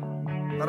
Not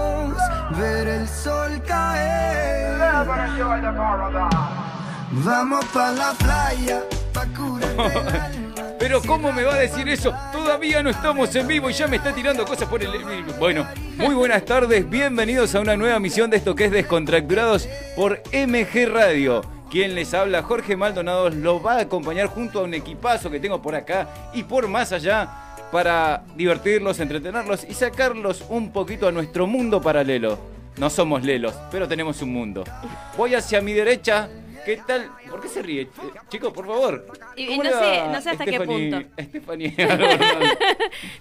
ver el sol caer. Vamos pa la playa, pa curar el alma. Pero ¿cómo me va a decir eso? Todavía no estamos en vivo y ya me está tirando cosas por el... Bueno, muy buenas tardes, bienvenidos a una nueva misión de esto que es Descontracturados por MG Radio. Quien les habla, Jorge Maldonado, los va a acompañar junto a un equipazo que tengo por acá y por más allá para divertirlos, entretenerlos y sacarlos un poquito a nuestro mundo paralelo. No somos lelos, pero tenemos un mundo. Voy hacia mi derecha. ¿Qué tal? ¿Por qué se ríe? Eh, Chicos, por favor. Y- y ¿Cómo no le sé- va, no sé hasta qué Stephanie- punto. Stephanie Gordon?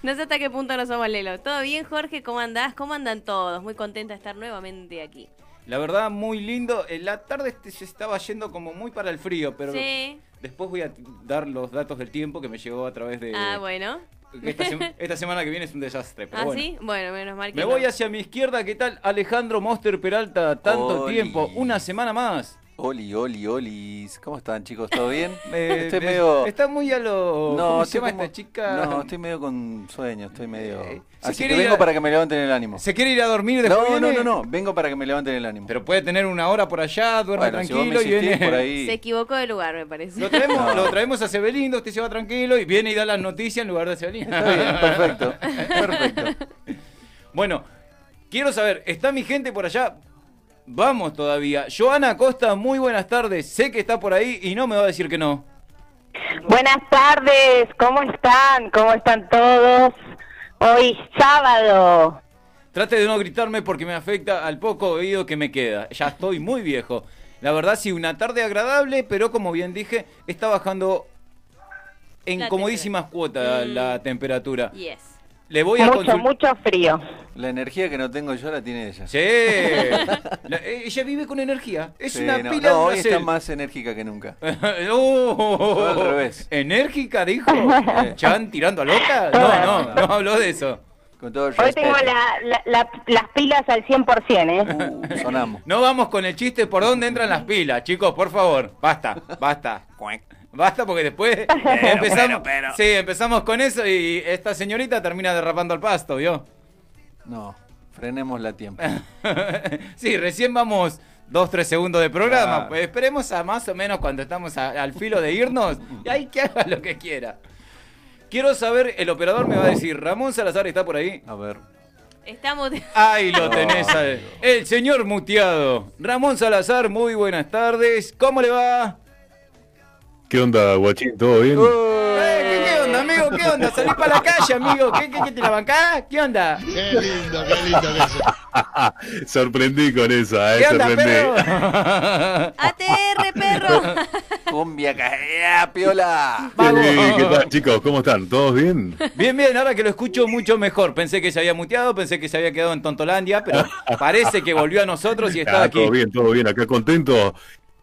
No sé hasta qué punto no somos Lelo. ¿Todo bien, Jorge? ¿Cómo andás? ¿Cómo andan todos? Muy contenta de estar nuevamente aquí. La verdad, muy lindo. En la tarde este se estaba yendo como muy para el frío, pero Sí. después voy a dar los datos del tiempo que me llegó a través de... Ah, bueno. que Esta, sem- esta semana que viene es un desastre, pero ¿Ah, bueno. sí? Bueno, menos mal que Me no. voy hacia mi izquierda, ¿qué tal? Alejandro Monster Peralta, Oli. tanto Oh, tiempo, una semana más. Oli, Oli, Olis. ¿Cómo están, chicos? ¿Todo bien? Eh, estoy eh, medio. Está muy a lo... ¿Cómo estoy se llama como- esta chica? No, estoy medio con sueño, estoy medio. Eh, si Así quiere que ir vengo a- para que me levanten el ánimo. ¿Se quiere ir a dormir y después No, no, viene? no, no. Vengo para que me levanten el ánimo. Pero puede tener una hora por allá, duerme Bueno, si vos me tranquilo y insistís viene... por Se ahí. equivocó de lugar, me parece. Lo traemos, No. lo traemos a Sebelindo, usted se va tranquilo y viene y da las noticias en lugar de Sebelindo. Está bien, perfecto. Perfecto. Bueno, quiero saber, ¿está mi gente por allá? Vamos todavía. Joana Costa, muy buenas tardes. Sé que está por ahí y no me va a decir que no. Buenas tardes, ¿cómo están? ¿Cómo están todos? Hoy sábado. Trate de no gritarme porque me afecta al poco oído que me queda. Ya estoy muy viejo. La verdad, sí, una tarde agradable, pero como bien dije, está bajando en La comodísimas cuotas Mm. la temperatura. Yes. Le voy a Mucho, consultar. mucho frío. La energía que no tengo yo la tiene ella. Sí. La- eh, ella vive con energía. Es Sí, una no, pila no, de una hoy está cel. más enérgica que nunca. Oh, al revés. Enérgica, dijo. ¿Chan tirando a loca? No, no, no habló de eso. Con todo el Hoy Este respeto. tengo la- la- la- las pilas al 100%, ¿eh? Uh, sonamos. No vamos con el chiste por dónde entran las pilas, chicos, por favor. Basta, basta. Basta porque después empezamos, Sí, empezamos con eso y esta señorita termina derrapando al pasto, ¿vio? No, frenemos la tiempo. sí, recién vamos dos, tres segundos de programa. Claro. Pues esperemos a más o menos cuando estamos a- al filo de irnos. Y ahí que haga lo que quiera. Quiero saber, el operador me va a decir, Ramón Salazar está por ahí. A ver. Estamos... Ahí lo tenés, al- el señor muteado. Ramón Salazar, muy buenas tardes. ¿Cómo le va? ¿Qué onda, guachín? ¿Todo bien? Eh, ¿qué, qué onda, amigo? ¿Qué onda? Salí para la calle, amigo. ¿Qué, qué, qué te la bancás? ¿Qué onda? Qué lindo, qué lindo que es. Sorprendí con esa, eh, ¿Qué onda, sorprendí. perro? ¡ATR, perro! Cumbia cajea, piola. Eh, ¿Qué tal, chicos? ¿Cómo están? ¿Todos bien? Bien, bien, ahora que lo escucho mucho mejor. Pensé que se había muteado, pensé que se había quedado en Tontolandia, pero parece que volvió a nosotros y está Ah, aquí. Todo bien, todo bien, acá contento.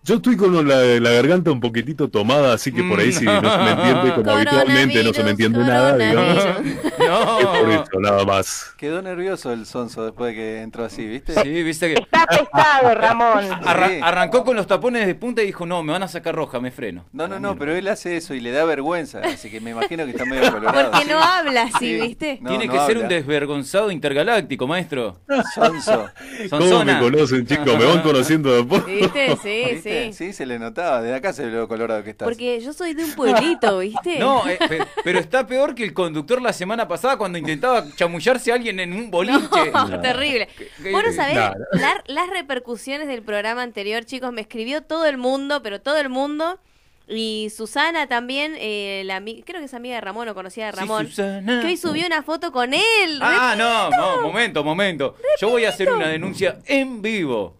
Yo estoy con la, la garganta un poquitito tomada, así que por ahí si no se me entiende como Mm. habitualmente, no se me entiende nada, digamos, coronavirus. es por No. eso, nada más. Quedó nervioso el sonso después de que entró así, ¿viste? Sí, viste que Está pesado, Ramón. arra- Sí. arrancó con los tapones de punta y dijo, no, me van a sacar roja, me freno. No, no, no, pero él hace eso y le da vergüenza, así que me imagino que está medio colorado. Porque no Sí. habla así, Sí. ¿viste? No, Tiene no que ser habla. un desvergonzado intergaláctico, maestro. Sonso. ¿Cómo me Sonsona. conocen, chicos? Me van conociendo de a poco. ¿Viste? Sí, ¿Viste? sí. Sí, se le notaba, desde acá se ve lo colorado que está. Porque yo soy de un pueblito, ¿viste? No, eh, pe- pero está peor que el conductor la semana pasada cuando intentaba chamullarse a alguien en un boliche. No, terrible. qué- Vos no sabés Nah. la- las repercusiones del programa anterior, chicos. Me escribió todo el mundo, pero todo el mundo. Y Susana también, eh, la, ami- creo que es amiga de Ramón o conocida de Sí, Ramón. Susana. que hoy subió una foto con él. Ah, no, no, momento, momento. Yo voy a hacer una denuncia en vivo.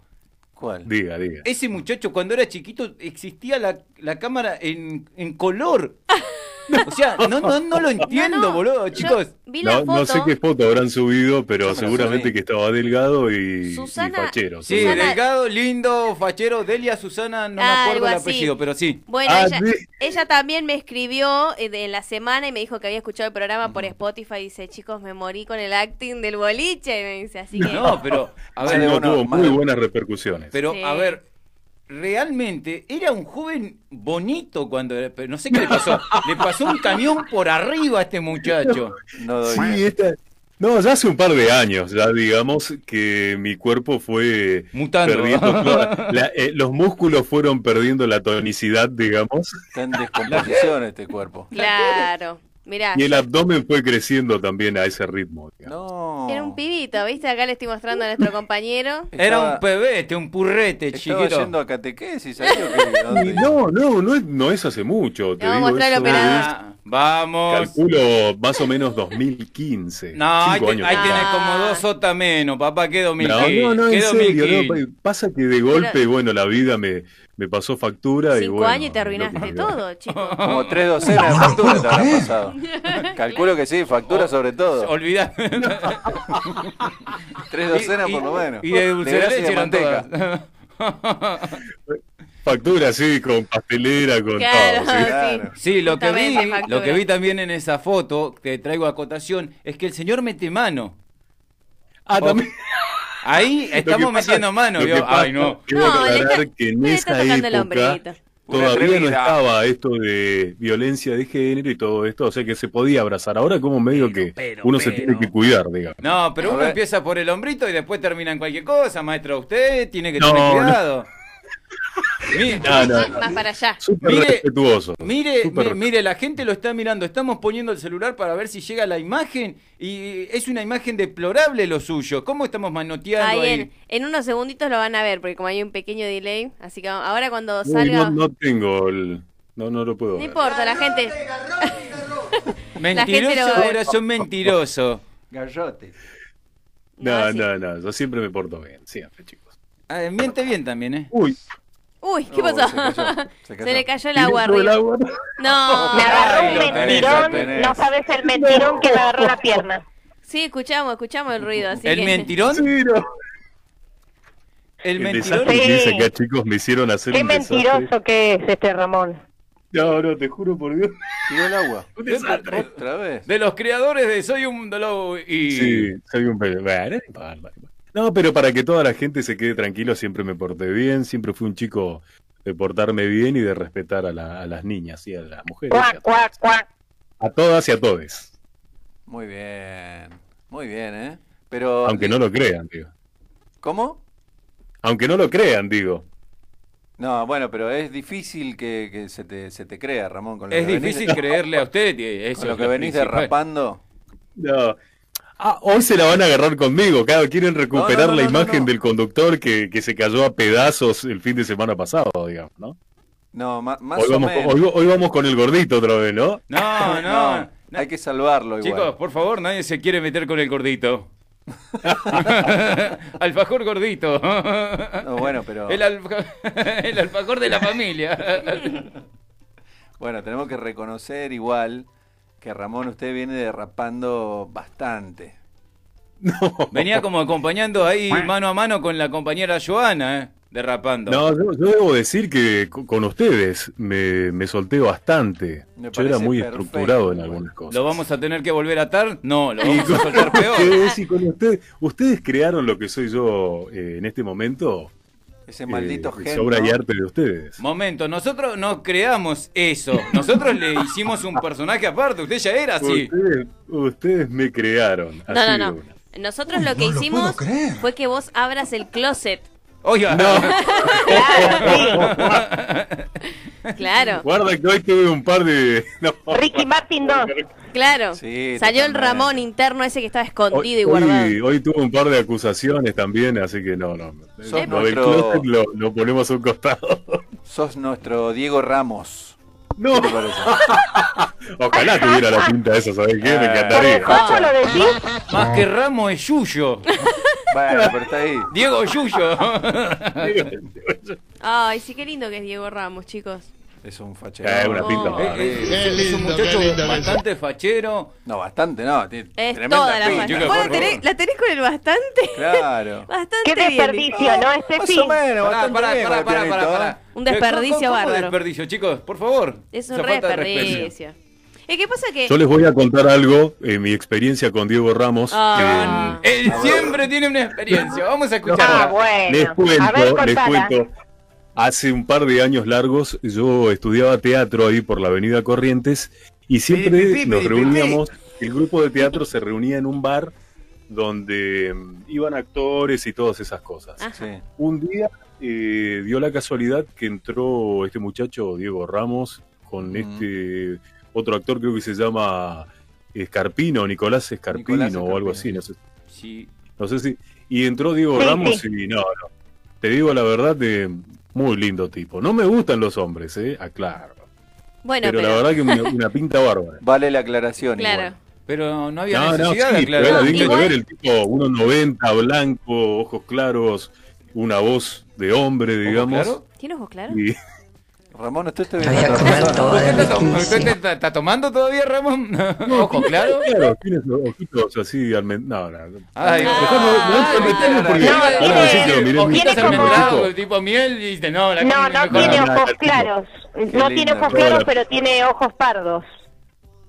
¿Cuál? Diga, diga. Ese muchacho cuando era chiquito existía la, la cámara en, en color. O sea, no, no, no lo entiendo, No, no, boludo, yo chicos. Vi la No, no sé foto. qué foto habrán subido, pero Yo me la seguramente subí. que estaba delgado y, y Susana- fachero. Sí, Susana- delgado, lindo, fachero, Delia, Susana, no me Ah, acuerdo el algo así. apellido, pero sí. Bueno, Ah, ella, sí. ella también me escribió eh, de- en la semana y me dijo que había escuchado el programa por Spotify. Y dice, chicos, me morí con el acting del boliche. Y me dice, así que. No, pero, a Sí, ver, no, bueno, tuvo más muy de- buenas repercusiones. pero, Sí. a ver, realmente era un joven bonito cuando era- pero no sé qué le pasó. Le pasó un camión por arriba a este muchacho. No doy. Sí, esta- No, ya hace un par de años, ya digamos que mi cuerpo fue Mutando. perdiendo toda- la- eh, los músculos fueron perdiendo la tonicidad, digamos, Está en descomposición este cuerpo. Claro. Mirá, y el abdomen fue creciendo también a ese ritmo. digamos. No. era un pibito, ¿viste? Acá le estoy mostrando a nuestro compañero. Era un Estaba- pebete, un purrete, Estaba yendo chiquito. a catequesis ahí o qué? Y ¿Dónde? No, no, no es, no es hace mucho, te No, digo mostrar eso operada. es- Ah, vamos. calculo más o menos 2015. No, ahí, cinco te- años ahí atrás. tenés como dos sotas menos, papá, quedó mil No, no, no, en quedó serio, mil no, pa- pasa que de golpe, bueno, la vida me, me pasó factura y Cinco bueno. años y te arruinaste todo, chico. Como tres docenas de facturas te habrán pasado. Calculo que sí, Oh. facturas sobre todo. Olvidate. Tres docenas por lo menos. Y de dulce de grasa y leche eran manteca. todas. Factura, sí, con pastelera, con Claro, todo. sí. claro. sí. Sí, lo que, vi, Justamente, factura. lo que vi también en esa foto, que traigo a acotación, es que el señor mete mano. Ah, también. Ahí estamos Lo que pasa- metiendo mano. lo que vio. pasa Ay, no. que bueno No, le aclarar está- que en le está esa tocando el época hombrerito. Una todavía no atrevida. estaba esto de violencia de género y todo esto, o sea que se podía abrazar. Ahora como medio que pero, uno se pero. tiene que cuidar, digamos. No, pero A uno ver. empieza por el hombrito y después termina en cualquier cosa. Maestro, usted tiene que No, tener no. cuidado. Mi- No, no, Más, más para allá. Súper Mire- respetuoso. Mire, Súper mi- mire, la gente lo está mirando. Estamos poniendo el celular para ver si llega la imagen y es una imagen deplorable lo suyo. ¿Cómo estamos manoteando Ahí ahí? en, en unos segunditos lo van a ver, porque como hay un pequeño delay, así que ahora cuando Uy, salga... no, no tengo el. No, no lo puedo. No ver. importa, la gente... gente lo Mentiroso, va a ver. corazón mentiroso. Garrote. No, No, sí. no, no. Yo siempre me porto bien. Siempre, chicos. Ah, miente bien también, ¿eh? Uy, Uy, ¿qué Uy, pasó? se cayó, Se, se cayó. le cayó el tiré agua todo el arriba. agua. No, Me agarró un Ay, lo tenés, lo mentirón, tenés. no sabes el mentirón que me agarró la pierna. sí, escuchamos, escuchamos el ruido, así ¿El que... mentirón? Sí, no. ¿El El mentirón? desastre que hice Sí. acá, chicos, me hicieron hacer Qué un desastre. mentiroso que es este Ramón. No, no, te juro por Dios. Tiró el agua. Un desastre. Otra vez. De los creadores de Soy un Dolor y... Sí, soy un pelo. Bueno, no importa. No, pero para que toda la gente se quede tranquilo, siempre me porté bien. Siempre fui un chico de portarme bien y de respetar a, la- a las niñas y a las mujeres. y Cuac, a, todas. cuac, cuac. A todas y a todes. Muy bien. Muy bien, ¿eh? Pero. Aunque no lo crean, digo. ¿Cómo? Aunque no lo crean, digo. No, bueno, pero es difícil que, que se, te, se te crea, Ramón. Con lo Es que venís- difícil creerle a usted. eh, Eso con lo es que lo venís principal. derrapando. No. Ah, hoy se la van a agarrar conmigo, claro, quieren recuperar No, no, no, la no, imagen no. del conductor que, que se cayó a pedazos el fin de semana pasado, digamos, ¿no? No, ma- más Hoy o vamos, menos. hoy, hoy vamos con el gordito otra vez, ¿no? No, Ah, no. No, hay que salvarlo igual. Chicos, por favor, nadie se quiere meter con el gordito. alfajor gordito. No, bueno, pero El, alfa- el alfajor de la familia. bueno, tenemos que reconocer igual que Ramón usted viene derrapando bastante. Venía como acompañando ahí mano a mano con la compañera Joana, eh, derrapando. No, yo, yo debo decir que co- con ustedes me, me solté bastante. Me Yo era parece muy perfecto, estructurado en igual. algunas cosas. ¿Lo vamos a tener que volver a atar? No, lo vamos a soltar peor. Ustedes y con ustedes, ustedes crearon lo que soy yo eh, en este momento. Ese eh, maldito es gen. obra ¿no? y arte de ustedes. Momento, nosotros no creamos eso. Nosotros le hicimos un personaje aparte. Usted ya era así. Ustedes, ustedes me crearon. No, no, así de no. una. Nosotros lo que lo hicimos puedo creer. fue que vos abras el closet. Oiga, Claro, Claro, Guarda que hoy tuve un par de. No. sí. Ricky Martin 2. claro. Sí, Salió el totalmente. Ramón interno ese que estaba escondido y Hoy, guardado. hoy, hoy tuve un par de acusaciones también, así que no, no. Sos Lo del nuestro- closet lo, lo ponemos a un costado. Sos nuestro Diego Ramos. No, ¿Qué te parece? ojalá tuviera la pinta de eso, ¿sabes qué? Me Ah. ¿Por encantaría. el cocho lo decís? más Ah. que Ramos es Yuyo. bueno, pero está ahí. Diego Yuyo. Ay, sí, qué lindo que es Diego Ramos, chicos. Es un fachero. Eh, una pinta. Oh. Eh, bárbara. eh, Qué es- es un lindo, muchacho qué lindo que bastante fachero. No, bastante no. Tiene Es tremenda toda la pinta. facha. Chica, Vos por la tenés, favor. la tenés con el bastante. Claro. Bastante Qué bien. desperdicio, ¿no, Este Más Estefi? o menos, Pará, bastante pará, bien pará, con el pará, pará, pianito, ¿eh? pará. Un Eh, desperdicio ¿cómo- cómo bárbaro. desperdicio, chicos, por favor. Es un Esa re falta de respeto. desperdicio. ¿Y qué pasa que.? Yo les voy a contar algo, eh, mi experiencia con Diego Ramos. Ah. eh, Él siempre tiene una experiencia. Vamos a Ah, escucharla. les bueno. A ver, cuento, les cortala. cuento. Hace un par de años largos yo estudiaba teatro ahí por la Avenida Corrientes y siempre Piri, piri, nos piri, reuníamos, el grupo de teatro se reunía en un bar donde mm, iban actores y todas esas cosas. Sí. Un día eh, dio la casualidad que entró este muchacho, Diego Ramos, con Ujú. este otro actor, creo que se llama Escarpino, Nicolás Escarpino Nicolás o algo Escarpino. así, no sé, Sí. no sé si. Y entró Diego Sí, Ramos y no, no. Te digo la verdad, de muy lindo tipo. No me gustan los hombres, ¿eh? Aclaro. Bueno, Pero, pero. la verdad que una, una pinta bárbara. Vale la eh. aclaración. claro. igual. Pero no había No, no, sí, necesidad de pero aclarar. era No, digno igual- de ver el tipo, 1.90, blanco, ojos claros, una voz de hombre, digamos. claro? ¿Tiene ojos claros? Y Ramón, usted está Voy a viendo. comer todo ¿Usted de está, tom- noticia. usted está- está tomando todavía, Ramón? Ojo, claro. claro, tiene esos ojitos así almen- No, no, no. Ay, Ah, dejame- dejame meterlo porque- no, ahora tiene- me siento, mirá, tiene estás como- almendrado, el tipo miel y dice, no, la No, carne no mejor. tiene Ah, mira, ojos chico. claros. No tiene lindo. ojos Toda la- claros, pero tiene ojos pardos.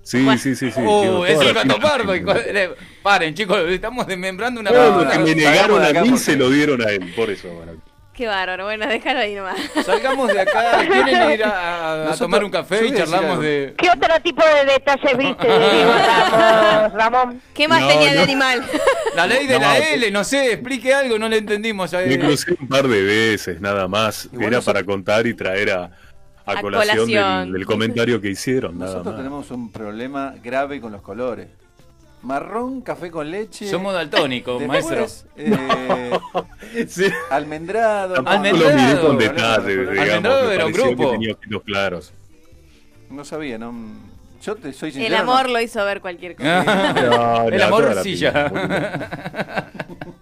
Sí, sí, sí, sí. Uh, digo, es toda la el gato pinta pardo. tiene. hijo de- Paren, chicos, estamos desmembrando una Todo lo persona. que me Salgamos negaron de a acá mí porque- se lo dieron a él, por eso. bueno. Qué bárbaro. Bueno, déjalo ahí nomás. Salgamos de acá, quieren ir a, a Nosotros- tomar un yo café voy y a decir charlamos algo. de... ¿Qué otro tipo de detalles viste de Diego Ramos, Ramón? ¿Qué más No, tenía de no. animal? La ley de No, la sí. L, no sé, explique algo, no le entendimos. eh. Me crucé un par de veces, nada más. Igual Era nosotros- para contar y traer a, a A colación, del- colación. Del, comentario que hicieron, nada Nosotros más. tenemos un problema grave con los colores. Marrón, café con leche. Somos daltónicos, después, maestro. eh, Sí. almendrado. Tampoco Almendrado. lo miré con Problema detalle, de colores. digamos. Almendrado me era un pareció que grupo. tenía ojitos claros. No sabía, no. Yo te soy sincero. El amor no. lo hizo ver cualquier cosa. Ah, No, El no, amor toda la silla. pinta, boludo.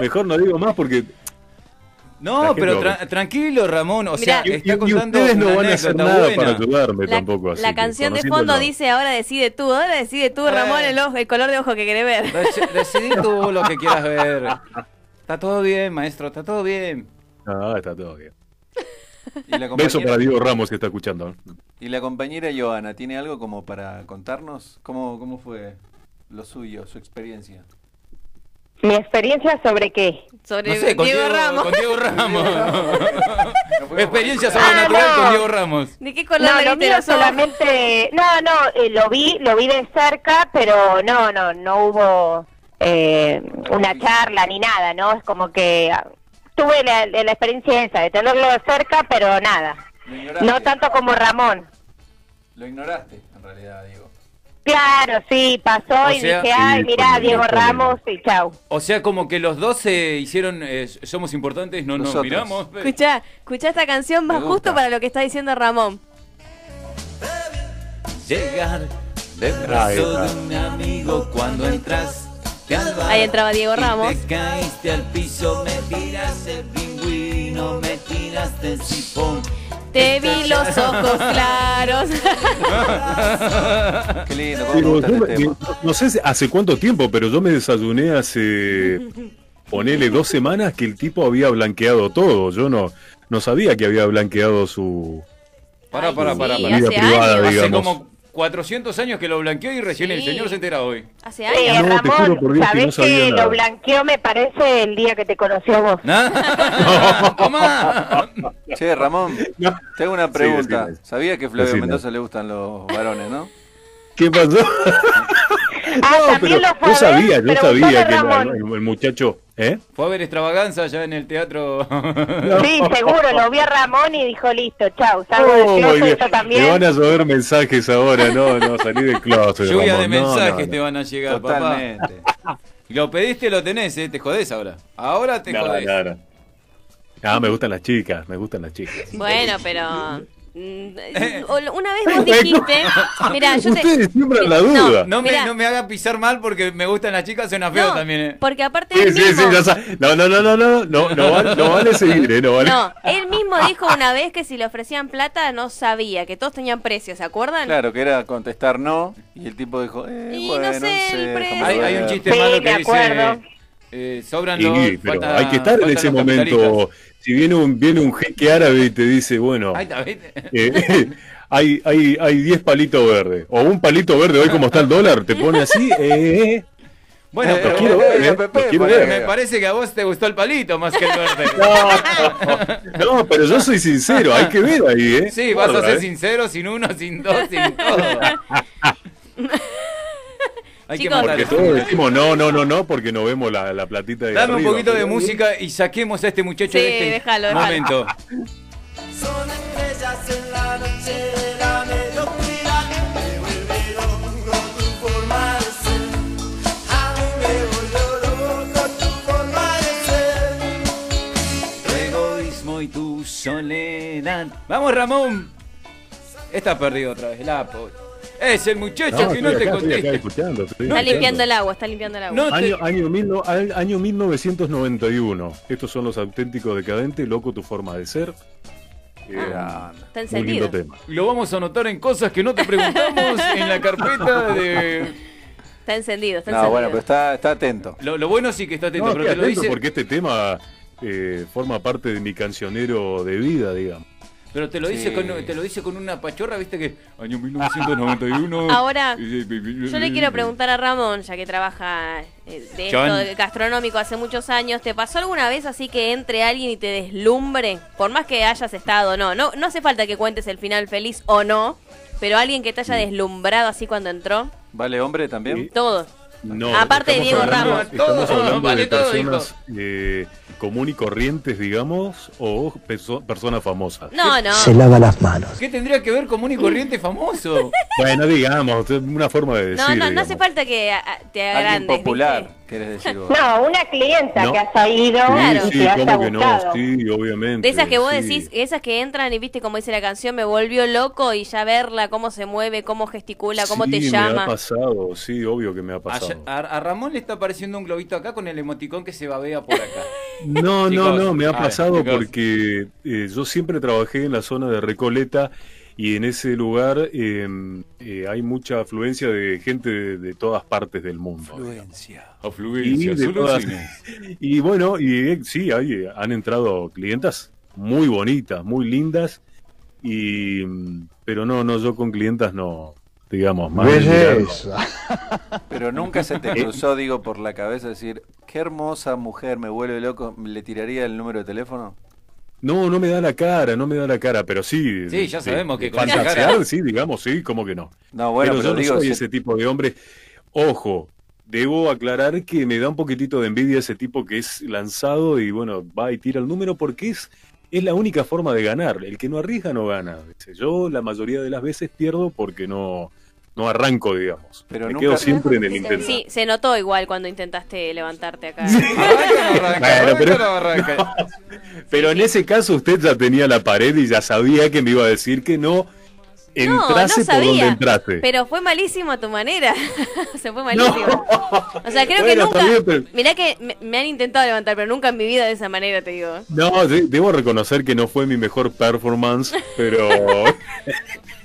Mejor no digo más porque La No, gente pero lo tra- tranquilo, Ramón. O sea, Mirá. y- está y- y contando ustedes no una van a hacer anécdota nada buena. para ayudarme La, tampoco. así la que, canción de conociéndolo. fondo dice ahora decide tú, ahora decide tú, Eh. Ramón, el, ojo, el color de ojo que querés ver. Dec- Decidí tú lo que quieras ver. Está todo bien, maestro, está todo bien. Ah, está todo bien. Y la, Beso para compañera, Diego Ramos que está escuchando. ¿eh? y la compañera Joana, ¿tiene algo como para contarnos? ¿Cómo, cómo fue lo suyo, su experiencia? ¿Mi experiencia sobre qué? Sobre No sé, con Diego, Ramos. Con Diego Ramos. No fue- Experiencia Ah, sobrenatural no. con Diego Ramos. ¿De qué No, color le lo viste mío los ojos? solamente... No, no, eh, lo vi, lo vi de cerca, pero no, no, no hubo eh, una charla ni nada, ¿no? Es como que ah, tuve la, la experiencia esa de tenerlo de cerca, pero nada. Lo ignoraste. No tanto como Ramón. Lo ignoraste, en realidad, Diego. Claro, sí, pasó O y sea- dije, ay, Sí, mirá, con el Diego doctor Ramos y chau. O sea, como que los dos se hicieron, eh, somos importantes, no nos Nosotros. miramos. Escuchá, escuchá esta canción, Me va gusta. justo para lo que está diciendo Ramón. Llegar de Ahí está. de un amigo cuando entras. te al bar Ahí entraba Diego y Ramos. Te caíste al piso, me tiras el pingüino, me tiraste el sifón. Te vi los ojos claros. Qué lindo, Sí, cómo me gusta yo este me- eh, tema. no sé si- hace cuánto tiempo, pero yo me desayuné hace, ponele dos semanas que el tipo había blanqueado todo. Yo no, no sabía que había blanqueado su Pará, pará, Ay, pará. sí, pará. vida hace privada, años. Hace digamos. como 400 años que lo blanqueó y recién Sí. el señor se entera hoy. Hace Sí, años. No, te juro eh, Ramón, por Dios que sabés no sabía que nada. lo blanqueó, me parece, el día que te conoció vos. ¿Ah? Tomá. Che, Ramón, No. te hago una Sí, pregunta. decime. Sabía que a Flavio Decime. Mendoza le gustan los varones, ¿no? ¿Qué pasó? Ah, No, también lo fue yo a ver, sabía, yo preguntale sabía a que la- Ramón. el, el muchacho, ¿eh? Fue a ver extravaganza ya en el teatro. Sí, seguro, lo vio a Ramón y dijo, listo, chau, salgo del Oh, le, closet, yo le van también. a llover mensajes ahora, no, no, salí del closet. Lluvia de Ramón, no, mensajes no, te van a llegar, papá. Totalmente. Lo pediste, lo tenés, eh, te jodés ahora. Ahora te no. No, jodés. no, no. Ah, me gustan las chicas, me gustan las chicas. Bueno, pero Mm, o- Una vez vos dijiste. Mira, yo te. Ustedes siembran la No, duda. No me, Mirá. no me haga pisar mal porque me gustan las chicas, suena feo No, también. eh. porque aparte Sí, él sí, sí, mismo. ya sa- No, no, no, no, no, no, no, vale, no vale seguir, eh, no vale. No, él mismo dijo una vez que si le ofrecían plata no sabía, que todos tenían precios, ¿se acuerdan? Claro, que era contestar no, y el tipo dijo, eh, Y no bueno, sé, no el sé, precio. déjame Hay, hay un ver. chiste Sí, malo que de dice: acuerdo. eh, Sobran Sí, los. pero falta- hay que estar en faltan ese los capitalistas. momento. Si viene un, viene un jeque árabe y te dice, bueno, Ahí está, ¿viste? eh, hay, hay, hay 10 palitos verdes, o un palito verde, hoy como está el dólar, te pone así, eh, eh. Bueno, No, pero lo quiero vos- ver, eh, Venga, Pepe, lo quiero para ver. ¿eh? que- me parece que a vos te gustó el palito más que el verde. No, no, pero yo soy sincero, hay que ver ahí, ¿eh? Sí, vas a Guarda, ser eh. sincero sin uno, sin dos, sin todo. Hay que Chicos. matar Porque eso. todos decimos no, no, no, no, porque no vemos la, la platita de Dame un arriba, poquito de pero- música y saquemos a este muchacho Sí, de este déjalo, déjalo. momento. Son estrellas en la noche de la mediocridad. Me vuelve loco tu forma de ser. A mí me volvió loco tu forma de ser. este. Tu egoísmo y tu soledad. Vamos, Ramón. Estás perdido otra vez, la po- Es el muchacho No, que no estoy te acá, estoy acá contesta. escuchando, estoy Está escuchando. limpiando el agua, está limpiando el agua. No te- Año, año, mil no- al- año 1991. Estos son los auténticos decadentes, loco tu forma de ser. Eh, Era- Ah, está muy encendido. lindo tema. Lo vamos a anotar en cosas que no te preguntamos en la carpeta de. Está encendido, está No, encendido. bueno, pero está, está atento. Lo, lo bueno sí que está atento, No, pero estoy te lo atento dice. porque este tema eh, forma parte de mi cancionero de vida, digamos. Pero te lo dice Sí. con te lo dice con una pachorra, viste que. Año 1991. Ahora, yo Yo le quiero preguntar a Ramón, ya que trabaja eh, de John. esto de gastronómico hace muchos años, ¿te pasó alguna vez así que entre alguien y te deslumbre? Por más que hayas estado, no, no, no hace falta que cuentes el final feliz o no, pero alguien que te haya deslumbrado así cuando entró, ¿Vale hombre también? Sí. todo. No, Aparte de estamos Diego hablando- Ramos. Estamos Todo, hablando vale de todo, personas eh, común y corrientes, digamos, o perso- personas famosas. No, no. lava las manos. ¿Qué tendría que ver común y corriente famoso? Bueno, digamos, es una forma de decir. No, no, no Eh, digamos. hace falta que a- a- te Alguien agrandes. popular, ¿viste? quieres decir vos. No, una clienta No. que haya ido Claro. y Sí, que sí, haya cómo que no, gustado. sí, obviamente. De esas que vos sí. decís, esas que entran y viste como dice la canción, me volvió loco y ya verla, cómo se mueve, cómo gesticula, cómo te Sí, Me ha llama. pasado, sí, obvio que me ha A, pasado. a- a Ramón le está apareciendo un globito acá con el emoticón que se babea por acá. No, no, Chicos, no, me a ha ver, pasado chicos. porque eh, yo siempre trabajé en la zona de Recoleta y en ese lugar eh, eh, hay mucha afluencia de gente de, de todas partes del mundo. Afluencia, Y de todas- Y bueno, y eh, sí, hay, eh, han entrado clientas muy bonitas, muy lindas, y mm, pero no, no, yo con clientas no, digamos, más de Belleza. Pero nunca se te cruzó, digo, por la cabeza decir, qué hermosa mujer, me vuelve loco, ¿le tiraría el número de teléfono? No, no me da la cara, no me da la cara, pero sí. Sí, ya de- sabemos que de con esa cara- fantasear, sí, digamos, sí, como que no. No, bueno, pero pero, yo no digo, soy si- ese tipo de hombre. Ojo, debo aclarar que me da un poquitito de envidia ese tipo que es lanzado y bueno, va y tira el número porque es, es la única forma de ganar. El que no arriesga no gana. ¿viste? Yo la mayoría de las veces pierdo porque no, no arranco, digamos. Pero me nunca- quedo siempre en el intento. Sí, se notó igual cuando intentaste levantarte acá. Arranca, no arranca, Bueno, pero- arranca, no arranca. Pero en ese caso usted ya tenía la pared y ya sabía que me iba a decir que no entrase no, no sabía, por donde entrase. Pero fue malísimo a tu manera. se fue malísimo. O sea, creo que Bueno, nunca. está bien, pero- Mirá que me, me han intentado levantar, pero nunca en mi vida de esa manera, te digo. No, de- debo reconocer que no fue mi mejor performance, pero... eh,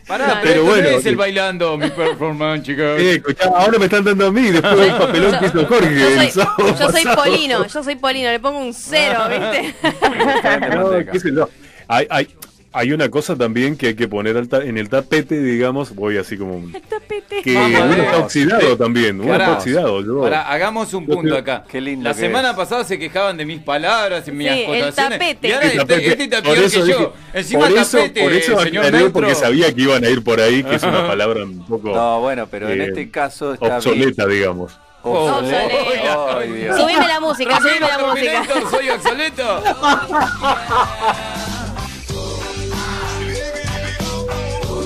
Pará, No, no. pero esto Pero no bueno, es el sí. bailando, mi performance, chicos. Eh, escuchá, ahora me están dando a mí después del papelón que hizo Jorge. Yo soy, el sábado yo soy pasado. Polino, yo soy Polino, le pongo un cero, ¿viste? Bastante No, manteca. qué sé yo. Hay, hay, hay una cosa también que hay que poner al ta- en el tapete, digamos, voy así como... un- Tapete. Que Vamos, uno eh. está oxidado también, uno Pará, está oxidado. yo- pará, hagamos un punto creo- acá. Qué lindo La que semana es. pasada se quejaban de mis palabras y mis Sí, el acotaciones. tapete. Y ahora el este, tapete. este está Por peor eso que dije- yo. Encima por eso, tapete, por eso señor aclaré, neutro. porque sabía que iban a ir por ahí, que es una palabra un poco No, bueno, pero en Eh, este caso está obsoleta, digamos. bien. Oh, Obsoleta. Oh, ay, Dios. Subime la música, subime Ramiro la música. Terminator, soy obsoleto.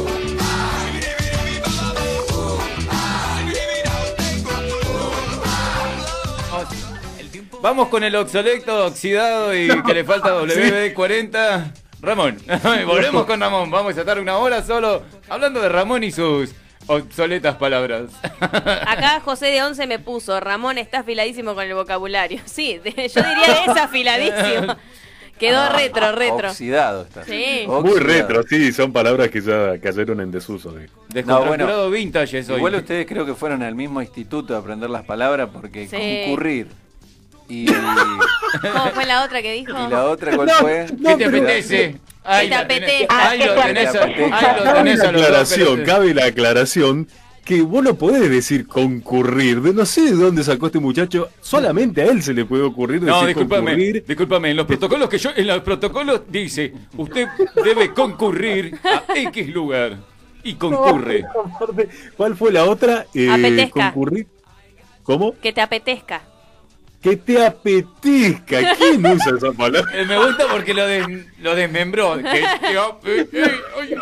Vamos con el obsoleto, oxidado y que le falta WD-40. Ramón. Volvemos con Ramón. Vamos a estar una hora solo hablando de Ramón y sus obsoletas palabras. Acá José de Once me puso, Ramón está afiladísimo con el vocabulario. Sí, de- yo diría es afiladísimo. Quedó retro, retro. Ah, Oxidado está. Sí. Muy Oxidado. retro, sí, son palabras que ya cayeron en desuso. digo. Descontracturado vintage es hoy. Igual ustedes creo que fueron al mismo instituto a aprender las palabras porque Sí. concurrir. Y, y ¿Cómo fue la otra que dijo? la otra, ¿cuál fue? ¿Qué te apetece? Ahí te la tenés- apetece? Ahí lo tenés, a- ahí lo Cabe tenés la a los dos, aclaración, pero- cabe la aclaración que vos no podés decir concurrir. De no sé de dónde sacó este muchacho, solamente a él se le puede ocurrir decir No, discúlpame, concurrir. discúlpame, en los protocolos que yo, en los protocolos dice, usted debe concurrir a X lugar y concurre. Aparte, ¿Cuál fue la otra? Eh, Apetezca. concurrir. ¿Cómo? Que te apetezca. Que te apetezca. ¿Quién usa esa palabra? Eh, Me gusta porque lo, des- lo desmembró. Que- que- ay, ay,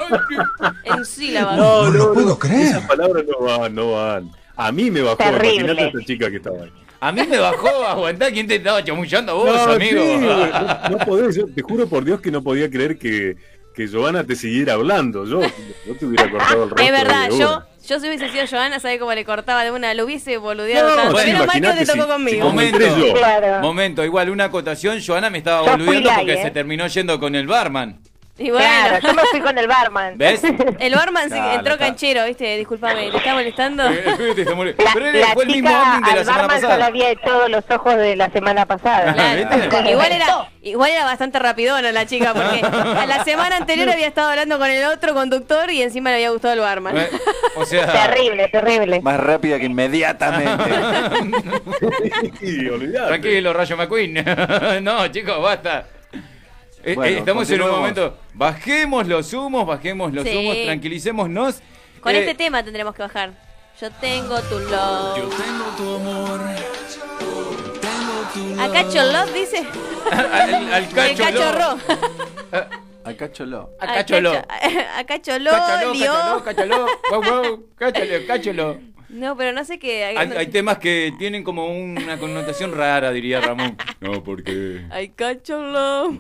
ay. En sílabas. No, no, puedo creer. Esas palabras no van, no van. A mí me bajó, Terrible. imagínate a esta chica que estaba ahí. A mí me bajó, aguantá, ¿quién te estaba chamullando a vos, No, amigo? sí, güey, no, no podés, yo te juro por Dios que no podía creer que, que Giovanna te siguiera hablando. Yo, yo te hubiera cortado el rostro. Es verdad, de yo, una. yo si hubiese sido Joana, ¿sabes cómo le cortaba de una? Lo hubiese boludeado No, tanto. sí, Menos mal que no imaginate te tocó si- si conmigo. como Momento. entré yo. Claro. Momento, igual una acotación, Joana me estaba Yo fui boludeando gay, porque eh. se terminó yendo con el barman. Y Claro, bueno, yo me fui con el barman. ¿Ves? Eh, el barman se Claro, entró está. canchero, ¿viste? Disculpame, ¿le está molestando? Eh, te está mole- La, Pero la fue el mismo chica admin de la al semana barman pasada. todavía todos los ojos de la semana pasada. ¿Viste? Igual era, igual era bastante rapidona la chica, porque a la semana anterior había estado hablando con el otro conductor y encima le había gustado el barman. Eh, O sea, Terrible, terrible. Más rápida que inmediatamente. Sí, olvidate. Tranquilo, Rayo McQueen. no, chicos, basta. Eh, Bueno, eh, estamos en un continuemos. momento. Bajemos los humos, bajemos los Sí. humos, tranquilicémonos. Con Eh, este tema tendremos que bajar. Yo tengo tu love. Yo tengo tu amor. Acá Cholot dice. eh, al, al El cacho. cachorro. Acá choló. Al cacholo. Acá Choló. Cachalo, lió. cachalo, cachalo. Guau, guau, Cáchalo, cáchalo. No, pero no sé qué. Hay, hay temas que tienen como una connotación rara, diría Ramón. No, porque. Ay, cacholo.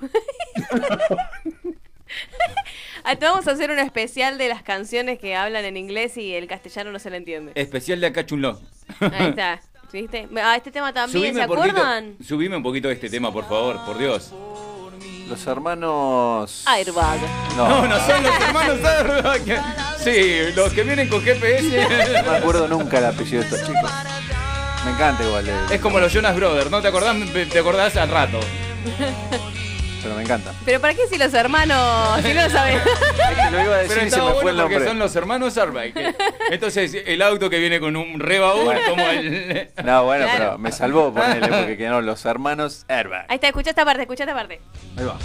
Ah, te vamos a hacer un especial de las canciones que hablan en inglés y el castellano no se le entiende. Especial de acá chuló. Ahí está. ¿Viste? Ah, este tema también, ¿se un poquito, acuerdan? subime un poquito de este tema, por favor, por Dios. Los hermanos. Airbag. No, No, no son los hermanos Airbag. Sí, los que vienen con GPS. no me acuerdo nunca el apellido de estos chicos. Me encanta igual, eh, Es como los Jonas Brothers, ¿no te acordás? Te acordás al rato. pero me encanta. Pero ¿para qué si los hermanos, si no lo sabes? Es que lo iba a decir y Pero se estaba me fue bueno el porque nombre. son los hermanos Arbay. Entonces, el auto que viene con un rebaúl como el... No, bueno, Claro. pero me salvó ponele porque quedaron los hermanos Airbag. Ahí está, escucha esta parte, escucha esta parte. Ahí va.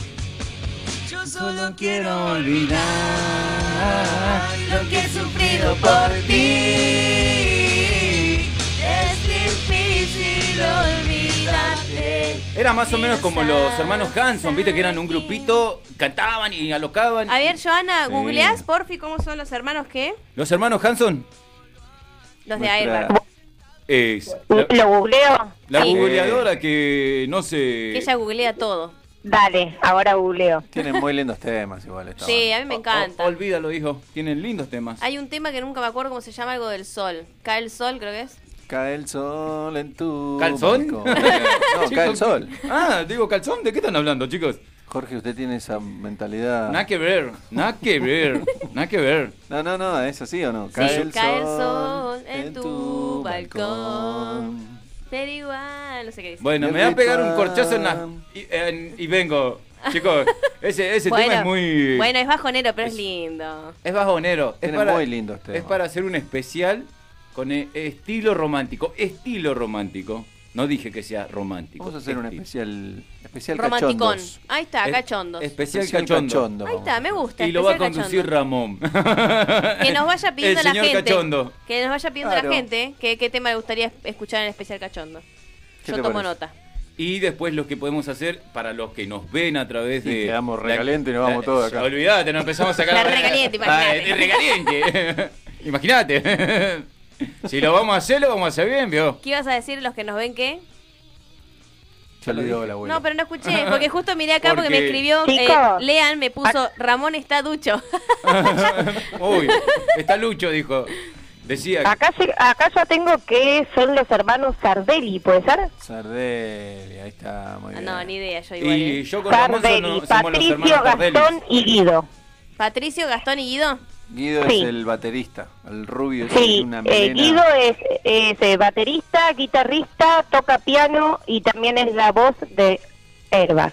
Solo quiero olvidar Lo que he sufrido por ti. Es difícil olvidarte. Era más o menos como los hermanos Hanson, viste que eran un grupito, cantaban y alocaban. A ver, Joana, Sí. googleás, porfi, cómo son los hermanos qué? Los hermanos Hanson Los de Nuestra- Airbag. es la, ¿Lo googleo? la Sí. googleadora que no sé... Que ella googlea todo. Dale, ahora googleo. Tienen muy lindos temas igual. esta Sí, banda. a mí me encanta. O- olvídalo, hijo. Tienen lindos temas. Hay un tema que nunca me acuerdo cómo se llama, algo del sol. Cae el sol, creo que es. Cae el sol en tu... ¿Calzón? balcón. No, Chicos, cae el sol. Ah, digo, calzón, ¿de qué están hablando, chicos? Jorge, usted tiene esa mentalidad... Nada que ver, nada que ver, nada que ver. No, no, no, ¿es así o no? Sí, cae el sol en tu balcón. Pero igual, no sé qué dice. Bueno, me va a pegar un corchazo en la... Y, en- y vengo, chicos. Ese, ese tema es muy... bueno, es bajonero, pero es lindo. Es bajonero. Es Tiene para, muy este lindos temas. es para hacer un especial con eh, estilo romántico. Estilo romántico. No dije que sea romántico. Vamos a hacer un Estilo. especial... Especial Romanticón. cachondos. Ahí está, Es- cachondos. Especial, Especial cachondo. cachondo, Ahí vamos está, me gusta. Y lo va a especial conducir cachondo. Ramón. Que nos vaya pidiendo El la señor gente. cachondo. Que nos vaya pidiendo Claro. la gente qué, qué tema le gustaría es- escuchar en especial cachondo. ¿Qué Yo te tomo parece? nota. Y después lo que podemos hacer para los que nos ven a través Y de. quedamos la- recaliente y nos vamos Eh, todos acá. Olvídate, nos empezamos a sacar. La recaliente, imaginate. Ah, eh, recaliente. Imaginate. si lo vamos a hacer, lo vamos a hacer bien, ¿vio? ¿Qué ibas a decir los que nos ven qué? Yo le digo a la abuela. No, pero no escuché, porque justo miré acá porque, Porque- me escribió eh, Chicos. Lean, me puso Ramón está ducho. Uy, está Lucho, dijo. Decía. Acá, sí- acá yo tengo que son los hermanos Sardelli, ¿puede ser? Sardelli, ahí está, muy Ah, bien. no, ni idea, yo igual. y eh. yo con Ramón son- Sardelli, somos los Patricio, hermanos Tardellis. Gastón y Guido. Patricio, Gastón y Guido. Guido Sí. es el baterista, el rubio, ese que tiene Sí, una eh, melena. Guido es, es, eh, baterista, guitarrista, toca piano y también es la voz de Herba.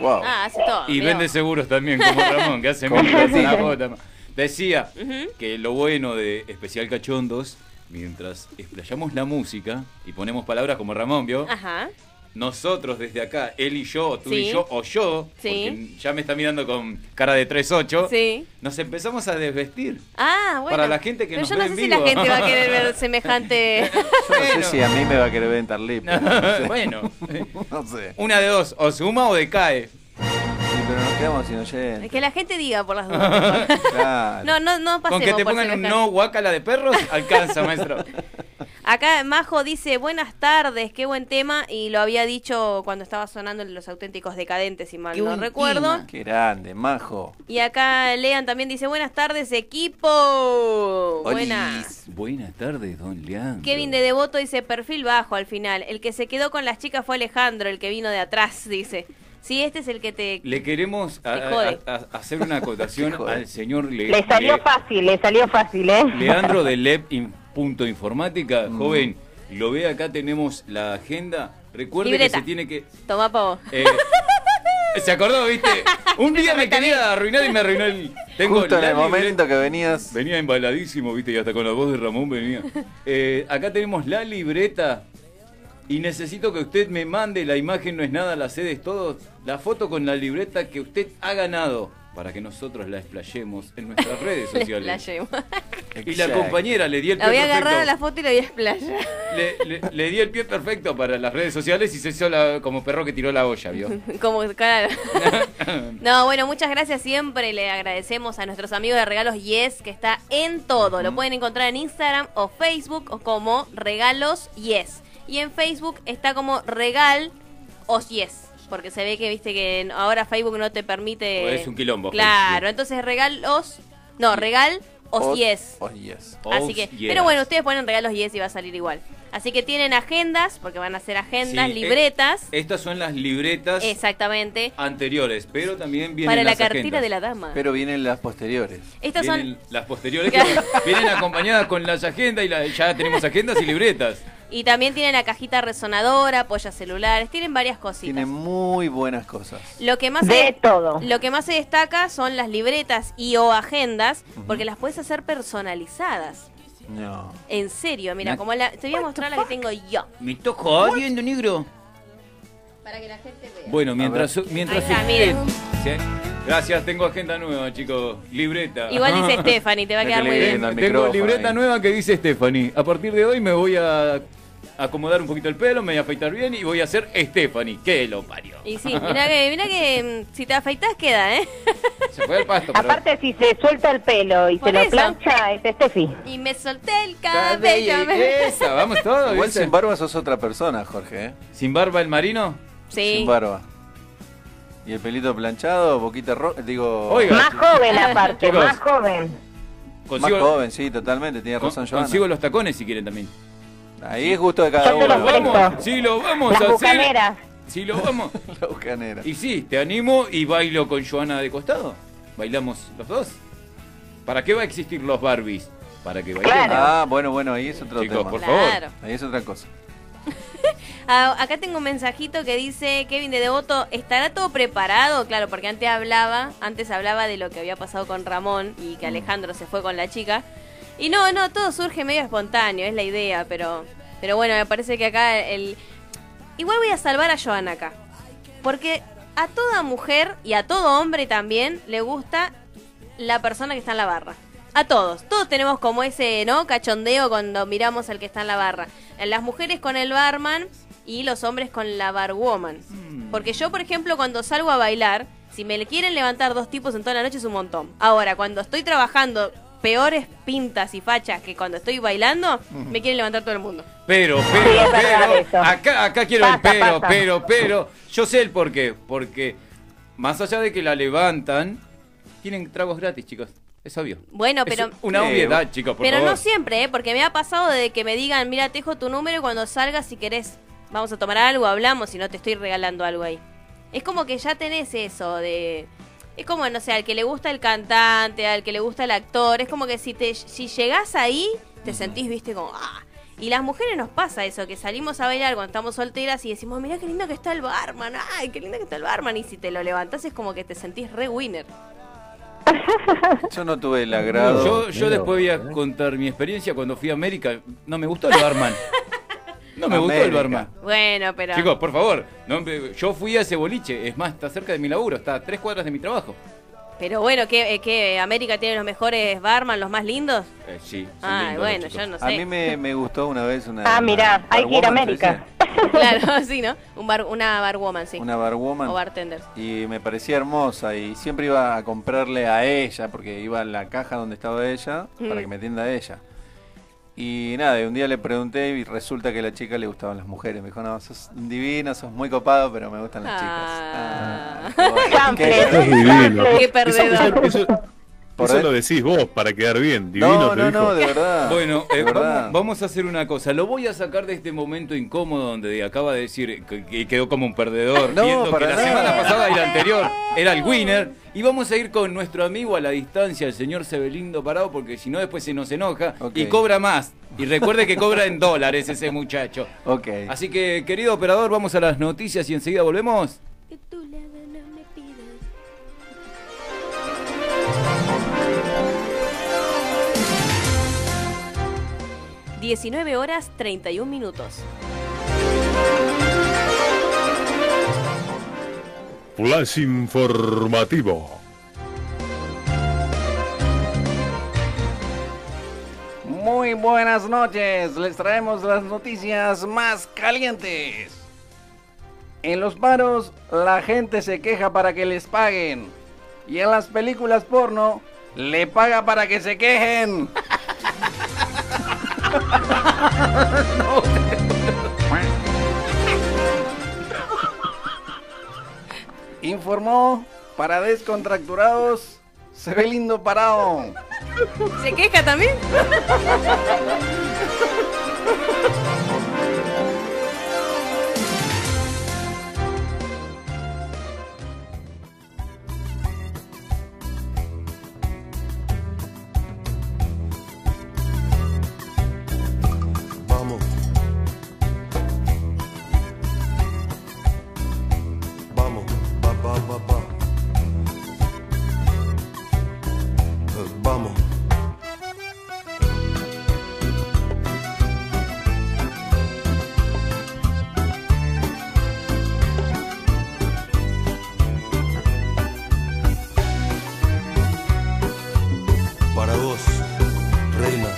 Wow. Ah, hace todo. Y mirá vende vos. seguros también, como Ramón, que hace Como mil cosas Ramón. la bota. Decía que lo bueno de Especial Cachondos, mientras explayamos la música y ponemos palabras como Ramón, ¿vio? Ajá. Nosotros desde acá, él y yo, o tú y Sí. yo, o yo, Sí. porque ya me está mirando con cara de 3-8, Sí. nos empezamos a desvestir. Ah, bueno. Para la gente que Pero nos yo ve no en sé si la vivo. gente va a querer ver semejante. Yo no sé si a mí me va a querer ver Tarlip. bueno, No sé. una de dos, o suma o decae. Sí, pero nos quedamos sin oyentes. que la gente diga por las dudas. mejor. Claro. No, no, no Con pasemos que te por pongan un semejante. no guácala de perros, alcanza, maestro. Acá Majo dice, buenas tardes, qué buen tema, y lo había dicho cuando estaba sonando el de los auténticos decadentes, si mal Qué no buen recuerdo. tema. Qué grande, majo. Y acá Lean también dice, buenas tardes, equipo. Olis. Buenas. Buenas tardes, don Leandro. Kevin de Devoto dice, perfil bajo al final. El que se quedó con las chicas fue Alejandro, el que vino de atrás, dice. Sí, este es el que te... Le queremos a- Te jode. a- a- hacer una acotación Te jode. al señor Le- Le salió Le- fácil, le salió fácil, ¿eh? Eh, Leandro de Lep in- punto informática. Mm. Joven, lo ve acá, tenemos la agenda. Recuerde Libreta. que se tiene que... Toma pa' vos. eh, ¿Se acordó, viste? Un día me quería arruinar y me arruinó el... Tengo Justo en la el libreta. momento que venías. Venía embaladísimo, viste, y hasta con la voz de Ramón venía. Eh, acá tenemos la libreta. Y necesito que usted me mande la imagen, no es nada, la sede es todo. La foto con la libreta que usted ha ganado. Para que nosotros la explayemos en nuestras redes La sociales. llevo. y la compañera le di el pie La voy a perfecto. agarrar a la foto y la voy a explayar. le, le- le di el pie perfecto para las redes sociales y se hizo la- como perro que tiró la olla, ¿vio? Como, claro. No, bueno, muchas gracias siempre. Le agradecemos a nuestros amigos de Regalos Yes, que está en todo. Lo pueden encontrar en Instagram o Facebook o como Regalos Yes. Y en Facebook está como Regal Os Yes. Porque se ve que, viste, que en- ahora Facebook no te permite... Pues Es un quilombo, Claro, Facebook. entonces Regalos... No, Regal Os Yes. Oh, yes. Así que, Yes. pero bueno, ustedes ponen regalos yes y va a salir igual. Así que tienen agendas, porque van a ser agendas, Sí, eh, libretas, Estas son las libretas exactamente, anteriores, pero también vienen para la las cartera agendas. de la dama. Pero vienen las posteriores. Estas vienen son las posteriores que vienen acompañadas con las agendas y la- ya tenemos agendas y libretas. y también tienen la cajita resonadora, pollas celulares, tienen varias cositas. Tienen muy buenas cosas. Lo que más De se, todo. lo que más se destaca son las libretas y o agendas, porque las puedes hacer personalizadas. No. En serio, mira, Na- como la te voy a mostrar la que tengo yo. Me toco ah, viendo negro. Para que la gente vea. Bueno, mientras mientras Ahí está, usted- miren. Sí. ¿eh? Gracias, tengo agenda nueva, chicos. Libreta. Igual dice Stephanie, te va a No quedar que muy le- bien. Viendo Tengo, al tengo micrófono libreta ahí. nueva que dice Stephanie. A partir de hoy me voy a acomodar un poquito el pelo, me voy a afeitar bien y voy a ser Stephanie. ¡Qué lo parió! Y sí, mira que, mira que mm, si te afeitas queda, ¿eh? Se fue al pasto. pero- Aparte, si se suelta el pelo y Por se lo eso. plancha, es Steffi. Y me solté el cabello. me- Esa, vamos todos. Igual ¿viste? sin barba sos otra persona, Jorge. ¿eh? ¿Sin barba el marino? Sí. Sin barba. Y el pelito planchado, boquita roja. Digo. Oiga. Más joven aparte, Chicos. más joven. Más Consigo, joven, sí, totalmente. Tiene con- razón, Joana. consigo los tacones si quieren también. Ahí es gusto de cada Yo te los uno. presto. Vamos, si lo vamos Las a hacer. bucaneras. Si lo vamos. La bucanera. Y sí, te animo y bailo con Joana de costado. Bailamos los dos. ¿Para qué va a existir los Barbies? Para que bailemos. Claro. Ah, bueno, bueno, ahí es otro Chicos, tema. por favor. Claro. Ahí es otra cosa. Ah, acá tengo un mensajito que dice Kevin de Devoto, ¿estará todo preparado? Claro, porque antes hablaba, antes hablaba de lo que había pasado con Ramón y que Alejandro se fue con la chica. Y no, no, todo surge medio espontáneo, es la idea, pero pero bueno, me parece que acá el igual voy a salvar a Joana acá. Porque a toda mujer y a todo hombre también le gusta la persona que está en la barra. A todos. Todos tenemos como ese, ¿no? Cachondeo cuando miramos al que está en la barra. Las mujeres con el barman y los hombres con la barwoman. Mm. Porque yo, por ejemplo, cuando salgo a bailar, si me le quieren levantar dos tipos en toda la noche es un montón. Ahora, cuando estoy trabajando peores pintas y fachas que cuando estoy bailando me quieren levantar todo el mundo. Pero, Sí, pero, es verdad eso. pero, acá, acá quiero el Pasa, pero, pasa. pero, pero. Yo sé el por qué. Porque más allá de que la levantan, tienen tragos gratis, chicos. Es obvio. Bueno, Es pero una Sí, obviedad, bueno. chicos, por pero favor. no siempre, ¿eh? porque me ha pasado de que me digan, mira, te dejo tu número y cuando salgas, si querés, vamos a tomar algo, hablamos, si no te estoy regalando algo ahí. Es como que ya tenés eso de... Es como, no sé, al que le gusta el cantante, al que le gusta el actor, es como que si, te, si llegás ahí, te sentís, viste, como... "Ah". Y las mujeres nos pasa eso, que salimos a bailar cuando estamos solteras y decimos, mirá qué lindo que está el barman, ay, qué lindo que está el barman. Y si te lo levantás es como que te sentís re winner. Yo no tuve el agrado. Yo, yo Mira, después voy a ¿eh? contar mi experiencia cuando fui a América. No me gustó el barman. No me gustó el América. barman. Bueno, pero... Chicos, por favor, no me- yo fui a ese boliche, es más, está cerca de mi laburo, está a tres cuadras de mi trabajo. Pero bueno, que, América tiene los mejores barman, los más lindos. Eh, sí. son Ay, lindos los bueno, chicos. yo no sé. A mí me, me gustó una vez una. Ah, mirá, una hay que ir a barwoman, ¿se América. dice? Claro, sí, ¿no? Un bar, una barwoman, sí. Una barwoman. O bartender. y me parecía hermosa y siempre iba a comprarle a ella porque iba a la caja donde estaba ella para que me atienda ella. Y nada, y un día le pregunté y resulta que a la chica le gustaban las mujeres. Me dijo, no, sos divina, sos muy copado, pero me gustan las Ah. chicas. Ah, qué bueno. Eso es divino. Qué Eso, perdedor. eso- eso- Por eso ahí. lo decís vos para quedar bien. Divino no, te no, dijo. no, de verdad. Bueno, de eh, verdad. vamos, vamos a hacer una cosa. Lo voy a sacar de este momento incómodo donde acaba de decir que- que quedó como un perdedor, No, viendo que para la nada. semana pasada y la anterior era el winner. Y vamos a ir con nuestro amigo a la distancia, el señor Sebelindo Parado, porque si no después se nos enoja Ok. y cobra más. Y recuerde que cobra en dólares ese muchacho. Ok. Así que, querido operador, vamos a las noticias y enseguida volvemos. Diecinueve 19 horas 31 minutos. Flash informativo. Muy buenas noches, les traemos las noticias más calientes. En los paros, la gente se queja para que les paguen. Y en las películas porno, le paga para que se quejen. Informó para descontracturados, se ve lindo parado. ¿Se queja también? Vamos. Vamos, va, va, va, va. Eh, Vamos. Para vos, reina.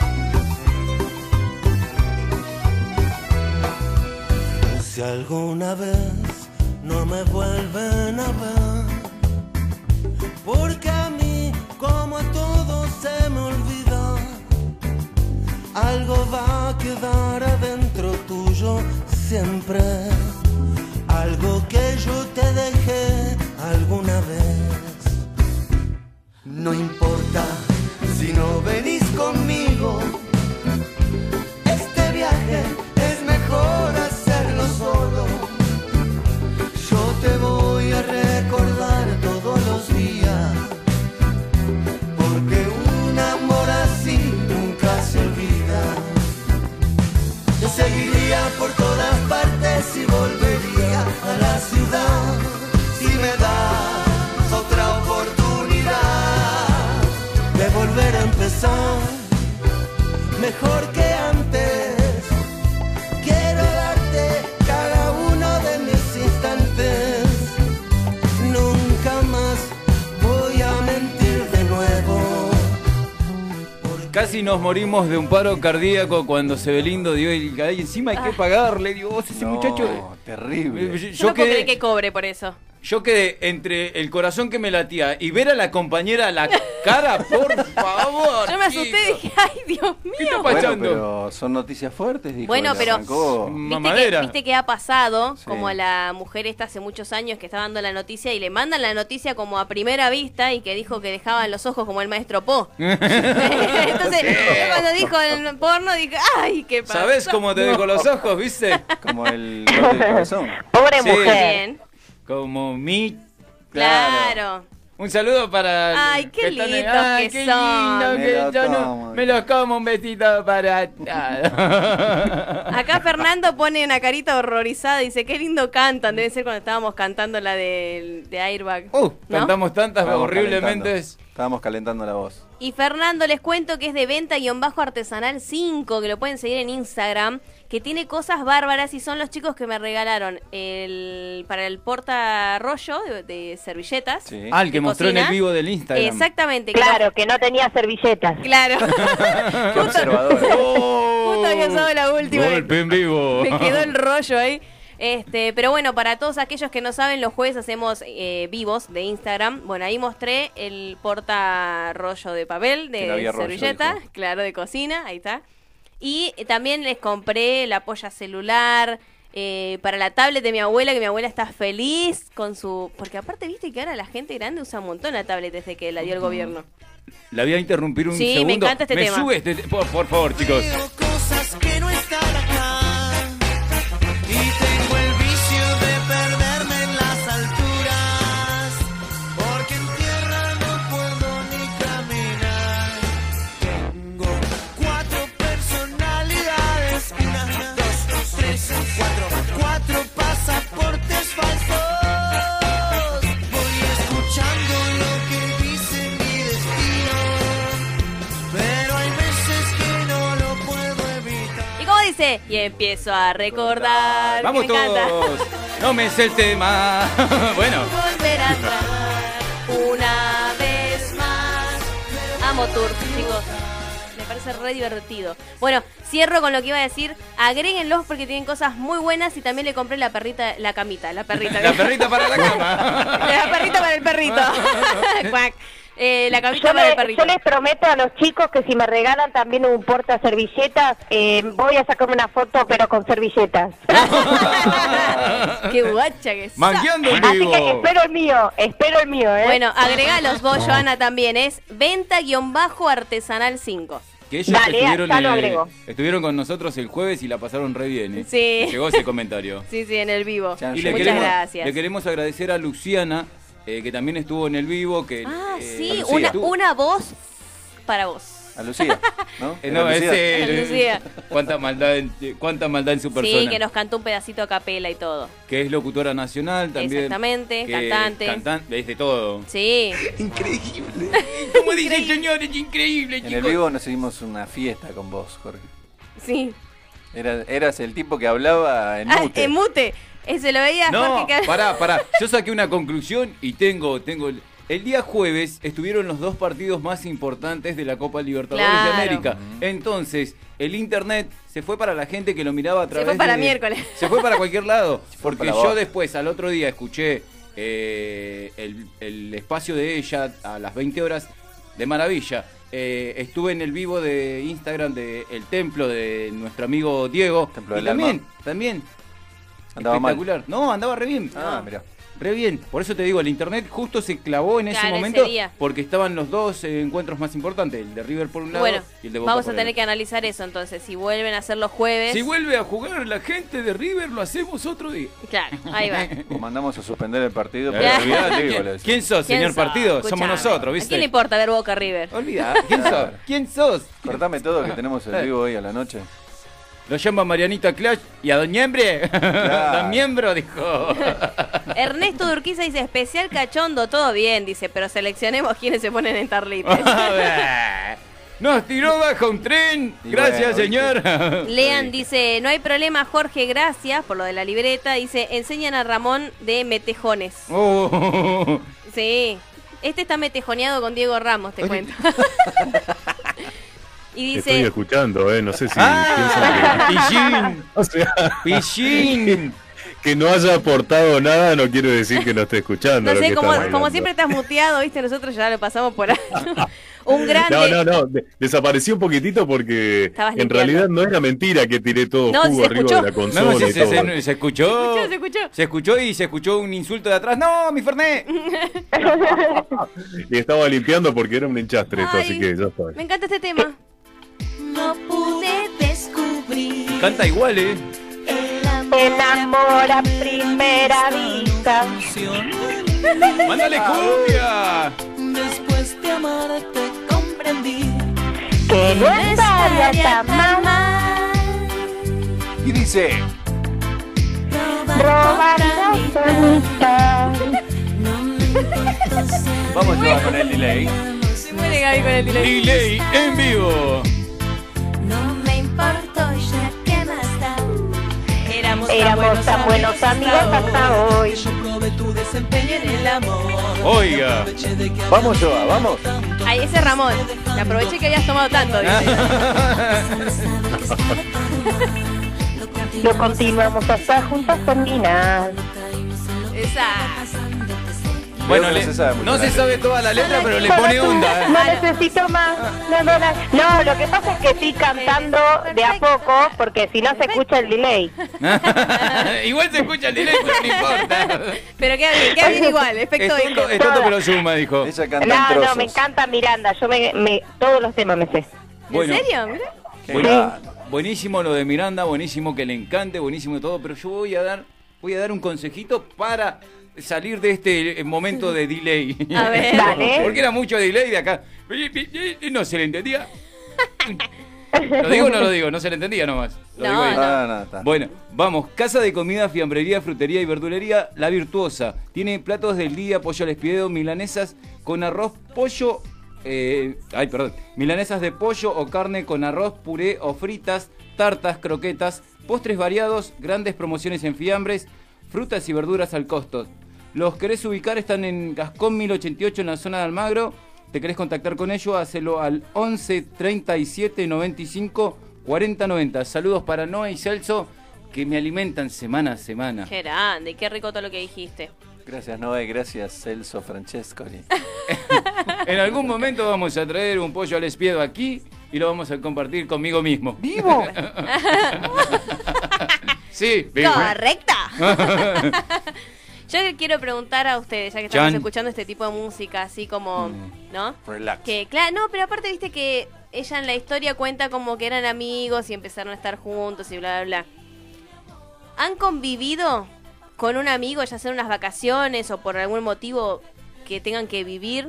Si alguna vez no me vuelven a ver, porque a mí, como a todos, se me olvida, algo va a quedar adentro tuyo siempre, algo que yo te dejé alguna vez. No importa si no venís conmigo. Este viaje es mejor hacerlo solo. Yo te voy a recordar todos los días, porque un amor así nunca se olvida. Yo seguiría por todas partes y volvería a la ciudad si me das otra oportunidad de volver a empezar mejor que antes. Quiero darte cada uno de mis instantes. Nunca más voy a mentir de nuevo. Casi nos morimos de un paro cardíaco cuando Sebelindo dio el... Ahí encima hay que pagarle, digo, vos ese No, muchacho... terrible. Yo, Ah. Yo no puedo quedé- creer que cobre por eso. Yo quedé entre el corazón que me latía y ver a la compañera a la cara, por favor. Yo me asusté y chico. dije, ay, Dios ¿Qué está Bueno, mío. pachando? pero son noticias fuertes, dijo. Bueno, él, pero- arrancó. Viste que, Mamadera. viste que ha pasado, Sí. como a la mujer esta hace muchos años que está dando la noticia y le mandan la noticia como a primera vista y que dijo que dejaban los ojos como el maestro Po. Entonces, yo cuando dijo el porno, dije, ay, qué pasa. ¿Sabés cómo te dejo los ojos, viste? Como el gol del corazón. Pobre Sí. mujer. Bien, Como mi... claro. Un saludo para... Ay, qué que están- lindos Ay, que qué son. lindo Me que lo yo no- como. Me los como, un besito para... Acá Fernando pone una carita horrorizada y dice, qué lindo cantan. Debe ser cuando estábamos cantando la del- de Airbag. Uh, ¿no? Cantamos tantas Estábamos horriblemente... calentando. Estábamos calentando la voz. Y Fernando, les cuento que es de venta-bajo artesanal 5, que lo pueden seguir en Instagram, que tiene cosas bárbaras y son los chicos que me regalaron el para el porta rollo de, de servilletas. Sí. Ah, el que ¿De mostró en cocina? el vivo del Instagram. Exactamente. que Claro, que no tenía servilletas. lo- Claro. Qué observador. Justo había usado la última. Golpe en vivo. Me quedó el rollo ahí. Este, pero bueno, para todos aquellos que no saben, los jueves hacemos eh, vivos de Instagram. Bueno, ahí mostré el porta rollo de papel, Que no de había rollo, servilleta, dijo. claro, de cocina, ahí está. Y eh, también les compré la polla celular eh, para la tablet de mi abuela, que mi abuela está feliz con su... Porque aparte, viste que ahora la gente grande usa un montón la tablet desde que la dio el gobierno. La voy a interrumpir un Sí, me segundo. encanta este tema. sube este te- por, por favor, chicos. Veo cosas que no están acá y tengo el vicio de perderme en las alturas porque en tierra no puedo ni caminar. Tengo cuatro personalidades, una, dos, tres, cuatro, cuatro pasaportes falsos. Voy escuchando lo que dice mi destino. Pero hay veces que no lo puedo evitar. Y como dice, y empiezo a recordar... que Vamos me encanta. todos. No me sé el tema. bueno, volver atrás una vez más. Amo Tour, chicos. Me parece re divertido. Bueno, cierro con lo que iba a decir. Agréguenlos porque tienen cosas muy buenas y también le compré la perrita, la camita, la perrita. la perrita para la cama. La perrita para el perrito. Cuac. Eh, la camita Yo, para le- el perrito. yo les prometo a los chicos que si me regalan también un porta servilletas, eh, voy a sacarme una foto pero con servilletas. Qué guacha que sos. Manqueando en Así que vivo. espero el mío, espero el mío, ¿eh? Bueno, agregalos vos, Joana, también. Es venta-artesanal 5. Que ellos Dale, estuvieron, ya lo eh, agrego. estuvieron con nosotros el jueves y la pasaron re bien. eh. Sí. Llegó ese comentario. Sí, sí, en el vivo. Ya, Y ya. le Muchas queremos, gracias. le queremos agradecer a Luciana, eh, que también estuvo en el vivo. Que, Ah, eh, sí, Lucía. una, Estuvo- una voz para vos. A Lucía, ¿no? Eh, no, Era es Lucía. él, eh. Lucía. Cuánta maldad en, eh, cuánta maldad en su persona. Sí, que nos cantó un pedacito a capela y todo. que es locutora nacional también. Exactamente, que cantante. Cantante, es de todo. Sí, ¿Cómo dice señores? Increíble, En el vivo nos hicimos una fiesta con vos, Jorge. sí. Era- eras el tipo que hablaba en Ah, mute. en mute. Eh, Se lo veía a No, Jorge que- pará, pará. Yo saqué una conclusión y tengo, tengo. el- El día jueves estuvieron los dos partidos más importantes de la Copa Libertadores Claro. de América. Entonces, el internet se fue para la gente que lo miraba a través fue para de- miércoles. Se fue para cualquier lado. Porque para yo vos. después, al otro día, escuché eh, el, el espacio de ella a las 20 horas de maravilla. Eh, estuve en el vivo de Instagram de El Templo de nuestro amigo Diego. Templo y del también, Alma. también. Andaba mal. espectacular. No, andaba re bien. Ah, mirá. Re bien, por eso te digo, el internet justo se clavó en Claro, ese ese momento día. porque estaban los dos eh, encuentros más importantes, el de River por un lado Bueno, y el de Boca vamos por a el tener que otro. analizar eso entonces. Si vuelven a hacer los jueves. Si vuelve a jugar la gente de River, lo hacemos otro día. Claro, ahí va. O mandamos a suspender el partido. Eh, pero Ya. olvidate, olvidate, boludo. ¿quién, quién sos, ¿Quién señor sos? partido? Somos Escuchame. nosotros, ¿A ¿viste? quién le importa ver Boca River? Olvidá, ¿quién sos? ¿Quién sos? Cortame todo que tenemos el vivo hoy a la noche. Lo llama Marianita Clash y a Don Miembre. Don Miembro dijo. Ernesto Durquiza dice: especial cachondo, todo bien, dice, pero seleccionemos quiénes se ponen en tarlitas. A ver. Nos tiró bajo un tren. Y bueno, Gracias, señor. Lean dice, no hay problema, Jorge, gracias por lo de la libreta. Dice, enseñan a Ramón de metejones. Oh. Sí. Este está metejoneado con Diego Ramos, te cuento. y Estoy dice, escuchando, ¿eh? No sé si Ah, piensan Pillín. que... O sea, Pillín. Que no haya aportado nada no quiere decir que no esté escuchando. No lo sé, que como, está como bailando. siempre estás muteado, ¿viste? Nosotros ya lo pasamos por alto. Un grande. No, no, no. de- desapareció un poquitito porque Estabas en limpiando. realidad no era mentira que tiré todo No, jugo se arriba escuchó. de la No, consola. se, y se- todo. se- se escuchó. Se escuchó, se escuchó. Se escuchó y se escuchó un insulto de atrás. ¡No, mi Fernet! Y estaba limpiando porque era un hinchastre, esto, Ay, así que ya está. Me encanta este tema. No pude descubrir Canta igual, ¿eh? el amor Enamor a primera vista. ¡Mándale cumbia! Después de amarte comprendí Que no estaría tan mal mamá Y dice, robar las amistades. vamos yo con el delay. Se muere Gaby con el delay. Delay en vivo. No me importó ya que más da Éramos, Éramos tan buenos amigos hasta hoy. Yo probé tu desempeño en el amor Oiga. Vamos Joa, vamos. Ahí ese Ramón. Te aproveché que habías tomado tanto, Ah. dice. Lo continuamos hasta juntas con Nina. Esa. Bueno, Creo que le- no se sabe mucho no la se letra. sabe toda la letra, pero le pone onda. ¿eh? No necesito más. No, no, no. No, lo que pasa es que estoy cantando de a poco porque si no se escucha el delay. Igual se escucha el delay, pero no importa. Pero queda bien, queda bien igual. Efecto Es tonto, de es tonto, pero suma, dijo. Ella canta en No, no, trozos. me encanta Miranda. Yo me, me- todos los temas me sé. ¿En Bueno. serio? Mira. Qué Bueno, grande. buenísimo lo de Miranda, buenísimo que le encante, buenísimo todo, pero yo voy a dar, voy a dar un consejito para salir de este eh, momento de delay. A ver. Dale. Porque era mucho delay de acá. No se le entendía. ¿Lo digo o no lo digo? No se le entendía nomás. Lo No, digo ahí. Ah, no, está. Bueno, vamos, casa de comida, fiambrería, frutería y verdulería, La Virtuosa. Tiene platos del día, pollo al espiedo, milanesas con arroz, pollo, eh, ay, perdón, milanesas de pollo o carne con arroz, puré o fritas, tartas, croquetas, postres variados, grandes promociones en fiambres, frutas y verduras al costo. Los querés ubicar, están en Gascón 1088 en la zona de Almagro. Te querés contactar con ellos, hacelo al 11 37 95 40 90. Saludos para Noé y Celso que me alimentan semana a semana. Qué grande, qué rico todo lo que dijiste. Gracias Noé, gracias Celso Francescoli. En algún momento vamos a traer un pollo al espiedo aquí y lo vamos a compartir conmigo mismo. ¡Vivo! Sí, vivo. Correcta. Yo quiero preguntar a ustedes, ya que estamos Chan. Mm. escuchando este tipo de música, así como, ¿no? Relax. Que, claro, no, pero aparte viste que ella en la historia cuenta como que eran amigos y empezaron a estar juntos y bla, bla, bla. ¿Han convivido con un amigo, ya sea en unas vacaciones o por algún motivo que tengan que vivir?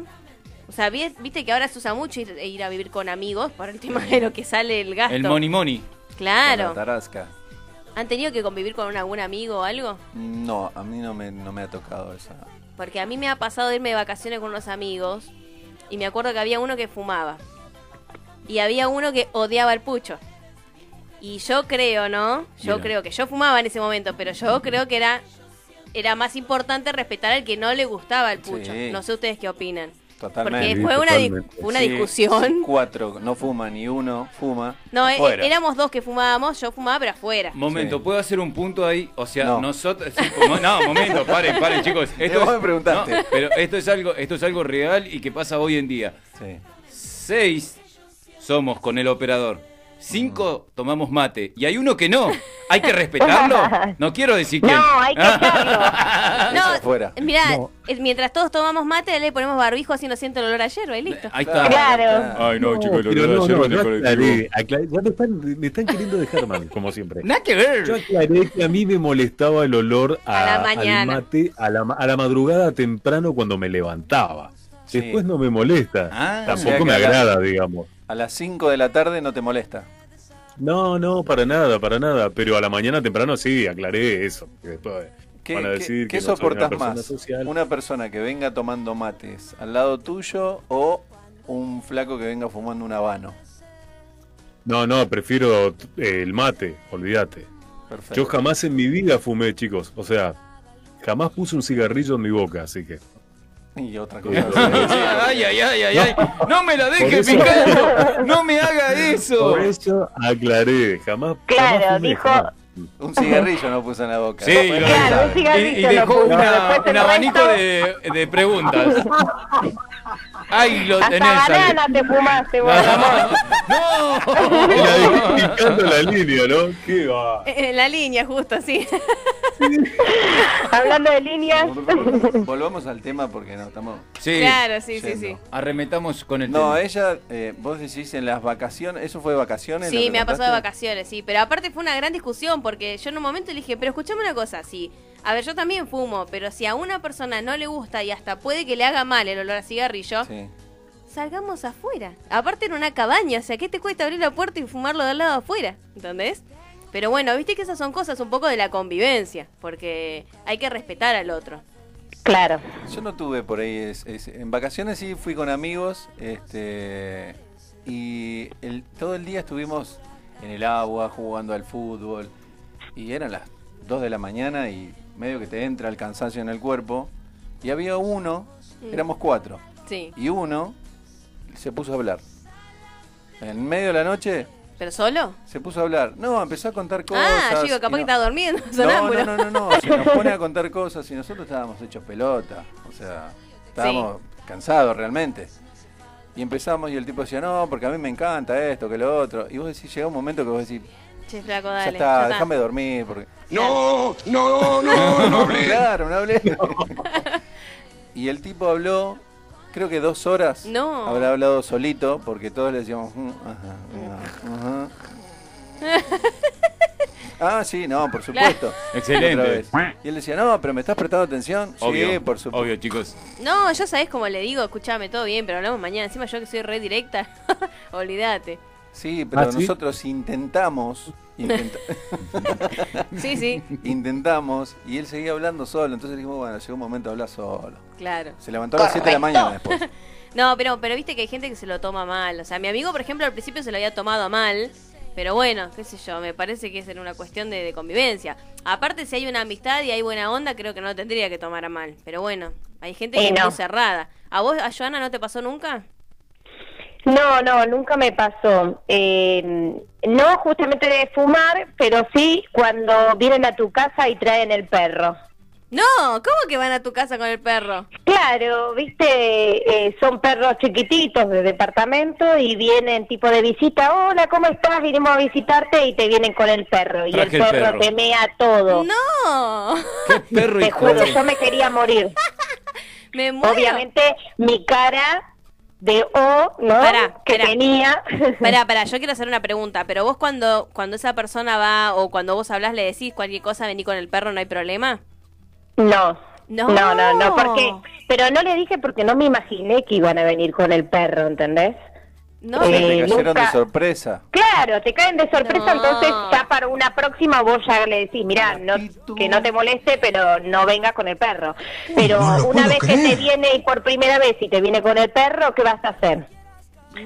O sea, vi- viste que ahora se usa mucho ir, e ir a vivir con amigos por el tema de lo que sale el gasto. El money money. Claro. Con la Tarasca. ¿Han tenido que convivir con algún amigo o algo? No, a mí no me, no me ha tocado esa. Porque a mí me ha pasado de irme de vacaciones con unos amigos y me acuerdo que había uno que fumaba. Y había uno que odiaba el pucho. Y yo creo, ¿no? Yo Mira. creo que yo fumaba en ese momento, pero yo creo que era era más importante respetar al que no le gustaba el pucho. Sí. No sé ustedes qué opinan. Porque Totalmente. fue una, di- totalmente. fue una Sí, sí, discusión. Cuatro, no fuma ni uno, fuma. No, eh, Fuera. éramos dos que fumábamos, yo fumaba pero afuera. Momento, Sí. ¿puedo hacer un punto ahí? O sea, No. nosotros. sí, como- no, momento, paren, paren, chicos. Esto vos es- me preguntaste. no, pero esto es algo, esto es algo real y que pasa hoy en día. Sí. Seis somos con el operador. Cinco tomamos mate. Y hay uno que no. ¿Hay que respetarlo? No quiero decir Ah, que. No, hay que hacerlo. No, Ah, Eso fuera. mirá, eh, mientras todos tomamos mate, le ponemos barbijo así no siento el olor a hierba y listo. Ahí está. Claro. Ay, no, chicos, pero lo que no, ayer no, en el no colectivo. Ya me están, me están queriendo dejar mal, como siempre. Nada que ver. Yo aclaré que a mí me molestaba el olor a, A la al mañana. mate a la, ma- a la madrugada temprano cuando me levantaba. Sí. Después no me molesta. Ah. O sea que Tampoco me a la- agrada, digamos. A las 5 de la tarde no te molesta. No, no, para nada, para nada. Pero a la mañana temprano sí, aclaré eso. porque Después ¿Qué, van a qué- decir que qué no soy una soportás persona más? social. ¿Una persona que venga tomando mates al lado tuyo o un flaco que venga fumando un habano? No, no, prefiero eh, el mate, olvídate. Perfecto. Yo jamás en mi vida fumé, chicos. O sea, jamás puse un cigarrillo en mi boca, así que. Y otra Sí. cosa. Ay, ay, ay, ay, ay. No me la deje Por eso- picando. No me haga eso. Por eso aclaré, jamás. jamás Claro, fumé, dijo, jamás. Un cigarrillo no puso en la boca. Sí, lo- Claro, un y, cigarrillo y lo dejó puso, una- después Pues el Ah, un abanico resto- de, de preguntas. Ay, lo Hasta tenés. Ale. banana te fumaste, vos, amor. ¡No! Y la dejé picando la línea, ¿no? Qué va. En la línea, justo, sí. Hablando de líneas. Volvamos al tema porque no estamos. Sí, Claro, sí, sí, sí. Yendo. arremetamos con el No, tema. ella, eh, vos decís en las vacaciones, ¿eso fue vacaciones? lo Sí, que me ha pasado de contaste? vacaciones, sí. Pero aparte fue una gran discusión porque yo en un momento le dije, pero escuchame una cosa, sí. A ver, yo también fumo, pero si a una persona no le gusta y hasta puede que le haga mal el olor a cigarrillo, Sí. salgamos afuera. Aparte en una cabaña, o sea, ¿qué te cuesta abrir la puerta y fumarlo del lado afuera? ¿Entendés? Pero bueno, viste que esas son cosas un poco de la convivencia, porque hay que respetar al otro. Claro. Yo no tuve por ahí. es- es- en vacaciones sí fui con amigos este, y el- todo el día estuvimos en el agua jugando al fútbol y eran las 2 de la mañana y medio que te entra el cansancio en el cuerpo. Y había uno, Mm. éramos cuatro, Sí. y uno se puso a hablar. En medio de la noche ¿Pero solo? se puso a hablar. No, empezó a contar cosas. ah, y chico, capaz no- que estaba durmiendo, no, sonámbulo. no, no, no, no, se nos pone a contar cosas y nosotros estábamos hechos pelota, o sea, estábamos cansados realmente. Y empezamos y el tipo decía, no, porque a mí me encanta esto, que lo otro. Y vos decís, llega un momento que vos decís, Che, flaco, ya dale. ya está, está. déjame dormir. Porque... No, no, no, no hablé. Claro, no hablé. y el tipo habló, creo que dos horas. No. Habrá hablado solito, porque todos le decíamos, "Mm, ajá, ajá, ajá". ah, sí, no, por supuesto. Excelente. Otra vez. Y él decía, no, pero me estás prestando atención. Obvio, sí, por supuesto. obvio, chicos. No, yo sabés cómo le digo, escuchame, todo bien, pero hablamos mañana. Encima yo que soy re directa, olvídate. Sí, pero ¿Ah, sí? nosotros intentamos, intenta- Sí, sí, intentamos, y él seguía hablando solo. Entonces dijimos, bueno, llegó un momento de hablar solo. claro. Se levantó a las 7 de la mañana después. No, pero, pero viste que hay gente que se lo toma mal. O sea, mi amigo, por ejemplo, al principio se lo había tomado a mal. Pero bueno, qué sé yo, me parece que es en una cuestión de, de convivencia. Aparte, si hay una amistad y hay buena onda, creo que no tendría que tomar a mal. Pero bueno, hay gente que Y es Eh, no. muy cerrada. ¿A vos, a Joana, no te pasó nunca? No, no, nunca me pasó. Eh, no justamente de fumar, pero sí cuando vienen a tu casa y traen el perro. No, ¿cómo que van a tu casa con el perro? Claro, viste, eh, son perros chiquititos de departamento y vienen tipo de visita, hola, ¿cómo estás? Vinimos a visitarte y te vienen con el perro y Traje el el perro, perro. te mea todo. No, Qué perro te hijo juro, de... yo me quería morir. me muero. Obviamente mi cara de O, ¿no? Pará, que pará. tenía. Pará, pará, yo quiero hacer una pregunta, pero vos cuando, cuando esa persona va o cuando vos hablas le decís cualquier cosa, vení con el perro, no hay problema. No. No. no, no, no, porque, pero no le dije porque no me imaginé que iban a venir con el perro, ¿entendés? No, Se Eh, le cayeron de nunca- sorpresa. Claro, te caen de sorpresa, No. entonces ya para una próxima vos ya le decís, mirá, no, Actitud. que no te moleste, pero no vengas con el perro. Pero no lo una puedo vez que te creer. viene y por primera vez y te viene con el perro, ¿qué vas a hacer?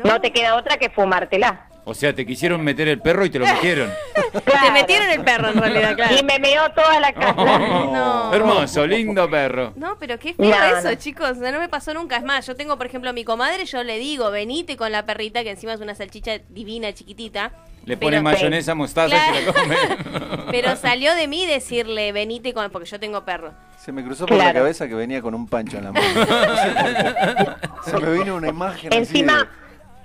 No, te queda otra que fumártela. O sea, te quisieron meter el perro y te lo metieron. te Claro. metieron el perro en realidad, claro. Y me meó toda la casa. No. Hermoso, lindo perro. No, pero qué feo No, eso, no. chicos. No me pasó nunca. Es más, yo tengo, por ejemplo, a mi comadre, yo le digo, venite con la perrita, que encima es una salchicha divina, chiquitita. Le Pero- pones mayonesa, mostaza y se la come. Pero salió de mí decirle, venite con... Porque yo tengo perro. Se me cruzó por la Claro. cabeza que venía con un pancho en la mano. No sé por qué. Se me vino una imagen así Encima,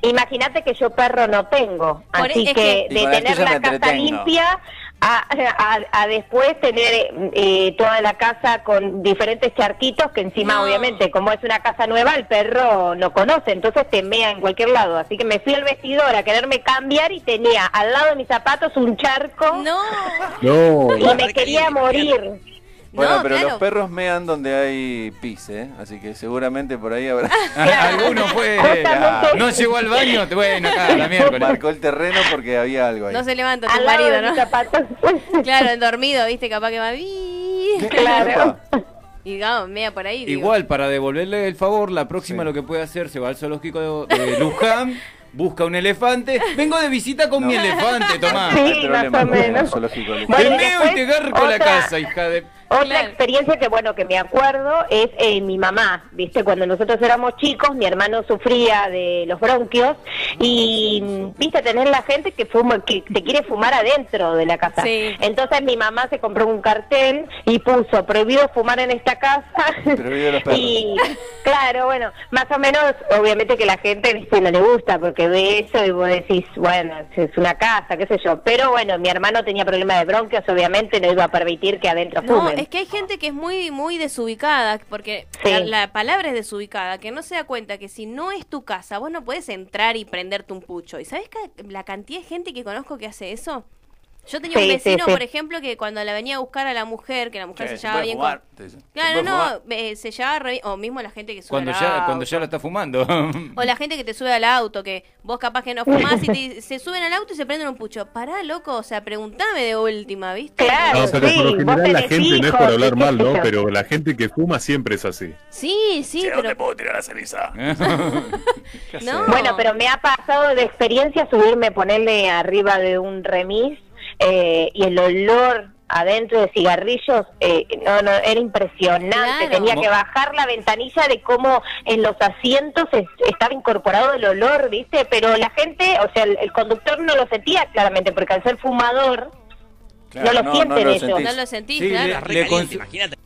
imagínate que yo perro no tengo, Por así es que, que- Y de con la tener tuya me la casa entretengo. limpia a, a- a después tener eh, toda la casa con diferentes charquitos que encima No. obviamente como es una casa nueva el perro no conoce, entonces te mea en cualquier lado, así que me fui al vestidor a quererme cambiar y tenía al lado de mis zapatos un charco No, No. y me quería morir. de... Bueno, no, pero claro. los perros mean donde hay pis, ¿eh? Así que seguramente por ahí habrá... Alguno fue. ah, Justamente. No llegó al baño. Bueno, acá, la miércoles. Marcó el terreno porque había algo ahí. no se levanta tu Al lado marido, de mis ¿no? zapatos. pues. Claro, en dormido, viste, capaz que va... "Bii". claro. Y digamos, media por ahí. digo. Igual, para devolverle el favor, la Sí. próxima lo que puede hacer, se va al zoológico de de Luján, busca un elefante. Vengo de visita con mi elefante, Tomás. Sí, Hay problemas más o con el menos. zoológico de Luján. Te Bueno, y meo y te después, garco la otra- casa, hija de... Otra Claro. experiencia que, bueno, que me acuerdo es eh, mi mamá, ¿viste? Cuando nosotros éramos chicos, mi hermano sufría de los bronquios y, ¿viste? Tener la gente que fuma, que te quiere fumar adentro de la casa. Sí. Entonces mi mamá se compró un cartel y puso prohibido fumar en esta casa. Prohibido los perros. Y, claro, bueno, más o menos, obviamente que la gente, ¿viste? No le gusta porque ve eso y vos decís, bueno, es una casa, qué sé yo. Pero bueno, mi hermano tenía problemas de bronquios, obviamente no iba a permitir que adentro No, fumen. es que hay gente que es muy, muy desubicada, porque Sí. la, la palabra es desubicada, que no se da cuenta que si no es tu casa, vos no puedes entrar y prenderte un pucho. ¿Y sabes la cantidad de gente que conozco que hace eso? Yo tenía un Sí, sí, vecino, sí. por ejemplo, que cuando la venía a buscar a la mujer, que la mujer Che, se se llevaba puede bien fumar, con... te dicen. Se Claro, puede no, fumar. eh, se llevaba re bien- o mismo la gente que sube Cuando al ya, cuando auto. ya la está fumando. O la gente que te sube al auto, que vos capaz que no fumás y te- se suben al auto y se prenden un pucho. Pará, loco, o sea, preguntame de última, ¿viste? Claro, No, pero sí, por lo vos general tenés la gente, no es hijos, por hablar qué mal, sé ¿no? yo. Pero la gente que fuma siempre es así. Sí, sí, Che, ¿Dónde pero... puedo tirar la ceniza? ¿Qué haces? No. Bueno, pero me ha pasado de experiencia subirme, ponerle arriba de un remis eh, y el olor adentro de cigarrillos, eh, no, no, era impresionante. Claro. Tenía Mo- que bajar la ventanilla de cómo en los asientos es- estaba incorporado el olor, ¿viste? Pero la gente, o sea, el, el conductor no lo sentía claramente, porque al ser fumador, Claro, no lo sienten ellos. sentís. No lo sentís, Sí, claro. le, le consu-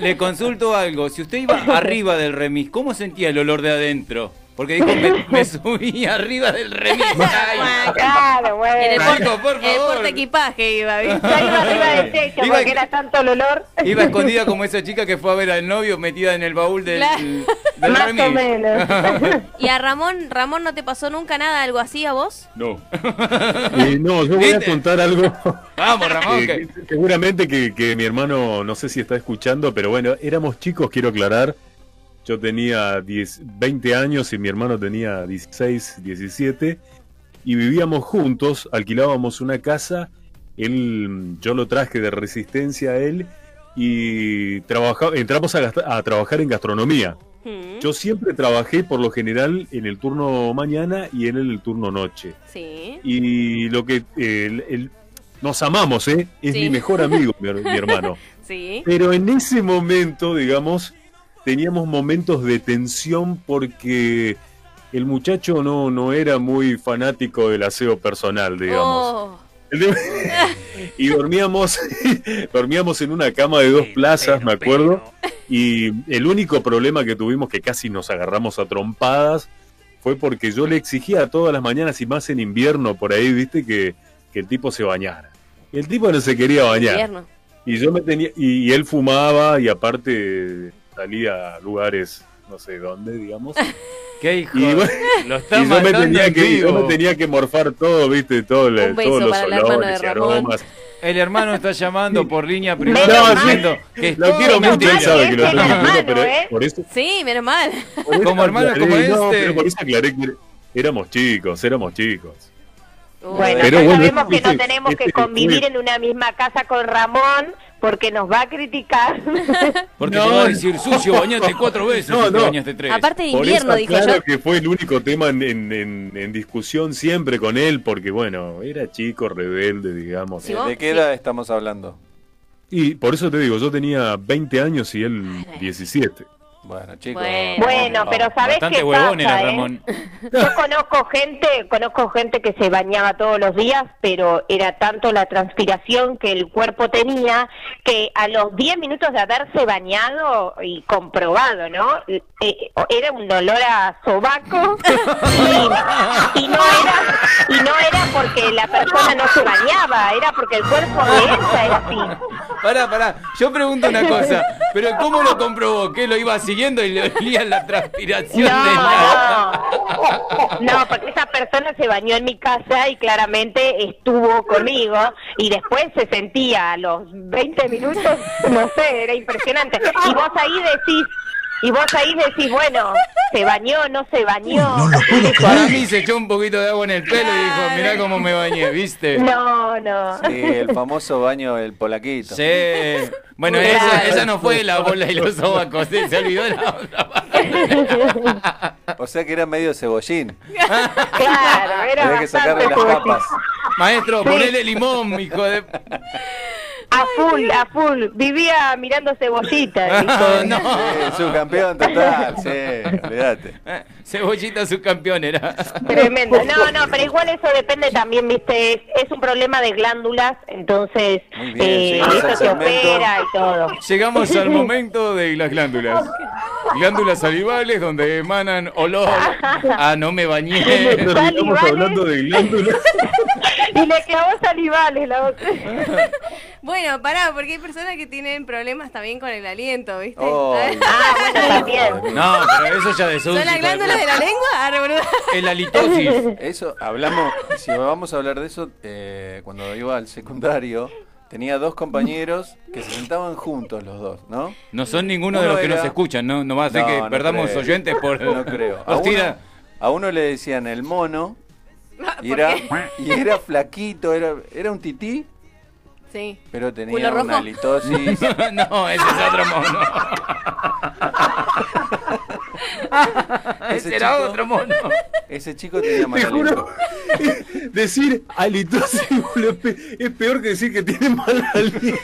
le consulto algo. Si usted iba arriba del remis, ¿cómo sentía el olor de adentro? Porque dijo, me, me subí arriba del remis. Ay, claro, bueno. En el, Ay, porte, Nico, por en el favor. porte equipaje iba, ¿viste? Yo iba arriba este, del techo Iba- porque era tanto el olor. Iba escondida como esa chica que fue a ver al novio metida en el baúl del, Claro. del Más remis. o menos. Y a Ramón, Ramón, ¿no te pasó nunca nada, algo así a vos? No. Eh, no, yo voy a ¿Viste? contar algo Vamos, que- Ramón. que- que seguramente que, que mi hermano, no sé si está escuchando, pero bueno, éramos chicos, quiero aclarar. Yo tenía 10, 20 años y mi hermano tenía 16, 17. Y vivíamos juntos, alquilábamos una casa. Él, yo lo traje de resistencia a él y trabaja- entramos a, gasta- a trabajar en gastronomía. Hmm, Yo siempre trabajé por lo general en el turno mañana y en el turno noche Sí. y lo que eh, el- el- nos amamos, ¿eh? es Sí. mi mejor amigo, mi, her- mi hermano. Sí. Oh, Pero en ese momento, digamos, teníamos momentos de tensión porque el muchacho no, no era muy fanático del aseo personal, digamos. Oh, El de- y dormíamos, dormíamos en una cama de dos plazas, me acuerdo. Y el único problema que tuvimos, que casi nos agarramos a trompadas, fue porque yo le exigía todas las mañanas y más en invierno por ahí, viste, que, que el tipo se bañara. El tipo no se quería bañar. invierno. Y yo me tenía, y, y él fumaba y aparte salía a lugares, no sé dónde, digamos. Qué hijo. Y bueno, lo está Y yo me matando tenía en que, yo vivo. me tenía que morfar todo, viste, todo, la- Un beso todos los para el hermano olores de y Ramón. aromas. El hermano está llamando por línea No, privada sí. diciendo que es Lo todo quiero mucho, él mentira. sabe que lo estoy Hermano, mintiendo, pero ¿eh? por eso, Sí, menos mal. por eso Como hermano, aclaré, como no, este. pero por eso aclaré que éramos chicos, éramos chicos. Uh, Bueno, Pero ya bueno, sabemos que este- no tenemos que este- convivir en una misma casa con Ramón porque nos va a criticar. Porque No, te va a no. decir sucio, bañate cuatro veces No, y te no. bañaste tres. Aparte de Por eso invierno, dijo claro yo. que fue el único tema en, en- en- en discusión siempre con él, porque bueno, era chico, rebelde, digamos. Sí, Eh, vos- ¿De qué edad estamos hablando? Y por eso te digo, yo tenía 20 años y él 17. Bueno, chicos. Bueno. vamos, bueno, vamos. pero sabes Bastante qué huevón pasa, era ¿eh? Ramón. Yo conozco gente, conozco gente que se bañaba todos los días, pero era tanto la transpiración que el cuerpo tenía que a los 10 minutos de haberse bañado y comprobado, ¿no? Eh, eh, Era un olor a sobaco y, y no era y no era porque la persona no se bañaba, era porque el cuerpo de ella era así. Pará, pará. Yo pregunto una cosa. ¿Pero cómo lo comprobó? ¿Qué lo iba siguiendo y le olía la transpiración de la... No, no, porque esa persona se bañó en mi casa y claramente estuvo conmigo y después se sentía a los 20 minutos, no sé, era impresionante. Y vos ahí decís, y vos ahí decís, bueno, se bañó, no se bañó. No, Para mí se echó un poquito de agua en el pelo y dijo, mirá cómo me bañé, ¿viste? no. Sí, el famoso baño del polaquito. Sí. Bueno, Claro. esa, esa no fue la bola y los sobacos, ¿eh? se olvidó la otra O sea que era medio cebollín. Claro, era Había que bastante sacarle las fuerte. papas. Maestro, ponele limón, hijo de... A full, a full. Vivía mirando Ah, cebollitas. dijo. Sí, subcampeón total, sí, olvídate. Eh, Cebollita subcampeón era. Tremendo. No, no, pero igual eso depende también, viste, es, es un problema de glándulas, entonces Muy bien, eh, llegamos eso se al segmento. opera y todo. Llegamos al momento de las glándulas. Glándulas salivales donde emanan olor a no me bañé. Estamos hablando de glándulas. Y le clavó salivales la boca. Bueno, pará, porque hay personas que tienen problemas también con el aliento, ¿viste? Oh, Ah, bueno, también. No, pero eso ya de ¿Son las glándulas de la lengua? Ah, boludo. El halitosis. Eso, hablamos, si vamos a hablar de eso, eh, cuando iba al secundario, tenía dos compañeros que se sentaban juntos los dos, ¿no? No son ninguno de Uno los que era- nos escuchan, ¿no? No va a ser No, que no perdamos creo. oyentes por... No creo. A Nos uno, tira. a uno le decían el mono y ¿Por era, qué? y era flaquito, era, era un tití, Sí. pero tenía ¿Culo rojo? una halitosis. No, ese es otro mono. Ese ese era chico- otro mono. Ese chico tenía mal Te juro. aliento. Decir halitosis boludo, es peor que decir que tiene mal aliento.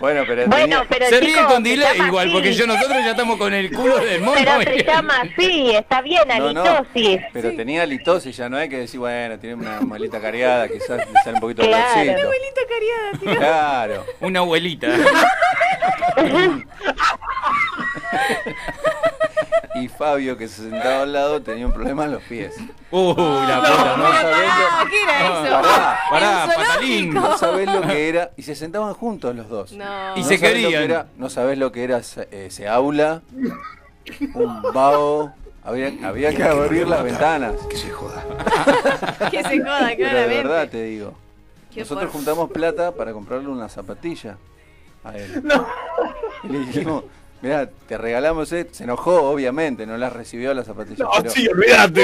Bueno, pero Bueno, tenía- pero Se chicos, ríen con se delay llama igual, así. porque yo nosotros ya estamos con el culo del mono. Pero y se el- llama así, está bien, No, no, halitosis. pero tenía halitosis, ya no hay que decir, bueno, tiene una malita cariada, quizás le sale un poquito de Claro. olorcito. Abuelita cariada, tío. Claro. Una abuelita. Y Fabio, que se sentaba al lado, tenía un problema en los pies. Uh, la no puta, ¿no? sabés Ah, lo- ¿qué era eso? Pará, pará, El zoológico. patalín. no sabés lo que era. Y se sentaban juntos los dos. No. Y se sabés lo que querían. era- no sabés lo que era ese, ese aula, un vago. Había, había que abrir las ventanas. Que se joda. Que se joda, Pero de claramente. verdad te digo. Qué Nosotros por- juntamos plata para comprarle una zapatilla a él. Y le dijimos, mirá, te regalamos esto. Se enojó, obviamente, no las recibió las zapatillas. pero- Sí, olvídate.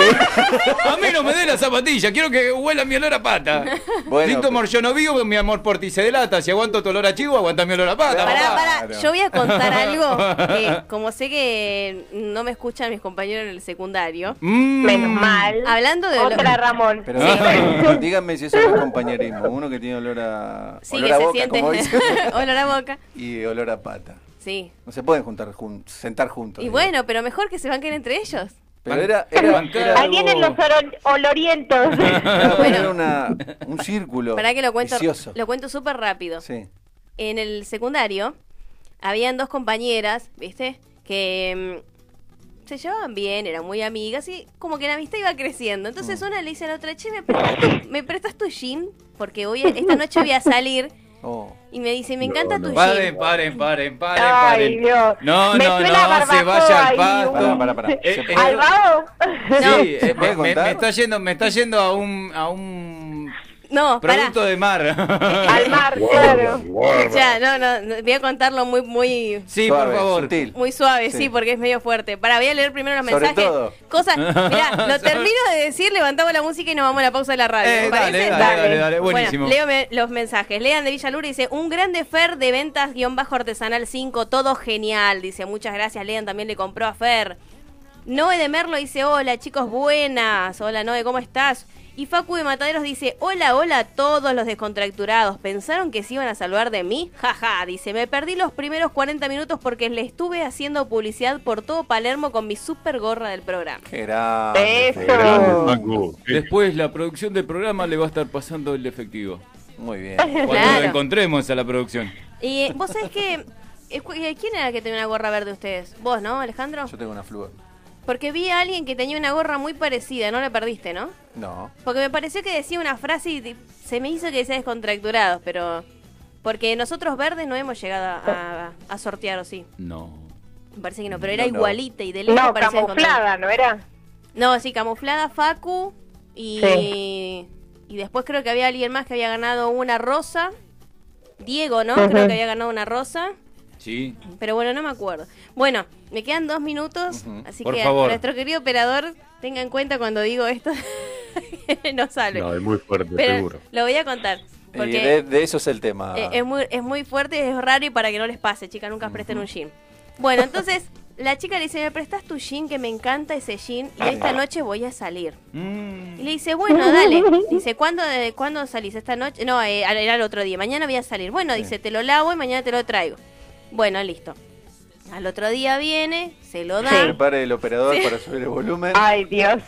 A mí no me dé la zapatilla, quiero que huela mi olor a pata. Bueno, Víctor pero- yo no vivo, mi amor por ti se delata. Si aguanto tu olor a chivo, aguanta mi olor a pata. Pará, Pará, papá. pará, Claro. yo voy a contar algo que como sé que no me escuchan mis compañeros en el secundario, Mm. Menos mal. hablando de olor- Otra Ramón. Pero Sí. díganme- díganme si eso no es compañerismo. Uno que tiene olor a, sí olor que a se boca, siente como dice, olor a boca. y olor a pata. Sí. No se pueden juntar jun- sentar juntos. Y digo. bueno, pero mejor que se banquen entre ellos. Pero era, era, Bancar. era Ahí vienen los algo- oro- olorientos. era Bueno. una- un círculo Para que lo cuento, vicioso. lo cuento súper rápido. Sí. En el secundario habían dos compañeras, ¿viste? Que mm, se llevaban bien, eran muy amigas y como que la amistad iba creciendo. Entonces una le dice a la otra, che, ¿me prestas tu, me prestas tu jean? Porque hoy, esta noche voy a salir. Oh. Y me dice, me encanta no. tu Paren, jean. paren, paren, paren, Ay, paren. Dios. No, Me no, suena no, barbacoa se vaya al y pasto. Pará, pará, pará. Eh, ¿Se eh, puede- ¿Al vago? Sí, ¿Se eh, puede me, me- contar? me está yendo, me está yendo a un, a un No, pará. producto de mar. Oh, Al mar, claro. Ya, no, no, no, voy a contarlo muy, muy, Sí, Suave, por favor. sutil. muy suave, Sí. sí. porque es medio fuerte. Para, voy a leer primero los Sobre mensajes. todo. Cosas, mirá, lo termino de decir, levantamos la música y nos vamos a la pausa de la radio. Eh, ¿te dale, dale, parece? dale, dale, buenísimo. Bueno, leo me- los mensajes. Lean de Villalura dice, un grande Fer de ventas guión bajo artesanal 5, todo genial. Dice, muchas gracias, Lean también le compró a Fer. Noe de Merlo dice, hola chicos, buenas. Hola Noe, ¿cómo estás? Y Facu de Mataderos dice, hola, hola a todos los descontracturados. ¿Pensaron que se iban a salvar de mí? Jaja, dice, me perdí los primeros 40 minutos porque le estuve haciendo publicidad por todo Palermo con mi super gorra del programa. Qué grande. Eso. Después la producción del programa le va a estar pasando el efectivo. Muy bien. Cuando Claro. lo encontremos a la producción. Y eh, vos sabés que... eh, cu- eh, ¿Quién era el que tenía una gorra verde ustedes? ¿Vos, no, Alejandro? Yo tengo una flúor. Porque vi a alguien que tenía una gorra muy parecida, no la perdiste, ¿no? No. Porque me pareció que decía una frase y di- se me hizo que decía descontracturados, pero... Porque nosotros verdes no hemos llegado a, a- a sortear, ¿o sí? No. Me parece que no, pero era No, no. igualita y de lejos No, parecía camuflada, descontracturada. ¿no era? No, sí, camuflada Facu y... Y después creo que había alguien más que había ganado una rosa. Diego, ¿no? Creo Ujú. que había ganado una rosa. Sí. Pero bueno, no me acuerdo. Bueno, me quedan dos minutos, así Por que favor. nuestro querido operador tenga en cuenta cuando digo esto, no sale. No, es muy fuerte, Pero seguro. lo voy a contar. Porque Y de, de eso es el tema. eh, es, muy, es muy fuerte, es raro y para que no les pase, chicas, nunca presten un gym. Bueno, entonces, La chica le dice, me prestas tu jean, que me encanta ese jean, y esta noche voy a salir. Y le dice, bueno, dale. Dice, ¿cuándo, de, ¿cuándo salís? ¿Esta noche? No, eh, era el otro día. Mañana voy a salir. Bueno, dice, te lo lavo y mañana te lo traigo. Bueno, listo. Al otro día viene, se lo da. Prepare el operador Sí. para subir el volumen. Ay, Dios.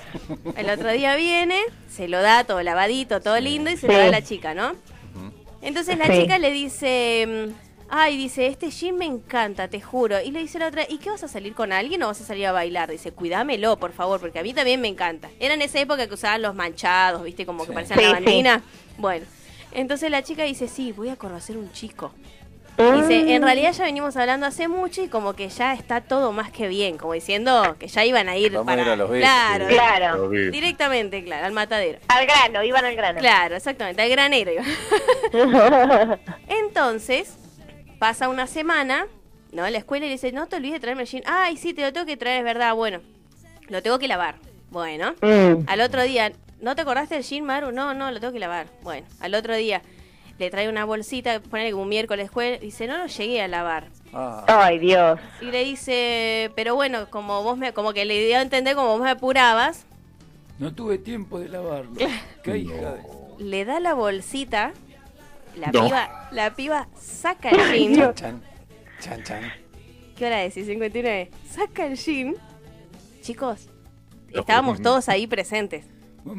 El otro día viene, se lo da todo lavadito, todo lindo y se lo Sí. da a la chica, ¿no? Entonces la Sí. chica le dice, mm, ay, dice, este jean me encanta, te juro. Y le dice la otra, ¿y qué vas a salir con alguien o vas a salir a bailar? Dice, cuídamelo, por favor, porque a mí también me encanta. Era en esa época que usaban los manchados, ¿viste? Como que Sí. parecían Sí, la sí. bandina. Bueno, entonces la chica dice, sí, voy a conocer un chico. Dice, Ah. en realidad ya venimos hablando hace mucho y como que ya está todo más que bien, como diciendo que ya iban a ir Vamos a para... ir a los besos, claro, sí. Claro. Directamente, claro, al matadero. Al grano, iban al grano. Claro, exactamente, al granero. iba. Entonces, pasa una semana, ¿no? A la escuela y le dice, no te olvides de traerme el jean. Ay, sí, te lo tengo que traer, es verdad, bueno. Lo tengo que lavar. Bueno. Mm. Al otro día, ¿no te acordaste del jean, Maru? No, no, lo tengo que lavar. Bueno, al otro día le trae una bolsita, pone un miércoles, jueves, dice, no lo llegué a lavar. Ah, Ay, Dios. Y le dice, pero bueno, como vos me, como que le dio a entender como vos me apurabas, No tuve tiempo de lavarlo. Qué hija de... le da la bolsita, la No. piba, la piba saca el jean. chan, chan, chan. ¿Qué hora es? 59. Saca el jean. Chicos, No, estábamos no. todos ahí presentes.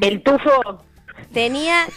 El tufo. Tenía.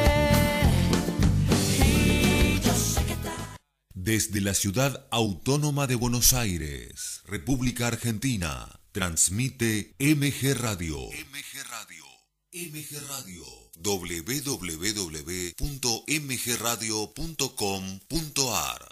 Desde la ciudad autónoma de Buenos Aires, República Argentina, transmite MG Radio. MG Radio. MG Radio. www.mgradio.com.ar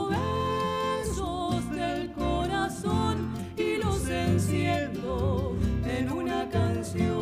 besos del corazón y los enciendo en una canción.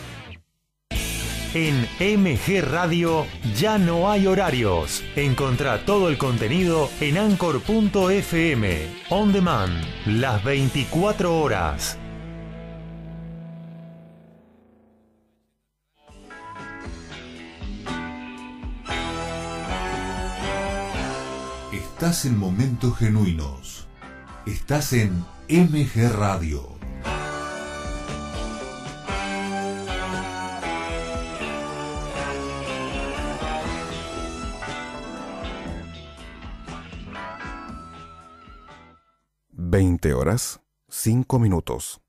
En MG Radio ya no hay horarios. Encontrá todo el contenido en anchor.fm. On demand, las 24 horas. Estás en momentos genuinos. Estás en MG Radio. Veinte horas, cinco minutos.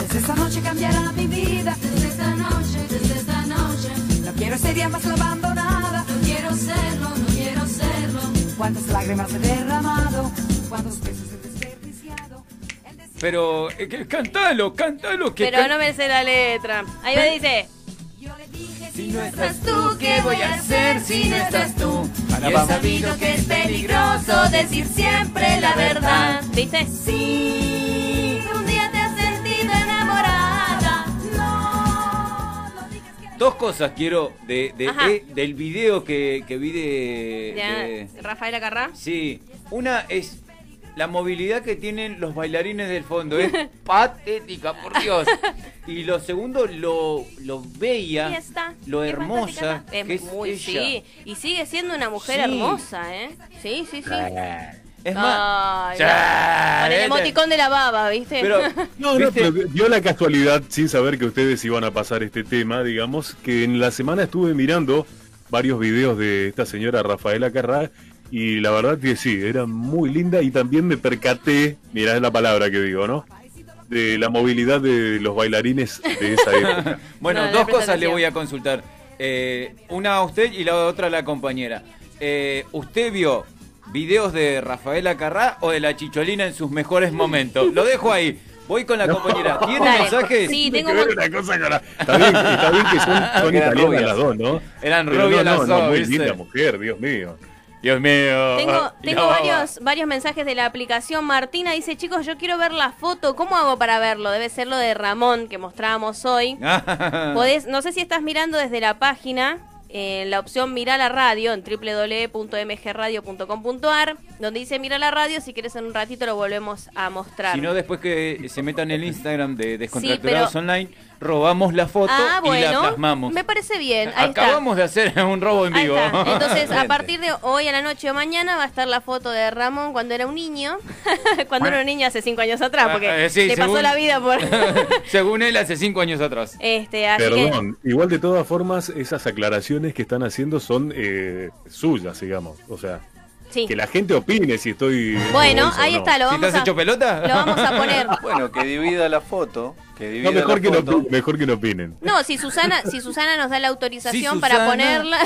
Desde esta noche cambiará mi vida, desde esta noche, desde esta noche. No quiero ese día más la abandonada, no quiero serlo, no quiero serlo. Cuántas lágrimas he derramado, cuántos besos he desperdiciado. Pero, eh, que- cantalo, cantalo. Que Pero can- no me sé la letra. Ahí me dice. Si no estás tú, ¿qué voy a hacer si no estás tú? Para, Yo he vamos. sabido que es peligroso decir siempre la verdad. ¿Viste? Sí, un día te has sentido enamorada. Dos cosas quiero de, de- Ajá. eh, del video que, que vi de- de, Ya, Rafael Acarrá. Sí, una es la movilidad que tienen los bailarines del fondo. Es patética, por Dios. Y lo segundo, lo, lo Ahí bella, está. lo Qué hermosa fantástica está. que es muy, ella. sí. Y sigue siendo una mujer Sí. hermosa, ¿eh? Sí, sí, sí. Es más. Ya, Con el vete. emoticón de la baba, ¿viste? No, no, pero dio la casualidad, sin saber que ustedes iban a pasar este tema, digamos, que en la semana estuve mirando varios videos de esta señora Rafaela Carrá y la verdad que sí, era muy linda y también me percaté, mirá la palabra que digo, ¿no? De la movilidad de los bailarines de esa época. Bueno, dos cosas le voy a consultar. Eh, una a usted y la otra a la compañera. Eh, ¿Usted vio videos de Rafaela Carrá o de la Chicholina en sus mejores momentos? Lo dejo ahí. Voy con la compañera. ¿Tiene Dale. pues, mensajes? Sí, tengo un mon- Está bien, está bien que son, son Eran italianas rubias. las dos, ¿no? Eran Pero rubias no, las no, dos, no, muy ¿viste? linda mujer, Dios mío. Dios mío. Tengo, Y la tengo baba. varios, varios mensajes de la aplicación. Martina dice, chicos, yo quiero ver la foto. ¿Cómo hago para verlo? Debe ser lo de Ramón que mostrábamos hoy. Ah. Podés, no sé si estás mirando desde la página, en la opción Mirá la radio, en www.mgradio.com.ar, donde dice Mirá la radio, si quieres en un ratito lo volvemos a mostrar. Si no, después que se metan en el Instagram de Descontracturados Sí, pero- Online, robamos la foto ah, y la bueno, plasmamos. me parece bien. Ahí está. Acabamos de hacer un robo en Ahí vivo. está. Entonces, a partir de hoy a la noche o mañana va a estar la foto de Ramón cuando era un niño. cuando era un niño hace cinco años atrás, porque Ah, eh, sí, le pasó según- la vida por. Según él, hace cinco años atrás. este, así que. Perdón, igual de todas formas, esas aclaraciones que están haciendo son eh, suyas, digamos. O sea, Sí. que la gente opine si estoy. Bueno, o ahí no. está, lo vamos a. pelota? Lo vamos a poner. Bueno, que divida la foto. Que divida No, mejor la que, no, foto. opinen, mejor que no opinen. No, si Susana, si Susana nos da la autorización Sí, para Susana. ponerla,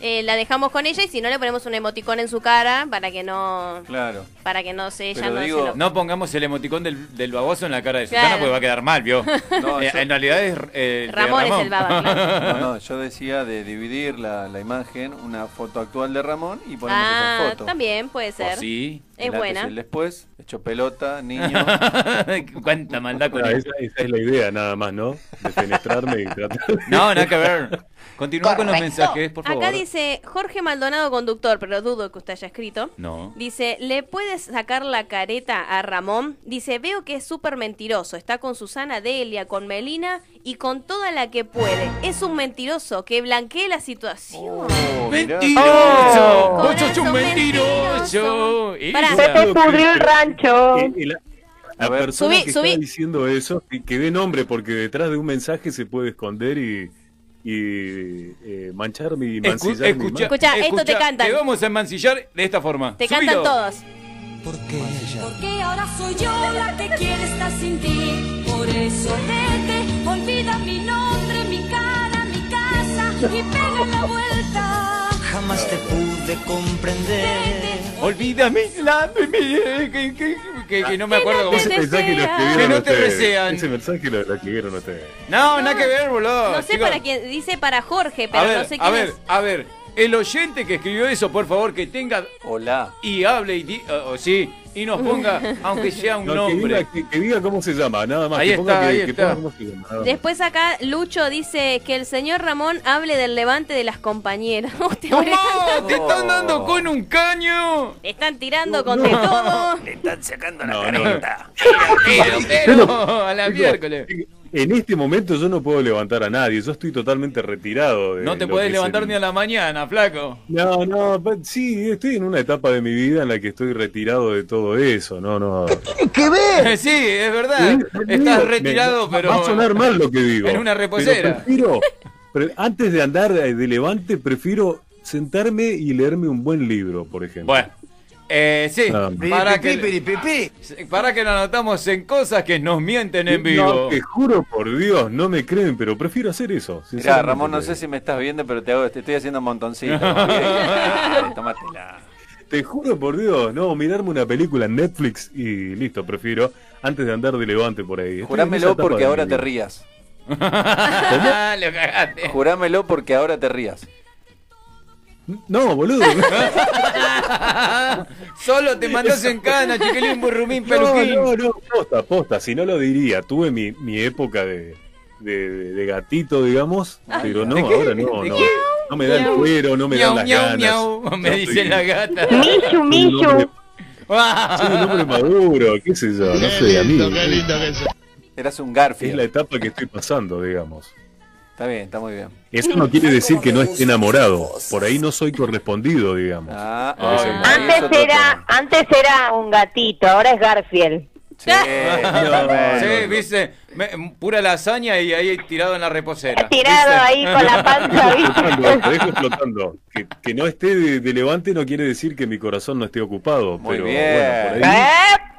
eh, la dejamos con ella y si no le ponemos un emoticón en su cara para que no, Claro. para que no se ella Pero no se digo- lo- no pongamos el emoticón del, del baboso en la cara de Susana Claro. porque va a quedar mal, ¿vio? No, Eh, yo- En realidad es. eh, de Ramón, No, no, yo decía de dividir la, la imagen, una foto actual de Ramón y ponemos Ah, esa foto. también puede ser. sí. Es buena. El después, hecho pelota, niño. Cuánta maldad Ah, esa, esa es la idea, nada más, ¿no? De penetrarme y tratar. No, nada que ver. Continúa con los mensajes, por favor. Acá dice Jorge Maldonado, conductor, pero dudo que usted haya escrito. No. Dice, ¿le puedes sacar la careta a Ramón? Dice, veo que es súper mentiroso. Está con Susana Delia, con Melina y con toda la que puede. Es un mentiroso que blanquee la Oh, situación. ¡Mentiroso! Oh. ¡Vos sos un Corazón mentiroso! Pará. Isa. Se te pudrió el rancho. Y- y Eh, la la persona Subí, que subí. está diciendo eso, que, que dé nombre, porque detrás de un mensaje se puede esconder y, y eh, manchar mi Escu- mancillar mi escucha, mano. Escucha, esto te cantan. Te vamos a mancillar de esta forma. Te Subilo. cantan todos. Porque ahora soy yo la que quiere estar sin ti. Por eso vete, olvida mi nombre, mi cara, mi casa y pega la vuelta. Jamás te pude comprender. Olvídame, la, mi- mi- que, que- que- que no me acuerdo cómo Ese se mensaje lo escribieron Que no te ustedes. resean. Ese mensaje lo, lo escribieron ustedes. No, nada que ver, boludo. No sé chicos. para quién, dice para Jorge, pero A ver, no sé quién a ver, es. a ver. El oyente que escribió eso, por favor, que tenga. Hola. Y hable y di- o- o sí. Y nos ponga, aunque sea un No, que nombre. diga- Que que diga, cómo se llama, nada más. Ahí que ponga está, que, ahí que está. ponga cómo se llama, nada más. Después acá Lucho dice que el señor Ramón hable del levante de las compañeras. Te van a- ¡No! ¡Te están dando con un caño! Te están tirando con de todo. Le están sacando No, la no, careta. Yo no- a la Chicos, miércoles. En este momento yo no puedo levantar a nadie, yo estoy totalmente retirado. de No te lo que podés es levantar el- ni a la mañana, flaco. No, no, pa- sí, estoy en una etapa de mi vida en la que estoy retirado de todo eso, no, no. ¿Qué ves? Sí, es verdad. Estás retirado, Me- pero. Va a sonar mal lo que digo. en una reposera. Pero prefiero, pre- antes de andar eh, de levante, prefiero sentarme y leerme un buen libro, por ejemplo. Bueno, eh, sí. Ah. Para que, para que lo anotamos en cosas que nos mienten en vivo. No, te juro por Dios, no me creen, pero prefiero hacer eso. Mirá, sinceramente. Ramón, no sé si me estás viendo, pero te, hago, te estoy haciendo un montoncito. Dale, Tómatela. Te juro por Dios, no, mirarme una película en Netflix y listo, prefiero, antes de andar de levante por ahí. Estoy en esa Jurámelo etapa porque de ahora mi te vida. rías. Ah, lo cagaste. Jurámelo porque ahora te rías. No, boludo. Solo te mandás en cana, chiquilín, burrumín, peluquín. No, no, no, posta, posta, si no lo diría, tuve mi, mi época de, de, de- de gatito, digamos, pero no, Ah, ¿de qué? ahora no, ¿De no, qué? no me da el Miau. cuero, no me Miau, dan las miau, ganas. miau, me Ya dice estoy- la gata. Soy Michu, un michu. hombre- Soy un hombre maduro, qué sé yo, no sé, a mí. Eras un Garfield. Es la etapa que estoy pasando, digamos. Está bien, está muy bien. Eso no quiere decir que no esté enamorado. Por ahí no soy correspondido, digamos. Ah, A veces no. Antes era, antes era un gatito, ahora es Garfield. Sí, viste, me- pura lasaña y ahí tirado en la reposera. Tirado ahí con la panza, Explotando, te dejo explotando. Que, que no esté de, de levante no quiere decir que mi corazón no esté ocupado. Muy pero bien. bueno, por ahí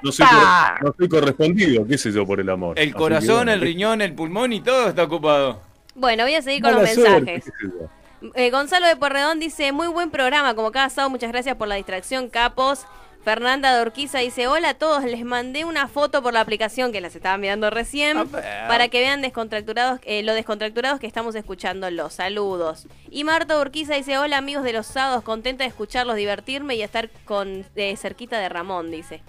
no soy, cor- no soy correspondido, qué sé yo, por el amor. Así El que corazón, bueno, el qué- riñón, el pulmón y todo está ocupado. Bueno, voy a seguir con los mala suerte, mensajes. qué sé yo. Eh, Gonzalo de Porredón dice, muy buen programa, como cada sábado, muchas gracias por la distracción, capos. Fernanda Dorquiza dice, hola a todos, les mandé una foto por la aplicación que las estaba mirando recién, para que vean descontracturados, eh, lo descontracturados que estamos escuchando, los saludos. Y Marta Dorquiza dice, hola amigos de los sábados, contenta de escucharlos, divertirme y estar con eh, cerquita de Ramón, dice.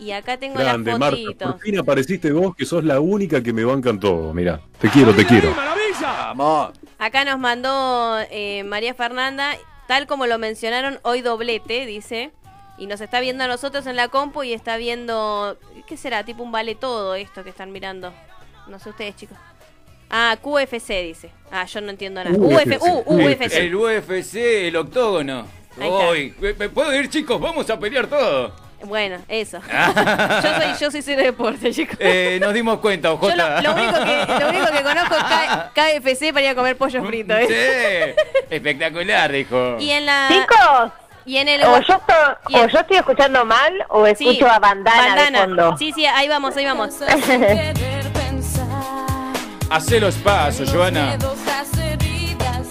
Y acá tengo Grande, las Marta. fotitos. Por fin apareciste vos, que sos la única que me bancan todo. Mirá, te quiero, te quiero. Vamos. Acá nos mandó eh, María Fernanda, tal como lo mencionaron, hoy doblete, dice. Y nos está viendo a nosotros en la compu y está viendo. ¿Qué será? Tipo un vale todo esto que están mirando. No sé ustedes, chicos. Ah, QFC dice. Ah, yo no entiendo nada. UFC. UF, uh, UFC. El, el UFC, el octógono. Ahí está. Hoy. ¿Me- ¿Me puedo ir, chicos? Vamos a pelear todo. Bueno, eso. yo soy yo soy cero deporte, chicos. Ah. Eh, nos dimos cuenta, OJ. Lo único que, lo único que conozco es K- KFC para ir a comer pollo frito, ¿eh? Sí, espectacular, dijo. Y en la. Chicos, Y en el. o yo, estoy, o yo estoy escuchando mal o Sí, escucho a bandana, de fondo. Sí, sí, ahí vamos, ahí vamos. Querer pensar Hacé los pasos, Joana. miedos, las heridas,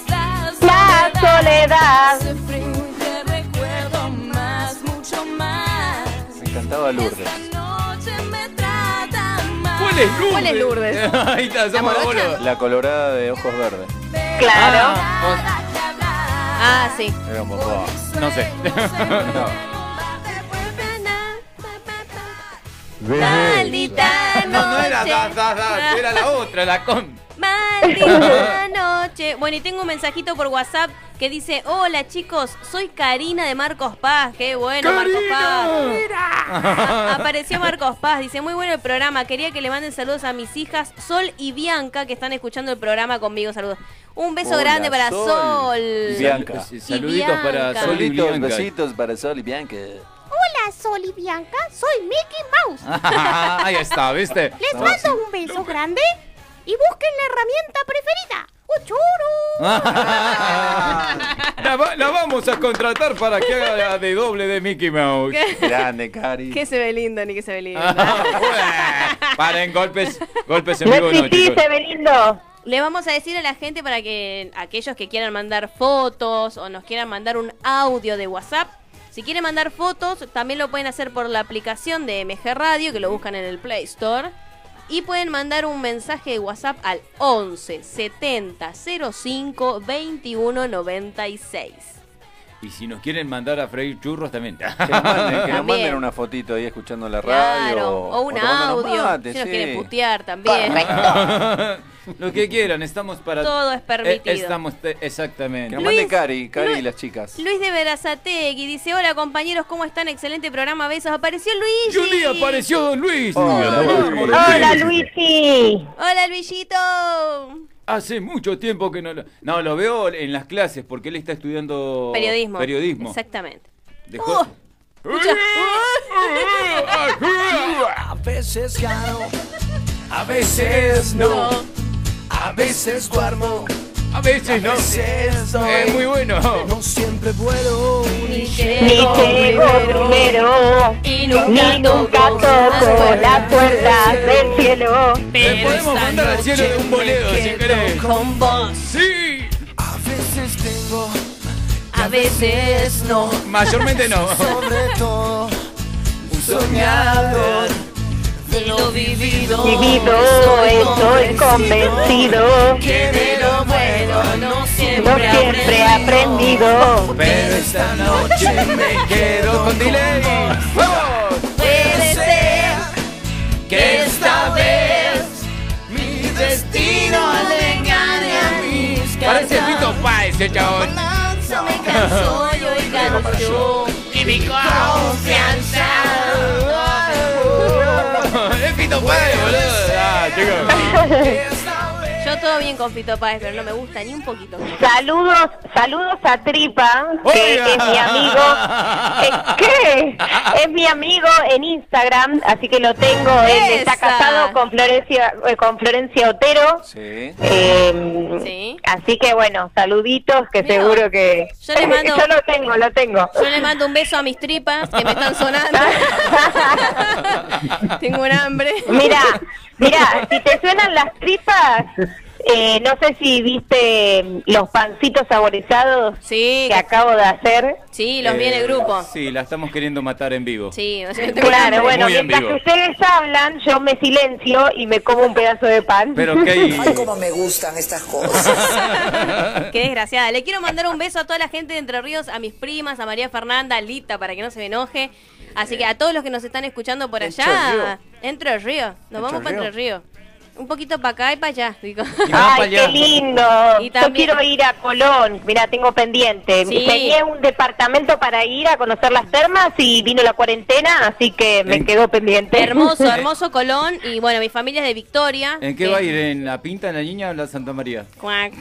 las La soledad. Ese frío y te recuerdo más, mucho más. Me encantaba Lourdes. Noche me trata más. ¿Cuál es Lourdes? ¿Cuál es Lourdes? Ahí está, somos los boludos. La colorada de ojos verdes. Claro. Ah, sí. Era un bofón. No sé. Maldita No, no era noche. da, da, da, era la otra, la con. Maldita noche. Bueno, y tengo un mensajito por WhatsApp que dice: Hola chicos, soy Karina de Marcos Paz. Qué bueno, Marcos Paz. A- Apareció Marcos Paz, dice, muy bueno el programa, quería que le manden saludos a mis hijas Sol y Bianca que están escuchando el programa conmigo, saludos. Un beso Hola, grande para Sol. Sol. Y Bianca. Sal- Saluditos Bianca. para Sol y Solitos, Bianca. besitos para Sol y Bianca. Hola, Sol y Bianca, soy Mickey Mouse. Ahí está, ¿viste? Les mando un beso grande y busquen la herramienta preferida, la, va- la vamos a contratar para que haga la de doble de Mickey Mouse. ¿Qué? Grande, Cari. Que se ve lindo, ni que se ve lindo. Paren, golpes, golpes en No vivo no, existís, chicos. Evelindo. Le vamos a decir a la gente para que aquellos que quieran mandar fotos o nos quieran mandar un audio de WhatsApp, si quieren mandar fotos, también lo pueden hacer por la aplicación de MG Radio, que lo buscan en el Play Store. Y pueden mandar un mensaje de WhatsApp al 11 70 05 21 96. Y si nos quieren mandar a freír churros también. Que nos manden, que nos También. manden una fotito ahí escuchando la radio. Claro, o un tomando unos audio. mates, si nos sí. quieren putear también. Lo que quieran, estamos para. Todo es permitido. Eh, estamos, te- exactamente. Que nos mande Cari, Cari y las chicas. Luis de Verazategui dice, hola compañeros, ¿cómo están? Excelente programa, besos. Apareció Luis. Juli, apareció Don Luis. Hola, Luigi. Hola Luisito. Hace mucho tiempo que no lo. No, lo veo en las clases porque él está estudiando. Periodismo. Oh, Oh, Periodismo. Exactamente. Uh, Dejó- A veces gano, a veces no, a veces duermo, a veces no. Es muy bueno. No siempre vuelo ni llego primero, y Ni nunca toco la puerta del cielo. Te podemos mandar al cielo de un boledo si querés. Con vos. Sí. A veces tengo, a veces no. Mayormente no. Sobre todo, un soñador de lo vivido. Vivido, estoy convencido. Que de lo bueno no No siempre, siempre he aprendido. Pero esta noche me quedo con delay. ¡Vamos! Puede ser que esta vez mi destino le gane a mis Parece Pito canciones. Páez ese chabón. Lanza mi canción y hoy gano yo. Y mi confianza. Es Pito Páez, boludo. Ah, chicos. Yo todo bien con Fito Páez, pero no me gusta ni un poquito. Saludos, saludos a Tripa, Oh, que Oiga. es mi amigo. Eh, ¿Qué? Es mi amigo en Instagram, así que lo tengo. Él está Esa. casado con Florencia, eh, con Florencia Otero. Sí. Eh, Así que bueno, saluditos, que seguro que Yo le mando- Yo lo tengo, lo tengo. Yo le mando un beso a mis tripas que me están sonando. Tengo un hambre. Mira, mira, si te suenan las tripas, eh, no sé si viste mm, los pancitos saborizados que acabo de hacer. Sí, los vi en el Eh, grupo. Sí, la estamos queriendo matar en vivo. Sí, o sea, tengo un hambre. Claro, bueno, Muy en mientras vivo. que ustedes hablan, yo me silencio y me como un pedazo de pan. Pero qué hay- Ay, cómo me gustan estas cosas. Qué desgraciada. Le quiero mandar un beso a toda la gente de Entre Ríos, a mis primas, a María Fernanda, a Lita, para que no se me enoje. Así que a todos los que nos están escuchando por Entre allá, Entre Ríos, Entre nos vamos para Ríos. Entre Ríos. Un poquito para acá y para allá. digo. Ay, qué lindo. Y Yo también- quiero ir a Colón. Mira, tengo pendiente. Sí. Tenía un departamento para ir a conocer las termas y vino la cuarentena, así que me En- quedó pendiente. Hermoso, Eh. hermoso Colón. Y bueno, mi familia es de Victoria. ¿En qué que- va a ir? ¿En la pinta, en la niña o en la Santa María? Cuac.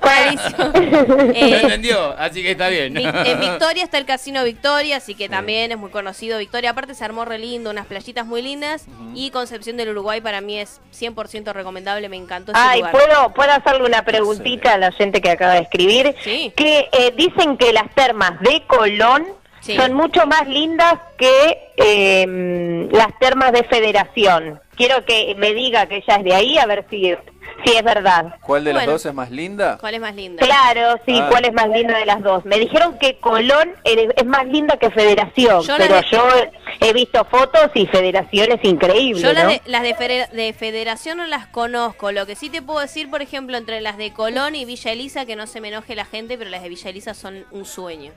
Clarísimo. Se Eh, entendió, así que está bien. Vic- En Victoria está el Casino Victoria, así que también es muy conocido Victoria. Aparte se armó re lindo, unas playitas muy lindas. Y Concepción del Uruguay para mí es 100% recomendable, me encantó ese Ay, lugar. ¿puedo, ¿puedo hacerle una preguntita a la gente que acaba de escribir? Que eh, dicen que las termas de Colón Sí. son mucho más lindas que eh, las termas de Federación. Quiero que me diga que ella es de ahí, a ver si, si es verdad. ¿Cuál de las Bueno. dos es más linda? ¿Cuál es más linda? Claro, sí, Ah. ¿cuál es más linda de las dos? Me dijeron que Colón es es más linda que Federación, Yo pero las de- yo he visto fotos y Federación es increíble, Yo las, ¿no? de, las de, Fere- de Federación no las conozco. Lo que sí te puedo decir, por ejemplo, entre las de Colón y Villa Elisa, que no se me enoje la gente, pero las de Villa Elisa son un sueño.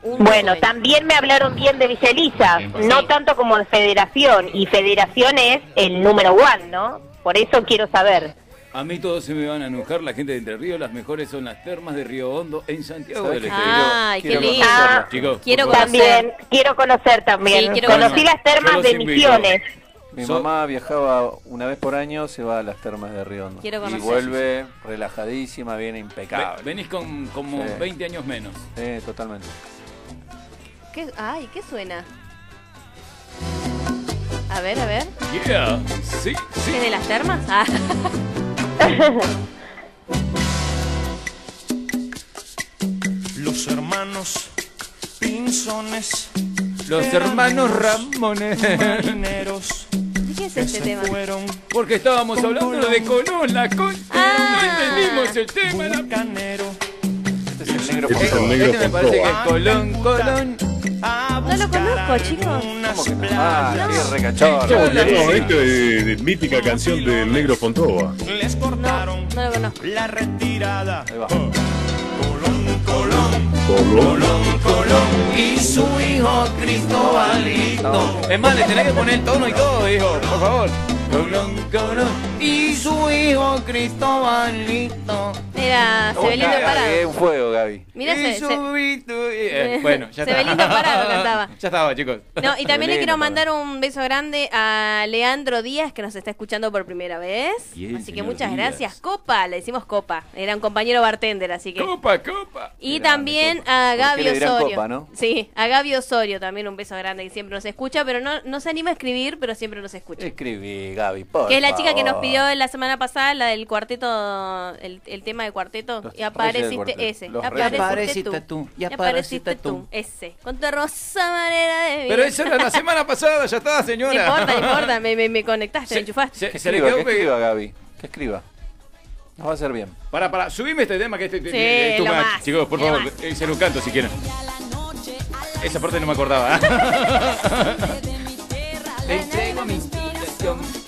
Un Bueno, sueño. también me hablaron bien de Villa Elisa, no tanto como de Federación, y Federación es el número one, ¿no? Por eso quiero saber. A mí todos se me van a enojar, la gente de Entre Ríos, las mejores son las termas de Río Hondo en Santiago ¿Sabes del qué? Estero. Ay, qué lindo. conocerlas, Ah, chicos. Quiero por favor. También, quiero conocer también. Sí, quiero Conocí conocer. las Yo termas los de invito. Misiones. Mi mamá viajaba una vez por año, se va a las termas de Riondo. Quiero Y conocer. vuelve relajadísima, viene impecable. Ve- Venís con como Sí. 20 años menos. Eh, totalmente. ¿Qué- Ay, ¿qué suena? A ver, a ver. Yeah, sí, sí. ¿Es de las termas? Ah. los pinzones. Los hermanos Ramones. marineros ¿Qué es este tema? Porque estábamos hablando de Colón, la concha. Ah. No entendimos el tema. la- Este es el negro Este me con parece que es proa. Colón, Colón. No lo conozco, chicos. Ah, sí, No, recachorro. no, esto es de mítica canción del negro Fontova. les cortaron No lo conozco. la retirada. Y su hijo Cristobalito. Es más, le tenés que poner el tono y todo, dijo, por favor. Colón, Colón. Y su hijo Cristobalito. Mira, se ve lindo Es parado. un fuego, Gaby. Mira, se, Y se- Eh, bueno, ya Se está. ve lindo parado, cantaba. Ya estaba, chicos. No, y también le Belén, quiero aparte. mandar un beso grande a Leandro Díaz, que nos está escuchando por primera vez. Bien, así que señor muchas Díaz. gracias. Copa, le decimos Copa. Era un compañero bartender, así que. Copa, copa. Y también a ¿Por qué Gaby le dirán Osorio. Copa, no? Sí, a Gaby Osorio también un beso grande, que siempre nos escucha, pero no, no se anima a escribir, pero siempre nos escucha. Escribí, Gaby, por que es la chica que nos favor. pidió la semana pasada, la del cuarteto, el, el tema de cuarteto. Los y apareciste reyes del cuarteto. ese. Los apareciste, reyes. tú. Apareciste tú, Y apareciste tú. Ese. Con tu rosa manera de vivir. Pero eso era la semana pasada, ya está, No señora. importa, no importa, me, me, me conectaste, me enchufaste. Se, Que se le escriba, quedó que pegado. escriba, Gaby. Que escriba. Nos va a hacer bien. Para, para, subime este tema que este, este- Sí, este- este- Eh, lo too much. más, Chicos, por lo favor, más. eh, se lo canto si quieren. Esa parte no me acordaba.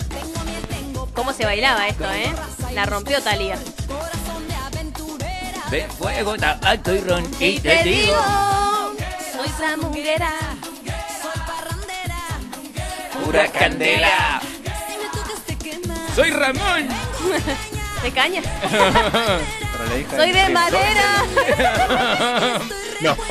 ¿Cómo se bailaba esto, eh? La rompió Talía. De fuego, tabaco y ron. Y te digo, soy samunguera. pura candela. Soy Ramón. ¿De caña? Pero la hija Soy de Sí. madera. No.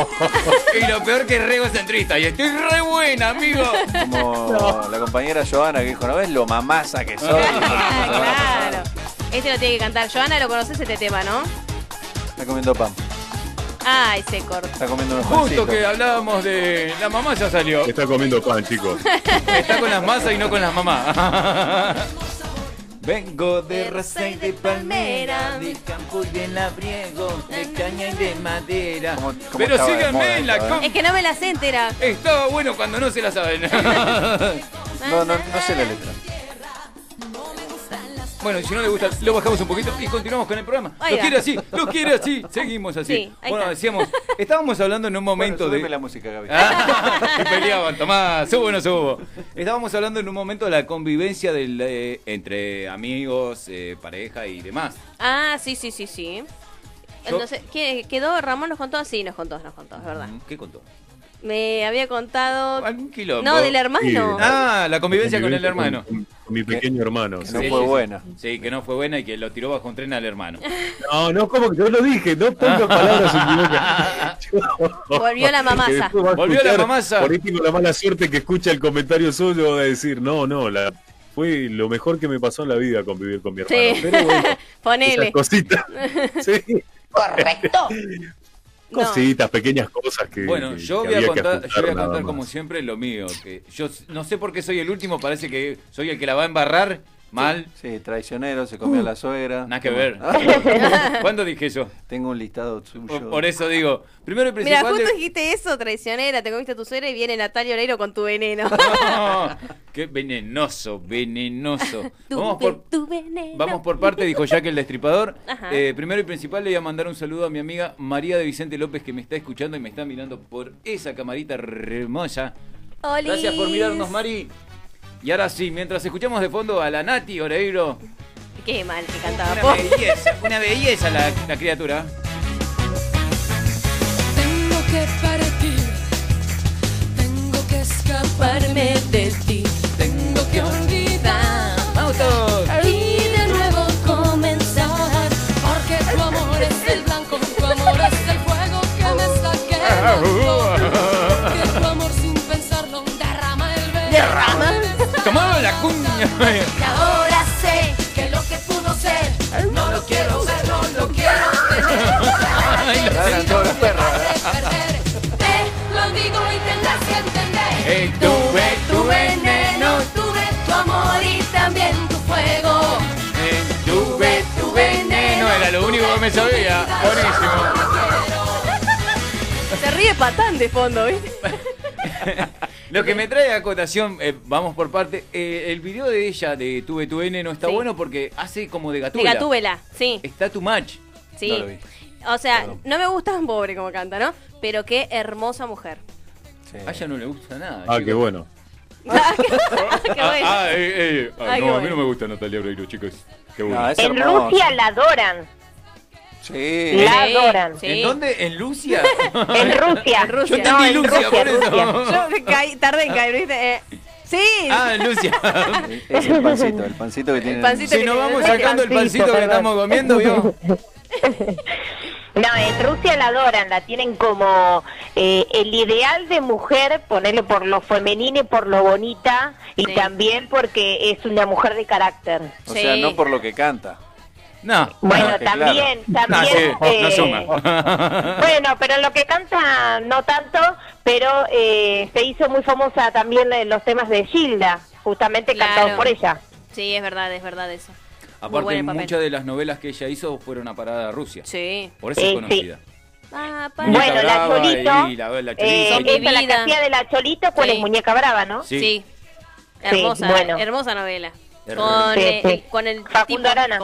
Y lo peor que es regocentrista. Y este- estoy re buena, amigo. Como la compañera Joana que dijo, ¿no ves lo mamasa que soy? claro. Este lo tiene que cantar. Joana, lo conoces este tema, ¿no? Está comiendo pan. Ay, se cortó. Está comiendo unos Justo pancitos. que hablábamos de. La mamá ya salió. Está comiendo pan, chicos. Está con las masas y no con las mamás. Vengo de Soy de palmera, de campo y de labriego, de caña y de madera. Pero síganme en la com- Es que no me la sé entera. Estaba bueno cuando no se la saben. No, no, no sé la letra. Bueno, si no le gusta, lo bajamos un poquito y continuamos con el programa. Ahí Lo va. quiere así, lo quiere así. Seguimos así. Sí, ahí bueno, está. decíamos, estábamos hablando en un momento Bueno, de. Ah, la música, Gaby. Y peleaban, tomá, subo no subo. Estábamos hablando en un momento de la convivencia del, eh, entre amigos, eh, pareja y demás. Ah, sí, sí, sí, sí. Yo- Entonces, ¿qué- ¿quedó? ¿Ramón nos contó? Sí, nos contó, nos contó, es verdad. ¿Qué contó? Me había contado... Un quilombo. No, del hermano. Sí. Ah, la convivencia con el hermano. Con, con mi pequeño hermano. que no sí. fue buena. Sí, que no fue buena y que lo tiró bajo un tren al hermano. No, no, como que yo lo dije, no pongas palabras en mi boca. Volvió la mamasa. Que después va a Volvió la escuchar, mamasa. Por ahí tengo la mala suerte que escucha el comentario suyo de decir, no, no, la, fue lo mejor que me pasó en la vida convivir con mi hermano. Sí. Pero bueno, esas Ponele. cositas. Sí, Correcto. No. cositas, pequeñas cosas que. Bueno, que- yo que voy a había que contar, yo ajustar voy a nada contar más. como siempre lo mío. Que yo s- no sé por qué soy el último, parece que soy el que la va a embarrar mal. Uh. Sí, traicionero, se comió a la suegra. Ah. Nada que ver. ¿Cuándo dije yo? Tengo un listado suyo. Por eso digo, primero y Mira, principal... justo de- dijiste eso, traicionera, te comiste a tu suegra y viene Natalia Oreiro con tu veneno. No, qué venenoso, venenoso. tu, Vamos ve- por, tu veneno. vamos por parte, dijo Jack el Destripador. Ajá. Eh, primero y principal le voy a mandar un saludo a mi amiga María de Vicente López que me está escuchando y me está mirando por esa camarita hermosa. Olis. Gracias por mirarnos, Mari. Y ahora sí, mientras escuchamos de fondo a la Nati Oreiro. Qué mal que cantaba. Una po. belleza, una belleza la, la criatura. Tengo que partir, tengo que escaparme de ti, tengo que olvidar y de nuevo comenzar, porque tu amor es el blanco, tu amor es el fuego que me está quemando, que tu amor sin pensarlo derrama el veneno. Derrama. Tomamos la cuña. Y ahora sé que lo que pudo ser, no lo quiero ser, no lo quiero tener. Ahora Ahora todos los perros, Te lo digo y tendrás que entender. Eh, Tuve tu veneno, eh, tuve tu amor y también tu fuego. tuve tu veneno. Era lo único que me sabía. Buenísimo. Se ríe patán de fondo, ¿viste? Lo que me trae a cotación, eh, vamos por parte, eh, el video de ella de Tuve tu N no está Sí. bueno porque hace como de De gatúbela. Gatúbela, sí. Está tu match. Sí. O sea, no me gusta tan pobre como canta, ¿no? Pero qué hermosa mujer. A ella no le gusta nada. Ah, chicos. qué bueno. Ah, ah, eh, eh, ah, Ay, qué no, a mí bueno. no me gusta Natalia Oreiro, chicos. Qué bueno. En Rusia la adoran. Sí. La adoran. ¿En dónde? ¿En Lucia? En Rusia. En Yo Rusia. entendí No, en Lucia, Rusia, por eso. Rusia. Yo caí- tardé en caer, ¿viste? Eh, sí. Ah, Lucia. Es el pancito, el pancito que tiene. pancito Si que nos tiene- vamos sacando el pancito que perdón. estamos comiendo, ¿vio? No, en Rusia la adoran, la tienen como eh, el ideal de mujer, ponerle por lo femenino y por lo bonita, y también porque es una mujer de carácter. O sea, no por lo que canta. Ah, No. Bueno, que también, también. No, sí, no eh, suma. Bueno, pero lo que canta no tanto, pero eh, se hizo muy famosa también en los temas de Gilda, justamente Claro. cantados por ella. Sí, es verdad, es verdad eso. Muy bueno Aparte, el papel. muchas de las novelas que ella hizo fueron a parada a Rusia. Sí. Por eso es Eh, sí. conocida. Ah, pa- Muñeca Bueno, la Brava Cholito, y la- la Eh, Cholito. esa la que hacía de la Cholito, ¿cuál es Muñeca Brava, no? Sí. Sí, Sí. Hermosa, bueno. hermosa novela. Hermosa. Con, Sí, eh, sí. el- con el tipo, con Facundo Con Arana.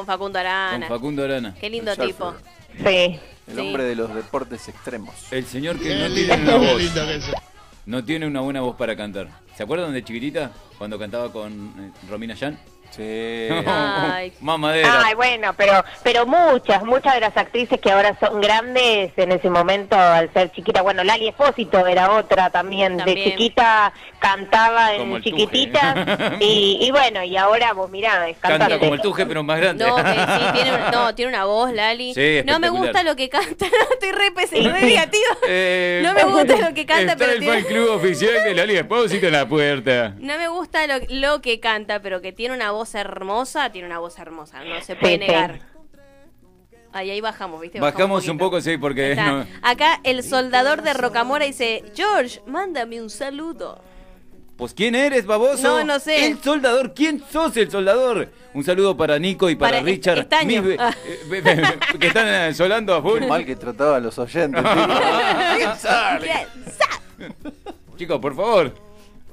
Facundo Arana. Qué lindo El surfer. tipo. Sí. El Sí. hombre de los deportes extremos. El señor que no tiene una voz. No tiene una buena voz para cantar. ¿Se acuerdan de chiquitita? Cuando cantaba con eh, Romina Yan. Sí. Ay. Mamadera. Ay, bueno, pero pero muchas, muchas de las actrices que ahora son grandes en ese momento al ser chiquita, bueno, Lali Espósito era otra también, de También. chiquita cantaba Como el en Tuje. chiquititas y, y bueno, y ahora vos mirá, es Canta cantante. como el tuje, pero más grande. No, que sí, tiene, un- no, tiene una voz, Lali. Sí, espectacular. no me gusta lo que canta. Estoy re, pes- re negativa. Eh, No me gusta lo que canta, Está pero el tiene- fan club oficial de Lali Espósito en la puerta. No me gusta lo, lo que canta, pero que tiene una voz hermosa, tiene una voz hermosa, no se puede Sí, sí. negar. Ahí, ahí bajamos, ¿viste? Bajamos un poquito. poco, sí, porque Está. no- Acá el soldador de Rocamora dice, George, mándame un saludo. Pues ¿quién eres, baboso? No, no sé. El soldador, ¿quién sos el soldador? Un saludo para Nico y para, Para e- Richard. Estaño. mis be- Ah. eh, be- be- que están eh, solando a full. Qué mal que trataba a los oyentes. Ah, Chicos, por favor.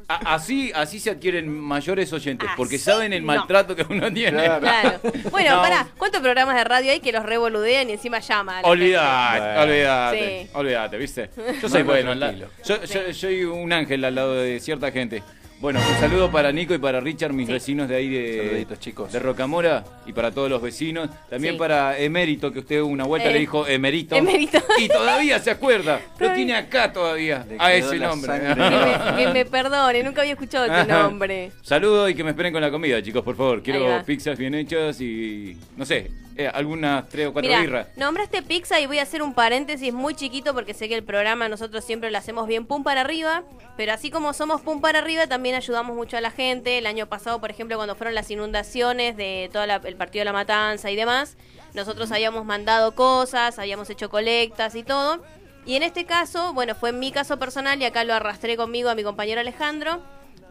A- así, así se adquieren mayores oyentes, porque saben el Ah, no. maltrato que uno tiene. Claro. Bueno, No. pará, ¿cuántos programas de radio hay que los revoludean y encima llaman? a la Olvidate, gente? olvidate, Sí. olvidate, ¿viste? Yo No, soy no, bueno, al la- tranquilo. yo, yo- soy un ángel al lado de cierta gente. Bueno, un saludo para Nico y para Richard, mis vecinos de ahí de, de Rocamora y para todos los vecinos. También Sí. para Emérito, que usted una vuelta Eh, le dijo Emerito. Emerito. Y todavía se acuerda, lo tiene acá todavía, a quedó ese la nombre. Que, que me perdone, nunca había escuchado este Ajá. nombre. Saludo y que me esperen con la comida, chicos, por favor. Ahí Quiero va. pizzas bien hechas y, no sé, eh, algunas tres o cuatro Mirá, birras. nombraste pizza y voy a hacer un paréntesis muy chiquito porque sé que el programa nosotros siempre lo hacemos bien pum para arriba, pero así como somos pum para arriba también ayudamos mucho a la gente. El año pasado, por ejemplo, cuando fueron las inundaciones de todo el partido de la matanza y demás, nosotros habíamos mandado cosas, habíamos hecho colectas y todo. Y en este caso, bueno, fue en mi caso personal y acá lo arrastré conmigo a mi compañero Alejandro.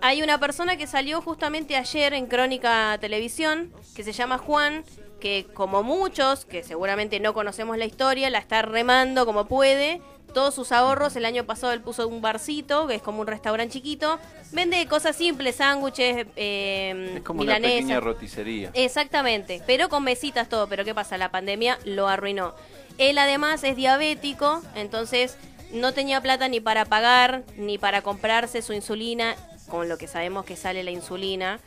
Hay una persona que salió justamente ayer en Crónica Televisión, que se llama Juan, que como muchos, que seguramente no conocemos la historia, la está remando como puede. Todos sus ahorros, el año pasado él puso un barcito, que es como un restaurante chiquito. Vende cosas simples, sándwiches, eh, Es como una pequeña milanesas. Eh, roticería. Exactamente, pero con mesitas todo. Pero ¿qué pasa? La pandemia lo arruinó. Él además es diabético, entonces no tenía plata ni para pagar, ni para comprarse su insulina, con lo que sabemos que sale la insulina.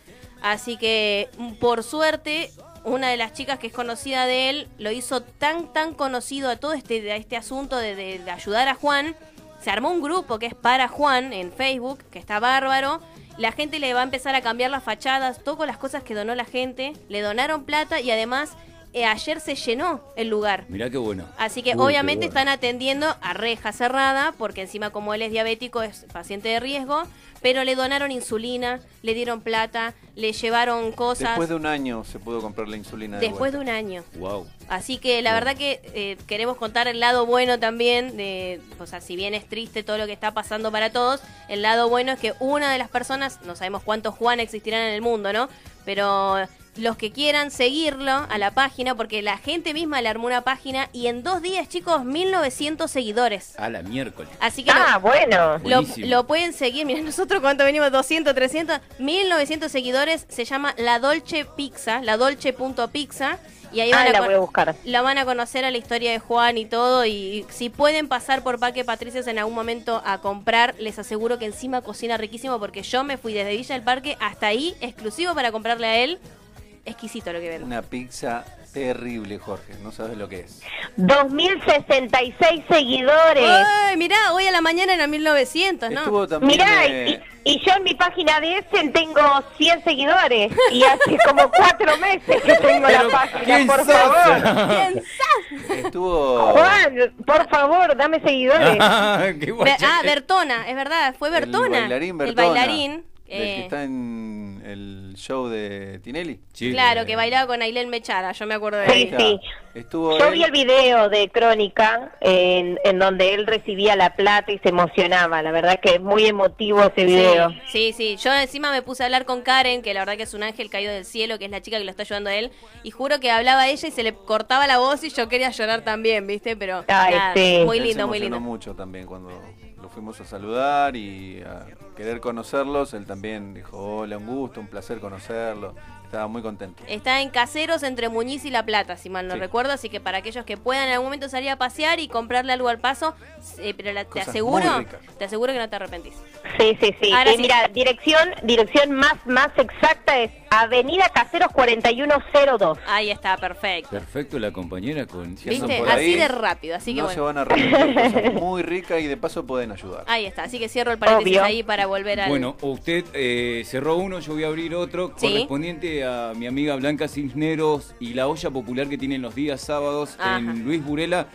Así que, mm, por suerte, una de las chicas que es conocida de él lo hizo tan, tan conocido a todo este, a este asunto de, de- de ayudar a Juan. Se armó un grupo que es para Juan en Facebook, que está bárbaro. La gente le va a empezar a cambiar las fachadas, todo con las cosas que donó la gente. Le donaron plata y además eh, ayer se llenó el lugar. Mirá qué bueno. Así que Uy, qué obviamente bueno. están atendiendo a reja cerrada, porque encima como él es diabético es paciente de riesgo, pero le donaron insulina, le dieron plata, le llevaron cosas Después de un año se pudo comprar la insulina. De después de un año. Wow. Así que la verdad que eh, queremos contar el lado bueno también, de, o sea, si bien es triste todo lo que está pasando para todos, el lado bueno es que una de las personas, no sabemos cuántos Juan existirán en el mundo, ¿no? Pero los que quieran seguirlo a la página, porque la gente misma le armó una página y en dos días, chicos, 1900 seguidores. A Ah, la miércoles. Así que Ah, lo- bueno. Lo, Buenísimo. lo pueden seguir. Miren, nosotros cuánto venimos, 200, 300, 1900 seguidores. Se llama La Dolce Pizza, la dolce.pizza. Y ahí Ah, van a la con- voy a buscar. la van a conocer a la historia de Juan y todo. Y si pueden pasar por Parque Patricios en algún momento a comprar, les aseguro que encima cocina riquísimo porque yo me fui desde Villa del Parque hasta ahí, exclusivo para comprarle a él. Exquisito lo que vende. Una pizza terrible, Jorge. No sabes lo que es. 2066 seguidores. Ay, mirá, hoy a la mañana era 1900, ¿no? Estuvo también. Mirá, eh, y, y yo en mi página de Essen tengo 100 seguidores y hace como cuatro meses que tengo la Pero, página, ¿quién por sos? favor. Estuvo. Juan, por favor, dame seguidores. Qué Ver- ah, Bertona, es verdad, fue Bertona. El bailarín El Bertona. bailarín, del eh, que está en el show de Tinelli. Claro, que bailaba con Ailén Mechara, yo me acuerdo de Sí, él. sí. Estuvo Yo él- vi el video de Crónica en, en donde él recibía la plata y se emocionaba. La verdad que es muy emotivo ese este video. Sí, sí, yo encima me puse a hablar con Karen, que la verdad que es un ángel caído del cielo, que es la chica que lo está ayudando a él, y juro que hablaba ella y se le cortaba la voz y yo quería llorar también, ¿viste? Pero nada, ah, este, muy Él se lindo, muy emocionó lindo. mucho también cuando lo fuimos a saludar y a querer conocerlos. Él también dijo, hola, un gusto, un placer conocerlo. Estaba muy contento. Está en Caseros entre Muñiz y La Plata, si mal no Sí. recuerdo, así que para aquellos que puedan en algún momento salir a pasear y comprarle algo al paso, eh, pero la- te Cosas aseguro, muy ricas. te aseguro que no te arrepentís. Sí, sí, sí. Ahora Eh, sí. Mira, dirección, dirección más, más exacta es Avenida Caseros 4102. Ahí está, perfecto. Perfecto la compañera con... Si andan ¿Viste? por Así ahí, de rápido, así que no bueno. se van a arrepentir, cosas muy ricas y de paso pueden ayudar. Ahí está, así que cierro el paréntesis Obvio. ahí para volver al... Bueno, usted eh, cerró uno, yo voy a abrir otro, Sí. correspondiente a mi amiga Blanca Cisneros y la olla popular que tienen los días sábados Ajá. en Luis Burela,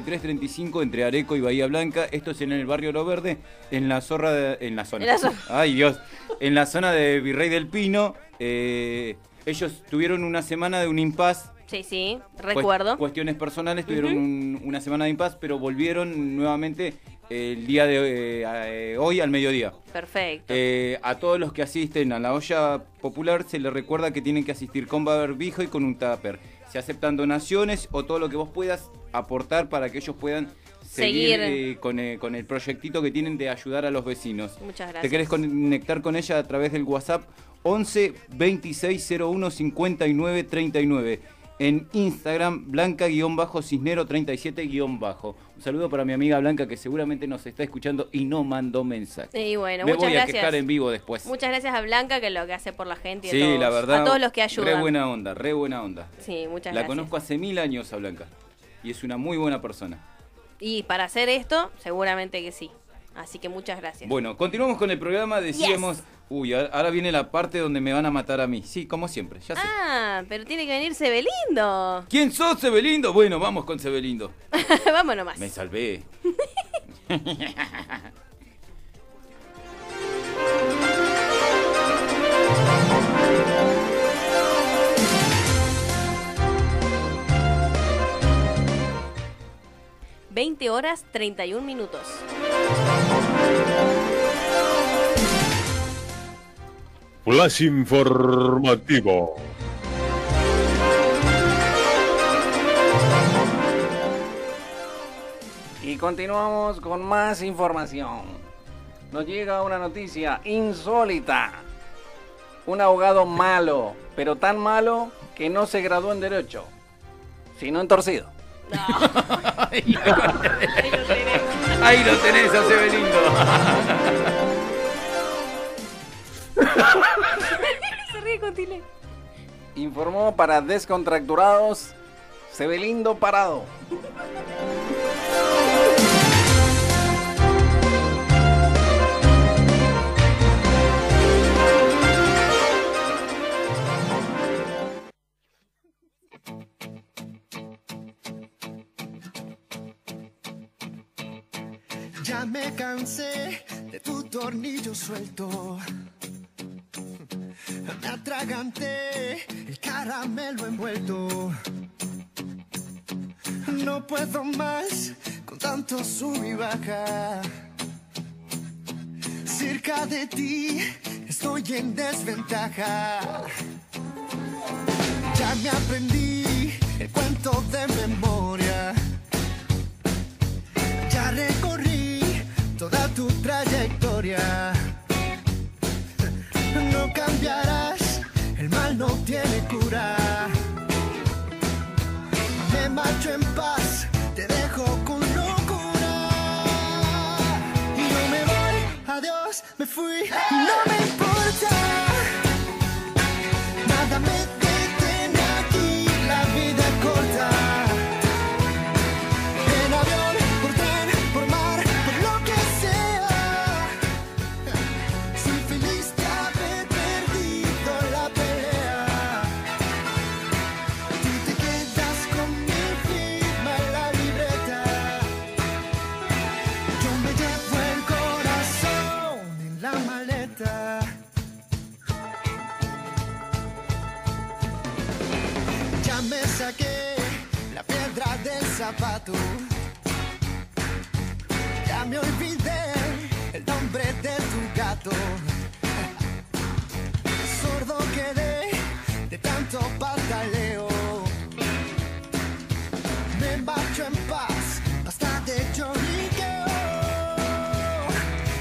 6335 entre Areco y Bahía Blanca. Esto es en el barrio Lo Verde, en la zorra de- en la zona. En la zona. Ay Dios, en la zona de Virrey del Pino. eh, ellos tuvieron una semana de un impas Sí, sí, Pues recuerdo. Cuest- cuestiones personales, tuvieron un- una semana de impas, pero volvieron nuevamente el día de eh, a- eh, hoy al mediodía. Perfecto. Eh, a todos los que asisten a la olla popular se les recuerda que tienen que asistir con barbijo y con un tupper. Se aceptan donaciones o todo lo que vos puedas aportar para que ellos puedan seguir, Seguir. eh, con, eh, con el proyectito que tienen de ayudar a los vecinos. Muchas ¿Te gracias. querés conectar con ella a través del WhatsApp 11 2601 59 39? En Instagram, blanca-cisnero37-bajo. Un saludo para mi amiga Blanca que seguramente nos está escuchando y no mandó mensaje. Y bueno, Me muchas voy a gracias. quejar en vivo después. Muchas gracias a Blanca, que es lo que hace por la gente y a, sí, todos, la verdad. a todos los que ayudan. Re buena onda, re buena onda. Sí, muchas la gracias. conozco hace mil años a Blanca y es una muy buena persona. Y para hacer esto, seguramente que sí. Así que muchas gracias. Bueno, continuamos con el programa. Decíamos, uy, a- ahora viene la parte donde me van a matar a mí. Sí, como siempre, ya sé. Ah, pero tiene que venirse Belindo. ¿Quién sos, Sebelindo? Bueno, vamos con Sebelindo. Vamos nomás. Me salvé. Veinte 20 horas 31 minutos. Flash informativo. Y continuamos con más información. Nos llega una noticia insólita. Un abogado malo, pero tan malo que no se graduó en derecho, sino en torcido. Ahí lo tenés a Sebelindo. Se ríe con Tile. Informó para descontracturados Sebelindo Parado. Ya me cansé de tu tornillo suelto. Me atraganté el caramelo envuelto. No puedo más con tanto sub y baja. Cerca de ti estoy en desventaja. Ya me aprendí el cuento de memoria. Ya recorrí toda tu trayectoria. No cambiarás, el mal no tiene cura. Me marcho en paz, te dejo con locura. Y yo me voy, adiós, me fui, y no me importa. Nada me detiene aquí, la vida es corta. En avión, por tren, por mar, por lo que sea. Soy feliz de haber perdido la pelea. Tú te quedas con mi firma en la libreta. Yo me llevo el corazón en la maleta. Ya me saqué la piedra del zapato. Ya me olvidé el nombre de tu gato. Sordo quedé de tanto pataleo. Me marcho en paz, basta de lloriqueo.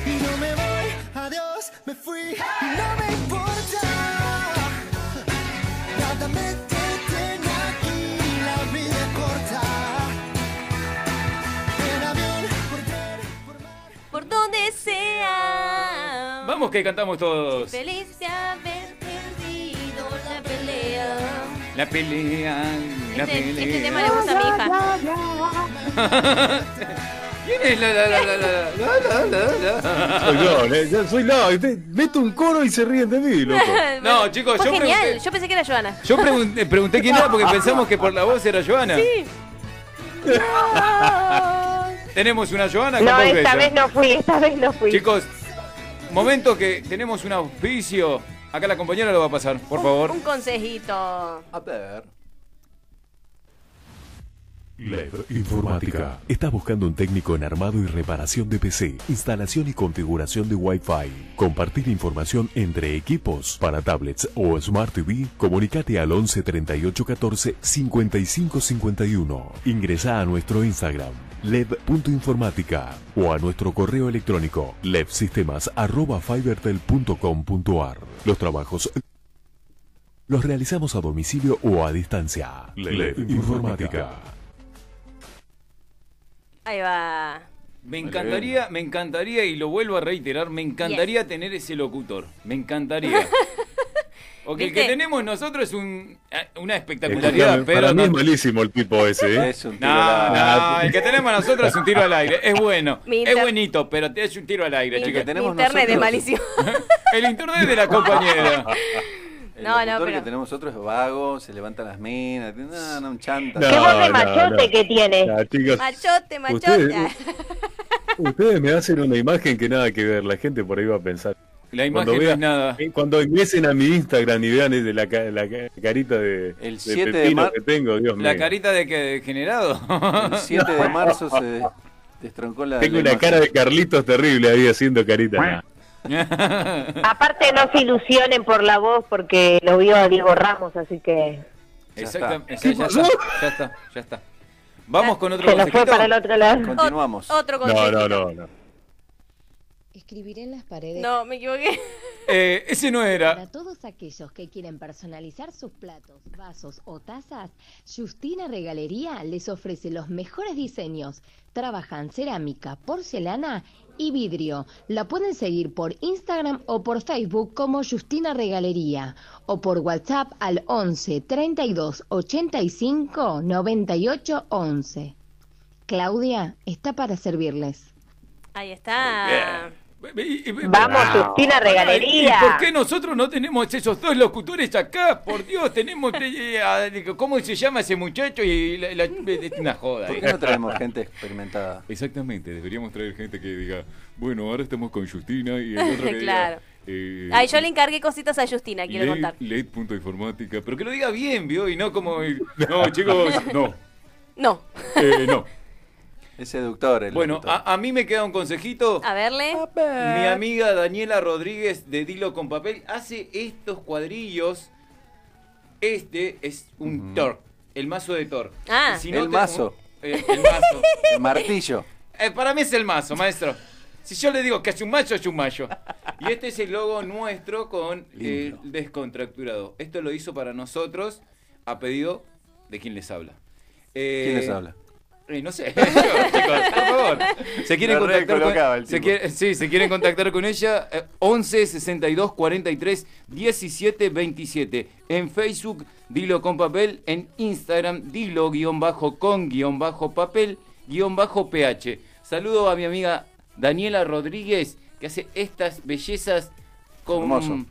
Y no me voy, adiós, me fui, y no me importa. Nada me detiene aquí, la vida es corta. En avión, por tren, Por donde sea. Vamos que cantamos todos. Feliz de haber perdido la pelea. La pelea, la Este, pelea. este tema le gusta a mi hija. ¿Quién es la la la la la la la la, la? Soy yo, eh, yo soy no, meto un coro y se ríen de mí, loco. No, chicos, Fue yo genial. pregunté- Yo pensé que era Joana. Yo pregunté, pregunté quién era porque pensamos que por la voz era Joana. Sí. Ah. Tenemos una Joana con No, dos esta besos. vez no fui, esta vez no fui. Chicos, momento que tenemos un auspicio. Acá la compañera lo va a pasar, por favor. Un consejito. A ver. Lab Informática. ¿Estás buscando un técnico en armado y reparación de PC, instalación y configuración de Wi-Fi? Compartir información entre equipos para tablets o Smart TV. Comunicate al 11 38 14 55 51. Ingresa a nuestro Instagram lev.informática o a nuestro correo electrónico levsistemas@fibertel.com.ar. Los trabajos los realizamos a domicilio o a distancia. LED Informática. Ahí va. Me encantaría, me encantaría, y lo vuelvo a reiterar, me encantaría tener ese locutor. Me encantaría. Porque el que ¿Viste? tenemos nosotros es un, eh, Escúchame, una espectacularidad, pero... para mí es no- malísimo el tipo ese, ¿eh? Es un No, no, el que tenemos nosotros es un tiro al aire. Es bueno, Mi es inter- buenito, pero es un tiro al aire, Mi- chicos. mi internet es malísimo. El internet de la compañera. El No, no, locutor pero- que tenemos nosotros es vago, se levanta las minas, tiene- no, no, un chanta. No, Qué voz de no, machote no. que tiene. No, chicos. Machote, machote. Ustedes- Ustedes me hacen una imagen que nada que ver, la gente por ahí va a pensar. La imagen no es nada. Cuando ingresen a mi Instagram y vean de la, ca- la ca- carita de, el 7 de mar- que tengo, Dios mío. La carita de que degenerado. El 7 de marzo se destroncó la. Tengo la una imagen. cara de Carlitos terrible ahí haciendo carita. Aparte, no se ilusionen por la voz porque lo vio a Diego Ramos, así que Exactamente. Ya, ya está, ya está, ya está. Vamos con otro se nos fue consejito. para el otro lado. Otro No, no, consejito. no. no. Escribir en las paredes. No, me equivoqué. Eh, ese no era. Para todos aquellos que quieren personalizar sus platos, vasos o tazas, Justina Regalería les ofrece los mejores diseños. Trabajan cerámica, porcelana y vidrio. La pueden seguir por Instagram o por Facebook como Justina Regalería o por WhatsApp al 11 32 85 98 11. Claudia está para servirles. Ahí está. Vamos, Justina Regalería. ¿Y por qué nosotros no tenemos esos dos locutores acá? Por Dios, tenemos. eh, a- ¿Cómo se llama ese muchacho? Y la, la- es una joda. ¿Por eh. qué no traemos gente experimentada? Exactamente, deberíamos traer gente que diga, bueno, ahora estamos con Justina y el otro que Claro. diga, eh, Ay, yo le encargué cositas a Justina, quiero Led- contar. LED.informática, pero que lo diga bien, ¿vio? Y no como, eh, no, chicos, no, No. eh, no. Es seductor el. Bueno, a, a mí me queda un consejito. A verle. Eh. Mi amiga Daniela Rodríguez de Dilo con Papel hace estos cuadrillos Este es un Thor. El mazo de Thor. Ah. Y si no El te- mazo. Eh, el mazo. El martillo. Eh, para mí es el mazo, maestro. Si yo le digo que es un macho, es un macho. Y este es el logo nuestro con eh, el descontracturado. Esto lo hizo para nosotros a pedido de quien les habla. Eh, ¿Quién les habla? eh, no sé, chicos, por favor. Se quieren, Lo contactar recolocaba con, el se tipo. quiere- sí, se quieren contactar con ella. eh, 11 62 43 17 27. En Facebook, dilo con papel. En Instagram, dilo guión bajo con guión bajo papel guión bajo ph. Saludo a mi amiga Daniela Rodríguez que hace estas bellezas con. Hermoso.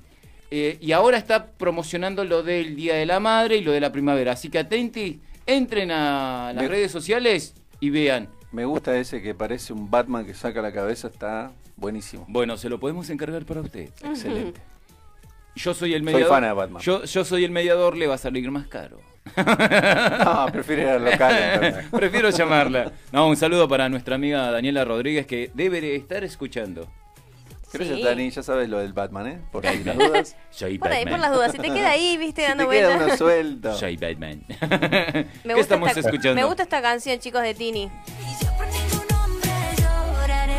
Eh, y ahora está promocionando lo del Día de la Madre y lo de la Primavera. Así que atenti, entren a las Me- redes sociales y vean. Me gusta ese que parece un Batman que saca la cabeza, está buenísimo. Bueno, se lo podemos encargar para usted. Excelente. Yo soy el Soy mediador. fan de Batman. Yo, yo soy el mediador, le va a salir más caro. No, prefiero ir al local, entonces. Prefiero llamarla. No, un saludo para nuestra amiga Daniela Rodríguez que debe de estar escuchando. Gracias, Sí. Dani. Ya sabes lo del Batman, ¿eh? Por ahí las dudas. Soy Por ahí, Batman. por las dudas. Si te queda ahí, viste, dando Te queda vueltas. uno suelto. Soy Batman. Me ¿Qué gusta estamos esta- escuchando? Me gusta esta canción, chicos, de Tini. lloraré.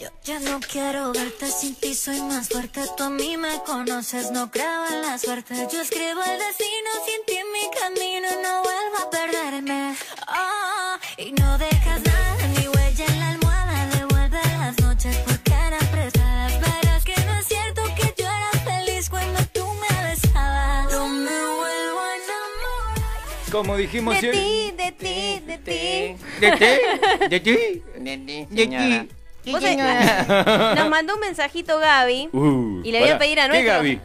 Yo ya no quiero verte sin ti, soy más fuerte. Tú a mí me conoces, no creo en la suerte. Yo escribo el destino sin ti en mi camino, no vuelvo a perderme. Oh, y no dejas nada, ni huella en la almohada. Devuelve las noches porque eran prestadas. Verás que no es cierto que yo era feliz cuando tú me besabas. No me vuelvo a enamorar. Como dijimos De siempre- ti, de ti, de ti. ¿De ti? ¿De ti? señora. Vos sabés, Nos mandó un mensajito Gaby Uh, y le voy pará. a pedir a ¿Qué nuestro. Gaby?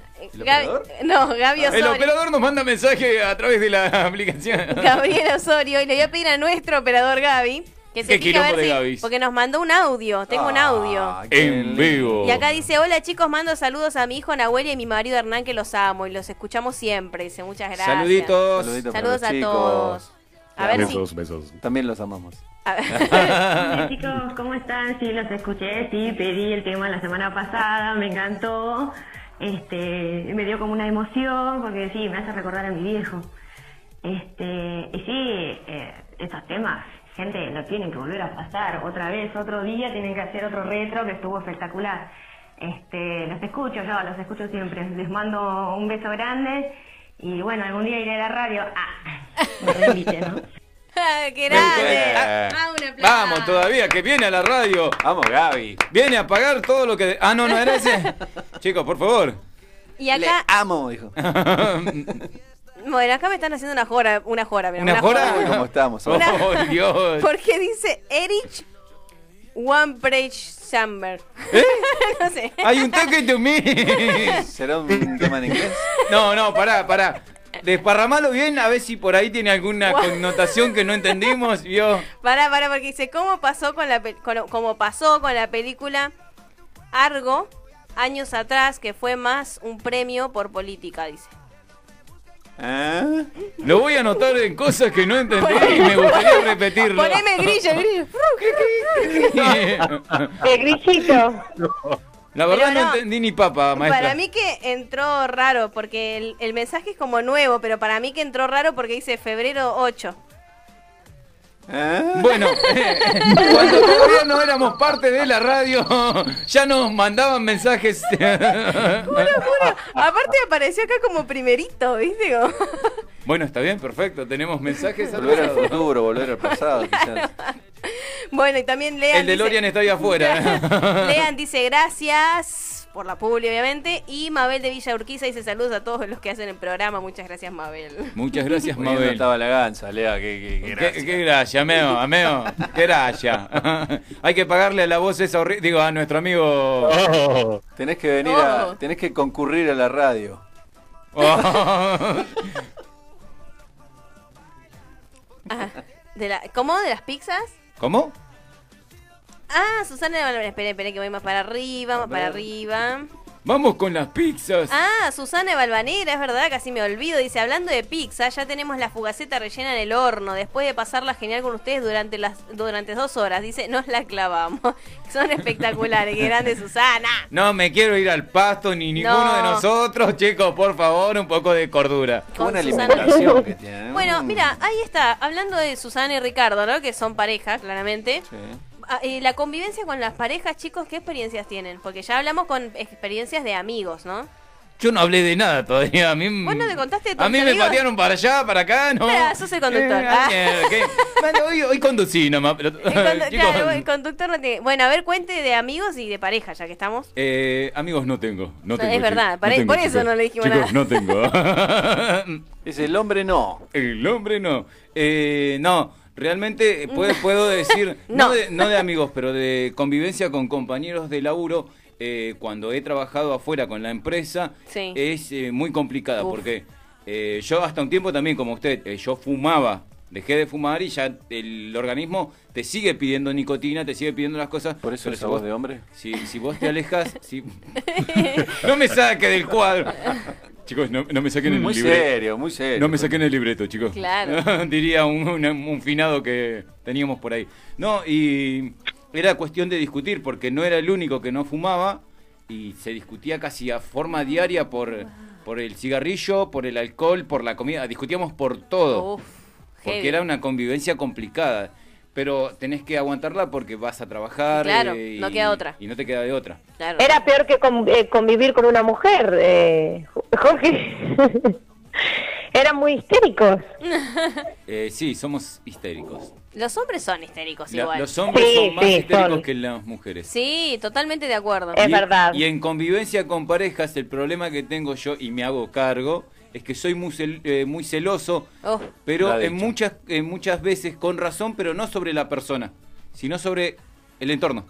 ¿El No, Gaby Ah, El Osorio. operador nos manda mensaje a través de la aplicación. Gabriel Osorio y le voy a pedir a nuestro operador Gaby que se Qué fije a ver quilombo de Ah, si- Gabis. porque nos mandó un audio, tengo un audio. En vivo. Y acá dice, hola chicos, mando saludos a mi hijo Nahuel y a mi marido Hernán que los amo y los escuchamos siempre. Dice, muchas gracias. Saluditos. Saluditos para Saludos los a chicos. todos. A ver si... Besos, besos. También los amamos. a ver. Hola, chicos, ¿cómo están? Sí, los escuché, sí, pedí el tema la semana pasada, me encantó. Este, me dio como una emoción porque sí, me hace recordar a mi viejo. Este, y sí, eh, estos temas, gente, lo tienen que volver a pasar otra vez, otro día, tienen que hacer otro retro que estuvo espectacular. Este, los escucho yo, los escucho siempre. Les mando un beso grande y bueno, algún día iré a la radio. Ah, me reinvité, ¿no? ¡Qué Eh, grande! ah, Ah, un aplauso. Vamos todavía, que viene a la radio. Vamos, Gaby. Viene a pagar todo lo que. Ah, no, no era ese. Chicos, por favor. Y acá, Amo, dijo. bueno, acá me están haciendo una jora, una jora, mira, ¿Una jora? Uy, ¿Cómo estamos? Una- Oh, Dios. Porque dice Erich One Page Chamber. no sé. ¿Eh? Hay un toque to me. ¿Será un tema en inglés? No, no, pará, pará. Desparramalo bien, a ver si por ahí tiene alguna Guau. connotación que no entendimos, ¿vio? Pará, pará, porque dice, ¿cómo pasó con la, pe- con- cómo pasó con la película Argo años atrás, que fue más un premio por política, dice. ¿Eh? Lo voy a anotar en cosas que no entendí y me gustaría repetirlo. Poneme el grillo, el grillo. El grillito. La verdad Pero no, no. entendí ni papa, maestra. Para mí que entró raro, porque el, el mensaje es como nuevo, pero para mí que entró raro porque dice febrero 8. ¿Eh? Bueno, cuando todavía no éramos parte de la radio, ya nos mandaban mensajes. Aparte apareció acá como primerito, ¿viste? Como- Bueno, está bien, perfecto. Tenemos mensajes. al Volver al pasado. futuro, volver al pasado, quizás. Bueno, y también Lean El de Lorian está ahí afuera. Lean dice gracias por la publi, obviamente. Y Mabel de Villa Urquiza dice saludos a todos los que hacen el programa. Muchas gracias, Mabel. Muchas gracias, Poniendo Mabel. estaba la ganza, Lea. Qué, qué, qué Qué, qué gracia, Meo, Ameo. Qué gracia. Hay que pagarle a la voz esa horrible. Digo, a nuestro amigo. Tenés que venir Oh. a. Tenés que concurrir a la radio. Oh. Ah, de la, ¿Cómo? ¿De las pizzas? ¿Cómo? Ah, Susana de Valverde. Esperen, esperen, que voy más para arriba, más para arriba. Vamos con las pizzas. Ah, Susana Balvanera, es verdad, casi me olvido. Dice, hablando de pizza, ya tenemos la fugaceta rellena en el horno. Después de pasarla genial con ustedes durante las durante dos horas, dice, nos la clavamos. Son espectaculares, qué grande Susana. No me quiero ir al pasto ni ninguno No. de nosotros, chicos, por favor, un poco de cordura. Qué buena Con Susana. alimentación que ¿eh? Bueno, mira, ahí está, hablando de Susana y Ricardo, ¿no? Que son pareja, claramente. Ah, eh, la convivencia con las parejas, chicos, ¿qué experiencias tienen? Porque ya hablamos con experiencias de amigos, ¿no? Yo no hablé de nada todavía. A mí, Vos no te contaste de tus Mm. a mí me amigos? patearon para allá, para acá, ¿no? Claro, sos el conductor. Eh, Ah. eh, ¿qué? Bueno, hoy, hoy conducí nomás, pero... El condu- Chicos, claro, el conductor no tiene. Bueno, a ver, cuente de amigos y de pareja, ya que estamos. eh, amigos no tengo, no No, tengo, es verdad, chicos, pare- tengo, por eso chicos. no le dijimos Chicos, nada. no tengo. es el hombre no. El hombre no. Eh, no, realmente eh, puede- puedo decir, no. No. de, no de amigos, pero de convivencia con compañeros de laburo. eh, cuando he trabajado afuera con la empresa, Sí. es eh, muy complicada Uf. porque eh, yo hasta un tiempo también como usted, eh, yo fumaba, dejé de fumar y ya el organismo te sigue pidiendo nicotina, te sigue pidiendo las cosas. Por esa voz de hombre? Si, si vos te alejas, si... no me saque del cuadro. Chicos, no, no me saquen el Muy libreto. serio, muy serio. No me saquen el libreto, chicos. Claro. Diría un, un- un finado que teníamos por ahí. No, y era cuestión de discutir porque no era el único que no fumaba y se discutía casi a forma diaria por, por el cigarrillo, por el alcohol, por la comida. Discutíamos por todo. Uf, porque heavy. era una convivencia complicada. Pero tenés que aguantarla porque vas a trabajar. Claro, eh, y- no queda otra. Y no te queda de otra. Era peor que con- eh, convivir con una mujer, eh, Jorge. Eran muy histéricos. Eh, sí, somos histéricos. Los hombres son histéricos La- igual. los hombres son más sí, histéricos son. que las mujeres. Sí, totalmente de acuerdo. Y- Y en convivencia con parejas, el problema que tengo yo, y me hago cargo, es que soy muy, cel- eh, muy celoso, Oh, pero La en muchas, en muchas veces con razón, pero no sobre la persona, sino sobre el entorno.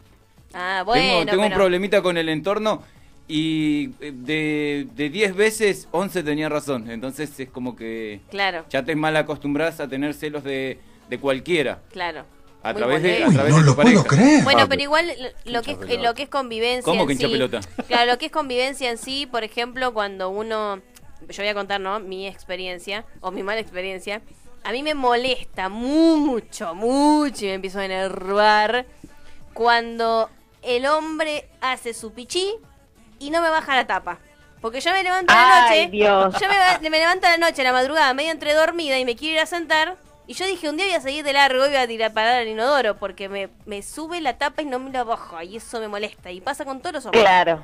Ah, bueno, tengo tengo un pero- problemita con el entorno y eh, de de 10 veces, 11 tenía razón. Entonces es como que Claro, ya te mal acostumbras a tener celos de, de cualquiera. claro. A Muy través de, bueno. a través de tu pareja. Bueno, Ah, pero igual lo- lo que, es, pelota. lo que es convivencia. ¿Cómo en que hincha sí- pelota? Claro, lo que es convivencia en sí, por ejemplo, cuando uno. Yo voy a contar, ¿no? Mi experiencia o mi mala experiencia. A mí me molesta mucho, mucho y me empiezo a enervar cuando el hombre hace su pichí y no me baja la tapa. Porque yo me levanto a la Ay, noche. Dios. Yo me, va- me levanto a la noche, a la madrugada, medio entre dormida y me quiero ir a sentar. Y yo dije, un día voy a seguir de largo y voy a tirar parar al inodoro porque me, me sube la tapa y no me la bajo. Y eso me molesta. Y pasa con todos los hombres. Claro.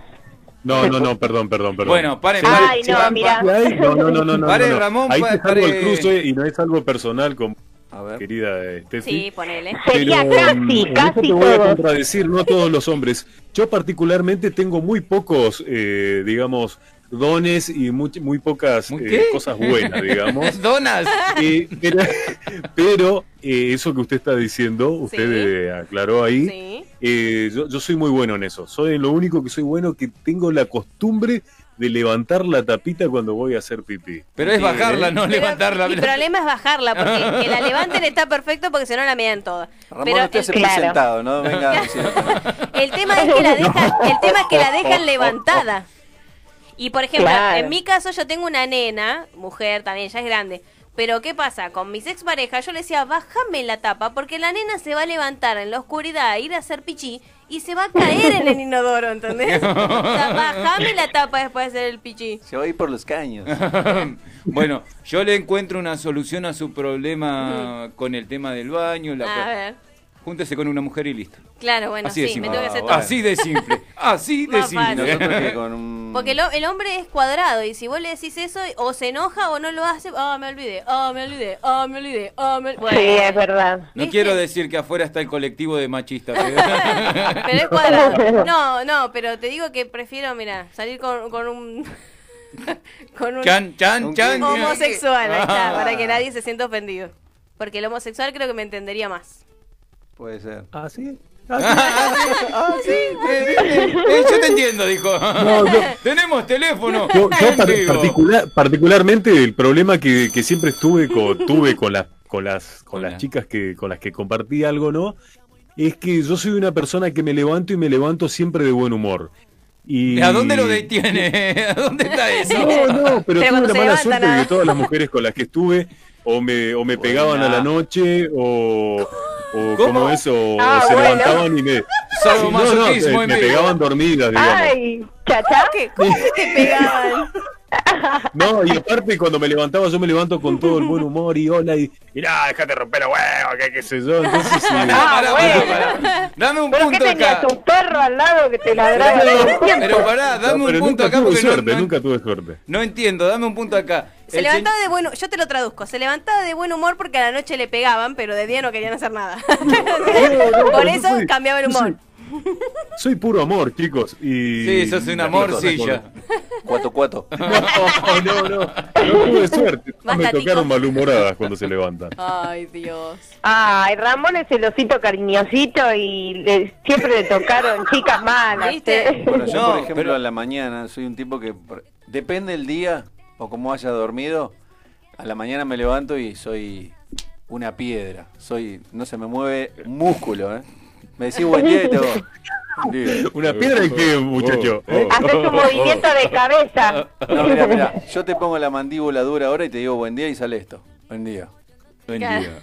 No, no, no, perdón, perdón, perdón. Bueno, paren, Sí, paren. sí, Ay, no, paren, mirá. paren. No, no, no, no, no, Paren, no. Ramón, Ahí te salgo paren. el cruce y no es algo personal con querida eh, Steffi. Sí, ponele. Pero, mm, en eso te voy a todo. contradecir, no a todos los hombres. Yo particularmente tengo muy pocos, eh, digamos, dones y muy, muy pocas eh, qué? cosas buenas, digamos. Donas. Eh, pero pero, eh, eso que usted está diciendo, usted eh, aclaró ahí, eh, yo, yo soy muy bueno en eso. Soy lo único que soy bueno que tengo la costumbre de levantar la tapita cuando voy a hacer pipí. Pero es bajarla, no levantarla. levantarla. Mi problema es bajarla, porque que la levanten está perfecto porque si no la miden toda. Ramón, Pero usted el, se presentado, ¿no? Venga, a decir- el tema es que la dejan, el tema es que la dejan levantada. Y por ejemplo, Claro. en mi caso yo tengo una nena, mujer también, ya es grande. Pero ¿qué pasa? Con mis exparejas yo le decía, bájame la tapa porque la nena se va a levantar en la oscuridad a ir a hacer pichí y se va a caer en el inodoro, ¿entendés? O sea, bájame la tapa después de hacer el pichí. Se va a ir por los caños. bueno, yo le encuentro una solución a su problema con el tema del baño. La A ver. Júntese con una mujer y listo. Claro, bueno, así de sí, me simple. Ah, tengo que hacer todo. Así de simple. Así de Más simple. fácil. Nosotros que con un- Porque el, ho- el hombre es cuadrado y si vos le decís eso, o se enoja o no lo hace. Ah, me olvidé, ah, me olvidé, ah, me olvidé, ah, me olvidé. Sí, es verdad. No quiero decir que afuera está el colectivo de machistas. ¿eh? pero- Pero es cuadrado. No, no, pero te digo que prefiero, mira, salir con, con un. con un. Chan, chan, chan. homosexual, ahí está, Ah. para que nadie se sienta ofendido. Porque el homosexual creo que me entendería más. Puede ser. ¿Ah, sí? Ah, sí. Eh, eh, eh, yo te entiendo, dijo. Tenemos teléfono. Yo, yo en par- vivo. particular- particularmente el problema que, que siempre estuve con, tuve con las con las con las chicas que con las que compartí algo no es que yo soy una persona que me levanto y me levanto siempre de buen humor Y... ¿A dónde lo detiene? ¿A dónde está eso? No, no, pero, tuve cuando la mala se levantan, suerte de ah. que todas las mujeres con las que estuve o me, o me pegaban a la noche o, o como eso, o Ah, se bueno. levantaban y me... Sadomasoquismo me, en me vivo. pegaban dormidas, Ah, digamos. Ay, chacha. ¿Cómo que te pegaban? No, y aparte cuando me levantaba, yo me levanto con todo el buen humor y hola y mirá, dejate romper los huevos, que qué sé yo. Ah, Entonces, sí. Pará, pará, pará. Dame un ¿Pero qué punto tenías? acá. ¿Un perro al lado que te ladraba Pero- todo el tiempo? Pero pará, dame No, un pero punto nunca acá tuve porque no- suerte, no- nunca tuve suerte. No entiendo, dame un punto acá. Se El levantaba de buen yo te lo traduzco, se levantaba de buen humor porque a la noche le pegaban, pero de día no querían hacer nada. Por pero yo eso soy- cambiaba el yo humor. Soy puro amor, chicos. Y... Sí, sos un amorcilla. Cuatro, cuatro. No, no, no. No tuve suerte. Me Basta, tocaron malhumoradas cuando se levantan. Ay, Dios. Ay, Ramón es el osito cariñosito y le- siempre le tocaron chicas malas. ¿eh? Bueno, yo, No, por ejemplo, a la mañana soy un tipo que, por- depende del día o cómo haya dormido, a la mañana me levanto y soy una piedra. Soy, no se me mueve un músculo, ¿eh? Me decís buen día y te hago- ¿Una piedra en qué, muchacho? Haces un movimiento de cabeza. No, mirá, mirá. Yo te pongo la mandíbula dura ahora y te digo buen día y sale esto. Buen día. Buen Claro. día.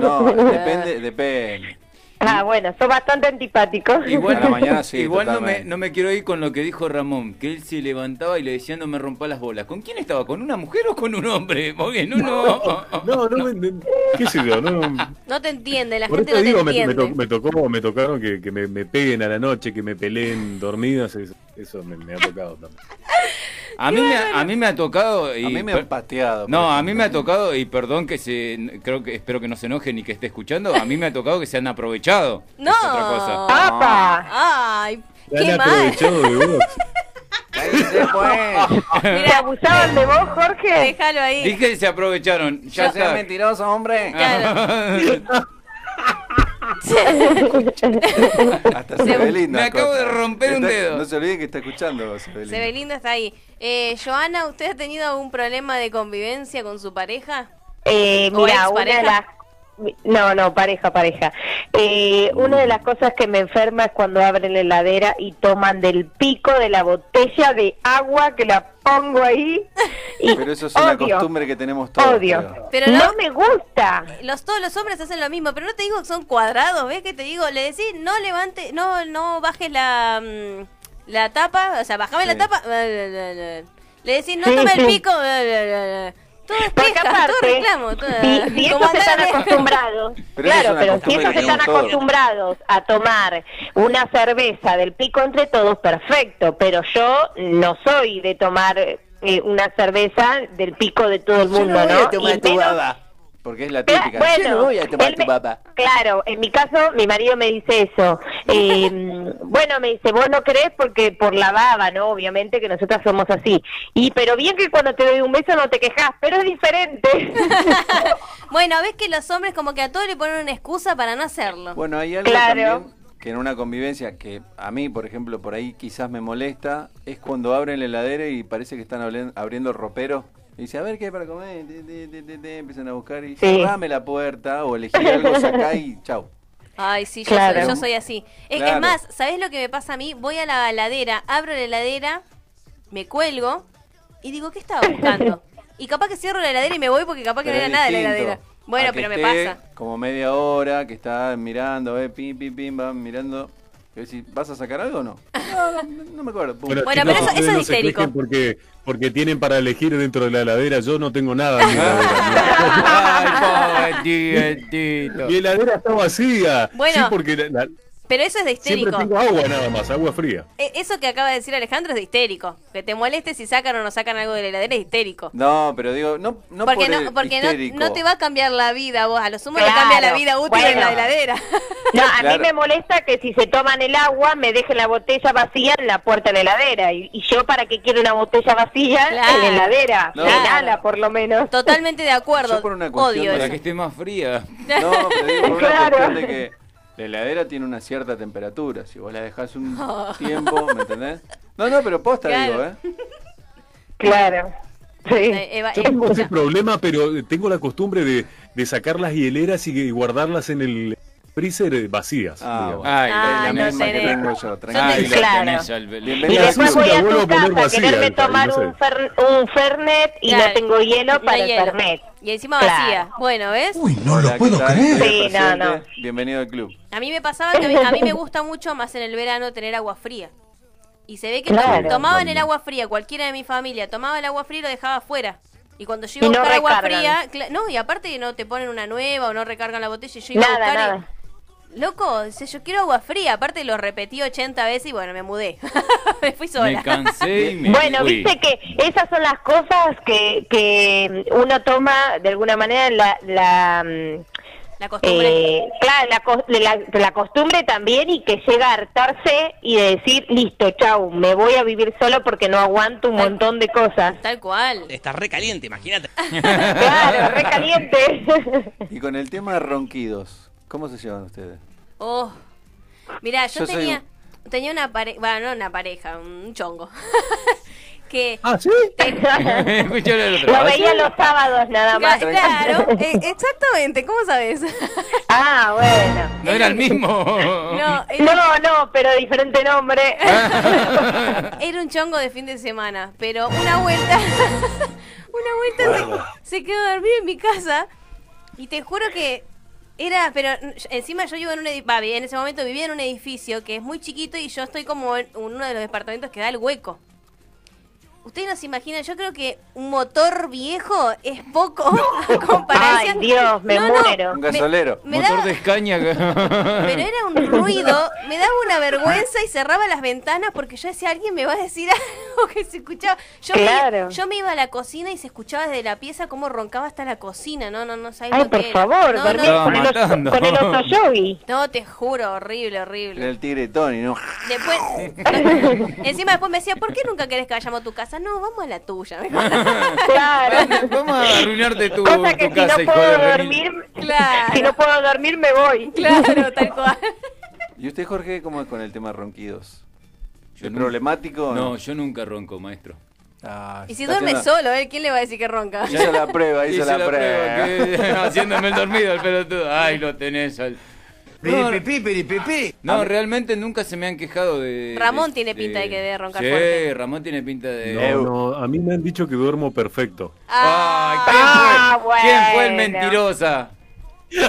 No, depende, depende. Ah, bueno, sos bastante antipático. Igual, no, sí, igual no, me, totalmente. no me quiero ir con lo que dijo Ramón, que él se levantaba y le decía no me rompa las bolas. ¿Con quién estaba? ¿Con una mujer o con un hombre? Porque no, no. No, no, me- me- qué sé yo, no, no. No te entiende, la Por gente eso no te digo, me, me, entiende. to- me tocó, me tocaron que, que me, me peguen a la noche, que me peleen dormidas, eso, eso me, me ha tocado también. A mí, me, ha- a mí me ha tocado. Y, A mí me han pateado. No, a mí me ha tocado, y perdón que se. Creo que espero que no se enoje ni que esté escuchando. A mí me ha tocado que se han aprovechado. No. Es otra cosa. Ay, Se qué han mal. aprovechado de vos. Ah. ¿Te abusaban de vos, Jorge? Déjalo ahí. Dije se aprovecharon. Ya Ya seas está. mentiroso, hombre. Ah. Hasta Se- Sebelinda. Me acabo de romper un Está- dedo. No se olviden que está escuchando Sebelinda. Sebelinda está ahí. Eh, Joana, ¿usted ha tenido algún problema de convivencia con su pareja? Eh, ¿O mira, una expareja? de las... No, no, pareja, pareja. Eh, una de las cosas que me enferma es cuando abren la heladera y toman del pico de la botella de agua que la pongo ahí. Pero eso es una Odio. costumbre que tenemos todos. Odio. creo. Pero no, me gusta. Los, todos los hombres hacen lo mismo, pero no te digo que son cuadrados, ¿ves? Que te digo, le decís, no levante, no, no bajes la, mm, la tapa, o sea, bajame la Sí. tapa. bla, bla, bla, bla. Le decís, no Sí, tome el sí. pico. bla, bla, bla, bla. Todo es Porque queja, todo aparte, reclamo. Todo, si, si como ellos andar están a- acostumbrados, Pero eso es claro, una pero si costumbre ellos que están tenemos todos. acostumbrados a tomar una cerveza del pico entre todos, perfecto, pero yo no soy de tomar eh, una cerveza del pico de todo el Yo mundo, no voy a Y tomar tu menos- baba. Porque es la típica. bueno, Yo no voy a tomar él tu me- baba. Claro, en mi caso, mi marido me dice eso. Eh, bueno, me dice, vos no crees porque por la baba, ¿no? Obviamente que nosotras somos así. Y pero bien que cuando te doy un beso no te quejas, pero es diferente. Bueno, ves que los hombres como que a todos le ponen una excusa para no hacerlo. Bueno, hay algo también que en una convivencia que a mí, por ejemplo, por ahí quizás me molesta, es cuando abren la heladera y parece que están abren- abriendo el ropero. Y dice, a ver qué hay para comer. Te, te, te, te, te, Empiezan a buscar Sí. y cerrame la puerta o elegí algo, sacá y chau. Ay, sí, yo, Claro. soy, yo soy así. Es, es Claro. más, ¿sabés lo que me pasa a mí? Voy a la heladera, abro la heladera, me cuelgo y digo, ¿qué estaba buscando? y capaz que cierro la heladera y me voy porque capaz que Pero no era es nada en la distinto heladera. Bueno, a que pero me esté pasa. Como media hora que está mirando, eh, pim, pim, pim, van mirando. Y vos decís, ¿vas a sacar algo o no? No, no, no me acuerdo. Pum. chicos, ustedes no se quejen Porque, porque tienen para elegir dentro de la heladera. Yo no tengo nada en mi heladera. Mi heladera está vacía. Bueno. sí, porque la- la- Pero eso es de siempre histérico. tengo agua nada más, agua fría. E- Eso que acaba de decir Alejandro es de histérico. Que te moleste si sacan o no sacan algo de la heladera es histérico. No, pero digo, no, no porque por el no, porque no, histérico. no te va a cambiar la vida vos. A lo sumo le Claro. cambia la vida útil en Bueno. la heladera. No, a Claro. mí me molesta que si se toman el agua me dejen la botella vacía en la puerta de la heladera. Y, y yo, ¿para qué quiero una botella vacía en la Claro. heladera? No. Llenala, por lo menos. Totalmente de acuerdo. Yo por una cuestión Odio de- eso. Para que esté más fría. No, pero digo, por una Claro. cuestión de que la heladera tiene una cierta temperatura. Si vos la dejás un Oh. tiempo, ¿me entendés? No, no, pero posta Claro. digo, ¿eh? Claro. Sí. Eh, Eva- Yo Eva- tengo ese problema, pero tengo la costumbre de, de sacar las hieleras y, y guardarlas en el, freezer eh, vacías. Ah, Ay, Ah, no tenés. Ay, la Claro. tenés, Albert. Y La después Susu voy la a vuelvo tu poner casa a vacía, quererme Alfaro, tomar no sé. un, fer- un Fernet y Claro. no tengo hielo No para hay el hielo. Fernet. Y encima Claro. vacía. Bueno, ¿ves? No lo puedo creer. Sí, no, no. Bienvenido al club. A mí me pasaba que a mí, a mí me gusta mucho más en el verano tener agua fría. Y se ve que to- Claro. tomaban el agua fría, cualquiera de mi familia tomaba el agua fría y lo dejaba afuera. Y cuando yo iba a Y no buscar agua fría, recargan. cla- no, y aparte no te ponen una nueva o no recargan la botella. y Yo iba a Nada, buscar y- nada. Loco, dice, yo quiero agua fría. Aparte lo repetí 80 veces y bueno, me mudé. me fui sola. Me cansé y me bueno, fui. viste que esas son las cosas que, que uno toma de alguna manera la... la mm, La costumbre. eh, claro, la, cos- la- la costumbre también y que llega a hartarse y de decir, listo, chau, me voy a vivir solo porque no aguanto un montón de cosas. Tal cual. Está recaliente, imagínate. Claro, recaliente. Y con el tema de ronquidos, ¿cómo se llevan ustedes? Oh. Mirá, yo, Yo soy tenía, tenía una pareja, bueno, no una pareja, un chongo. que Ah, sí. Escuchale al otro. Lo veía los sábados nada más. Cla- Claro, eh, exactamente, ¿cómo sabes? Ah, bueno. No era el mismo. No, eh, era, No, no, pero diferente nombre. Ah, era un chongo de fin de semana, pero una vuelta, una vuelta se, se quedó dormido en mi casa y te juro que era, pero n- yo- encima yo vivo en un edificio, en ese momento vivía en un edificio que es muy chiquito y yo estoy como en uno de los departamentos que da el hueco. Ustedes nos imaginan, yo creo que un motor viejo es poco a comparación. Ay, Dios, me No, no, muero. Un gasolero. me da- Motor de escaña. Pero era un ruido, me daba una vergüenza y cerraba las ventanas porque yo decía, alguien me va a decir algo que se escuchaba. Yo, Claro. me, yo me iba a la cocina y se escuchaba desde la pieza cómo roncaba hasta la cocina. No, no, no sabes Ay, lo por que era. favor, Eh, no, dormí no, Estaba con, el oso- matando. con el oso yogi. no, te juro, horrible, horrible. Era el tigre Tony, ¿no? Después, encima después me decía, ¿por qué nunca querés que vayamos a tu casa? No, vamos a la tuya. Claro. Vamos a arruinarte tu, Cosa que tu si casa, no hijo puedo de remil. dormir, Claro. si no puedo dormir me voy. Claro, tal cual. ¿Y usted, Jorge, cómo es con el tema de ronquidos? Yo ¿El nunca- problemático? No, yo nunca ronco, maestro. Ah, Y si está duerme haciendo- solo, ¿eh? ¿quién le va a decir que ronca? Hizo la prueba, hizo, Hice la, prueba, prueba. que- haciéndome el dormido, el pelotudo. Ay, lo tenés al. No, no, realmente nunca se me han quejado de. Ramón tiene pinta de que debe roncar Sí, fuerte. Ramón tiene pinta de. No, no, a mí me han dicho que duermo perfecto. Ay, ¿quién, Ah, fue, ¿Quién fue el bueno. mentirosa?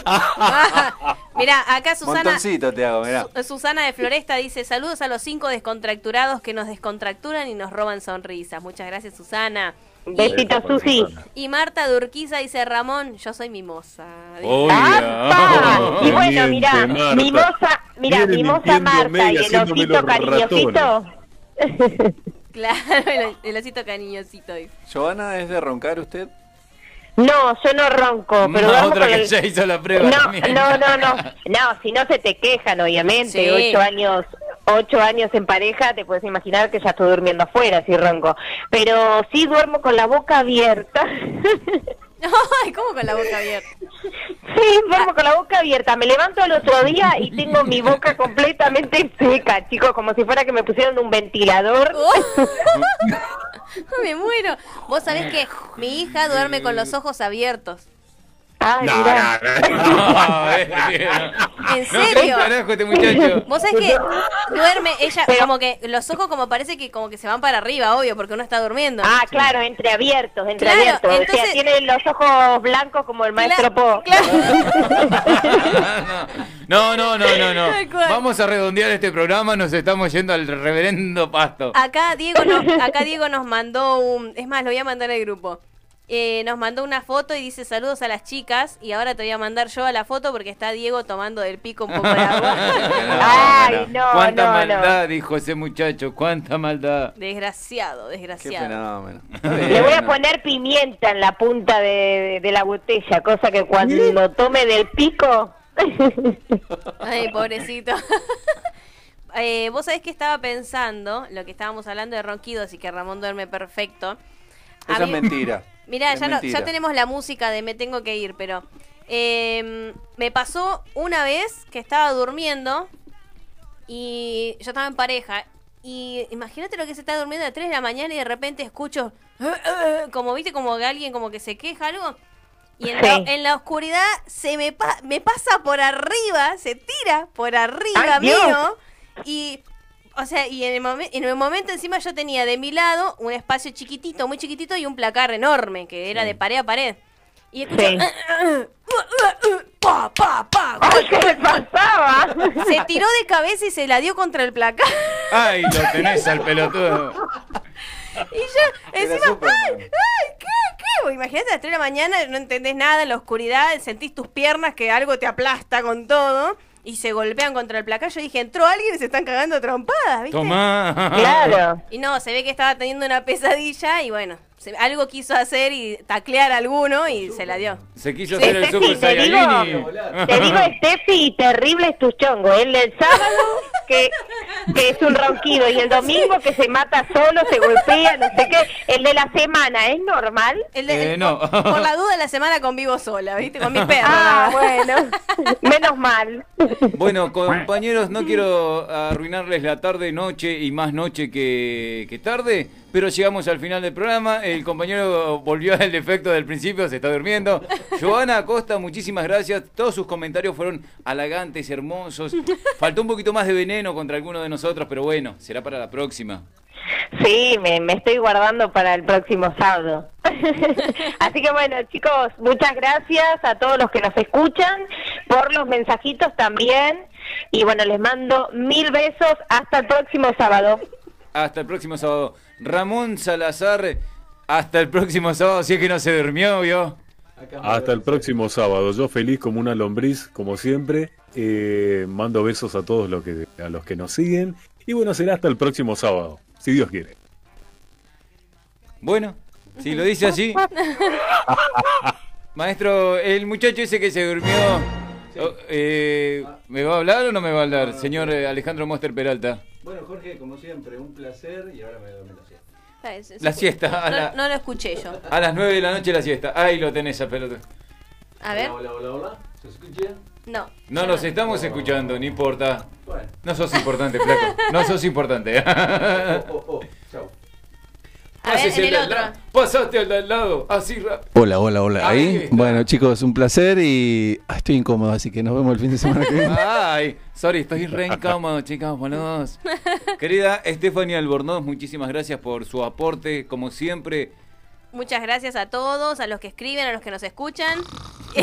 Mira, acá Susana, Montoncito te hago, mirá. Su- Susana de Floresta dice saludos a los cinco descontracturados que nos descontracturan y nos roban sonrisas. Muchas gracias Susana. Y, Besito, Susi. y Marta Durquiza dice Ramón, yo soy mimosa. ¡Apa! Y bueno, ah, Miente, mirá, Marta. mimosa, mirá, Viene mimosa mintiéndome Marta y y el haciéndome osito los cariñosito. ratones. Claro, el, el osito cariñosito. dice. ¿Giovanna es de roncar usted? No, yo no ronco, pero No, duermo otra con que el- ya hizo la No, prueba. también. no, no, no. No, si no se te quejan, obviamente. Sí. Ocho años, ocho años en pareja, te puedes imaginar que ya estoy durmiendo afuera, si ronco. Pero sí duermo con la boca abierta. Ay, ¿cómo con la boca abierta? sí, duermo con la boca abierta. Me levanto al otro día y tengo mi boca completamente seca, chicos, como si fuera que me pusieran un ventilador. Oh. Me muero. Vos sabés que mi hija duerme con los ojos abiertos. Ay, No, mirá. No, eh, no. ¿En No, ¿qué serio? carajo este muchacho? Vos sabés que duerme ella como que los ojos como parece que como que se van para arriba, obvio, porque uno está durmiendo. Ah, claro, entreabiertos, entreabiertos. o entonces- sea, tiene los ojos blancos como el maestro Po. No, no, no, no, no. Tal cual. Vamos a redondear este programa, nos estamos yendo al reverendo pasto. Acá Diego nos, acá Diego nos mandó un, es más, lo voy a mandar al grupo. Eh, nos mandó una foto y dice saludos a las chicas y ahora te voy a mandar yo a la foto porque está Diego tomando del pico un poco de agua. Ay, no, cuánta no, maldad, dijo ese muchacho, cuánta maldad. Desgraciado, Qué desgraciado. fenómeno. no. Le voy a poner pimienta en la punta de, de la botella, cosa que cuando lo tome del pico... Ay, pobrecito. Eh, Vos sabés que estaba pensando, lo que estábamos hablando de ronquidos y que Ramón duerme perfecto. A Esa es mí- mentira. Mirá, Es ya, no- mentira. ya tenemos la música de Me Tengo que ir, pero eh, me pasó una vez que estaba durmiendo y yo estaba en pareja. Y imagínate lo que se está durmiendo a "Eh, 3 de la mañana y de repente escucho, como viste, como que alguien como que se queja algo. Y en, la, en la oscuridad se me, pa- me pasa por arriba, se tira por arriba ¡Ay, mío. Dios! Y, o sea, y en el, momen- en el momento encima yo tenía de mi lado un espacio chiquitito, muy chiquitito y un placar enorme que era de pared a pared. Y escucho, Sí. pa, pa, pa. Se tiró de cabeza y se la dio contra el placar. Ay, lo tenés al pelotudo. Y yo, Era encima, Superman. ¡ay! ¡ay! ¿Qué? ¿Qué? Bueno, Imagínate a las 3 de la mañana, no entendés nada en la oscuridad, sentís tus piernas que algo te aplasta con todo y se golpean contra el placar. Yo dije, entró alguien y se están cagando a trompadas, ¿viste? Tomá. Y no, se ve que estaba teniendo una pesadilla y bueno, se- algo quiso hacer y taclear a alguno y se la dio. Se quiso Sí, hacer el sí, Super sí, te digo- Saiyajin. y- Te digo, Steffi, terrible es tu chongo. El del sábado, que, que es un ronquido, y el domingo, que se mata solo, se golpea, no sé qué. El de la semana, ¿es normal? El de- Eh, no. Por la duda de la semana convivo sola, ¿viste? Con mis perros. Ah, bueno. Menos mal. Bueno, compañeros, Mm. no quiero arruinarles la tarde, noche y más noche que, que tarde, pero llegamos al final del programa. El compañero volvió al defecto del principio, se está durmiendo. Joana Acosta, muchísimas gracias. Todos sus comentarios fueron halagantes, hermosos. Faltó un poquito más de veneno contra alguno de nosotros, pero bueno, será para la próxima. Sí, me, me estoy guardando para el próximo sábado. Así que bueno, chicos, muchas gracias a todos los que nos escuchan por los mensajitos también. Y bueno, les mando mil besos. Hasta el próximo sábado. Hasta el próximo sábado. Ramón Salazar, hasta el próximo sábado, si es que no se durmió, ¿vio? Hasta el próximo sábado. Yo feliz como una lombriz, como siempre. Eh, mando besos a todos los que, a los que nos siguen. Y bueno, será hasta el próximo sábado, si Dios quiere. Bueno, si lo dice así. Maestro, el muchacho ese que se durmió. oh, eh, ¿Me va a hablar o no me va a hablar, señor eh, Alejandro Moster Peralta? Bueno, Jorge, como siempre, un placer y ahora me doy la siesta. La siesta, a, No, la- no lo escuché yo. a las 9 de la noche la siesta. Ahí lo tenés a pelota. A ver. Hola, hola, hola. ¿Se escucha? No. No nos estamos escuchando, no importa. No sos importante, flaco. No sos importante. Pases en el al de al Ah, la- Pasaste al de al lado, así rápido. Hola, hola, hola. Ahí Ahí. está. Bueno, chicos, un placer y ah, estoy incómodo, así que nos vemos el fin de semana que viene. Ay, sorry, estoy re incómodo, chicas, boludos. Querida Estefania Albornoz, muchísimas gracias por su aporte, como siempre. Muchas gracias a todos, a los que escriben, a los que nos escuchan.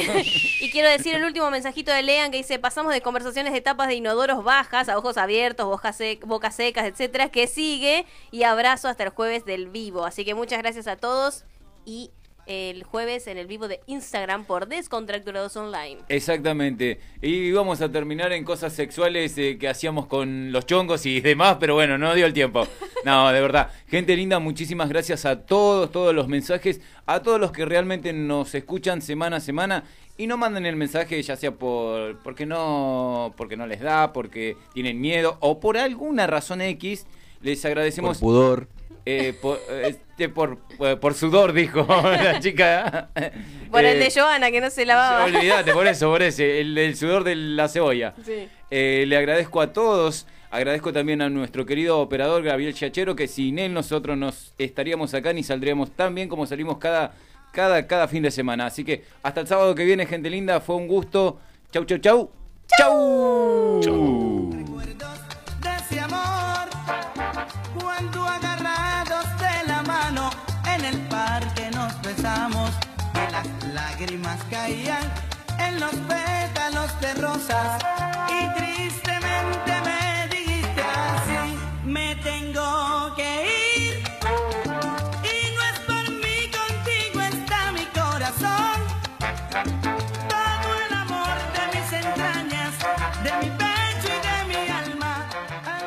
y quiero decir el último mensajito de Lean que dice, pasamos de conversaciones de tapas de inodoros bajas a ojos abiertos, bocas, sec- bocas secas, etcétera, que sigue y abrazo hasta el jueves del vivo. Así que muchas gracias a todos y el jueves en el vivo de Instagram por Descontracturados Online. Exactamente. Y vamos a terminar en cosas sexuales eh, que hacíamos con los chongos y demás, pero bueno, no dio el tiempo. No, de verdad. Gente linda, muchísimas gracias a todos, todos los mensajes, a todos los que realmente nos escuchan semana a semana y no manden el mensaje ya sea por porque no porque no les da, porque tienen miedo o por alguna razón X. Les agradecemos Por pudor. eh, por, este, por, por sudor, dijo la chica. Por el Eh, de Joana que no se lavaba. Olvídate, por eso, por ese, el, el sudor de la cebolla. Sí. Eh, le agradezco a todos, agradezco también a nuestro querido operador Gabriel Chachero, que sin él nosotros nos estaríamos acá ni saldríamos tan bien como salimos cada, cada, cada fin de semana. Así que hasta el sábado que viene, gente linda, fue un gusto. Chau, chau, chau. Chau. de ese amor cuando agarrados de la mano en el parque nos besamos y las lágrimas caían en los pétalos de rosas y triste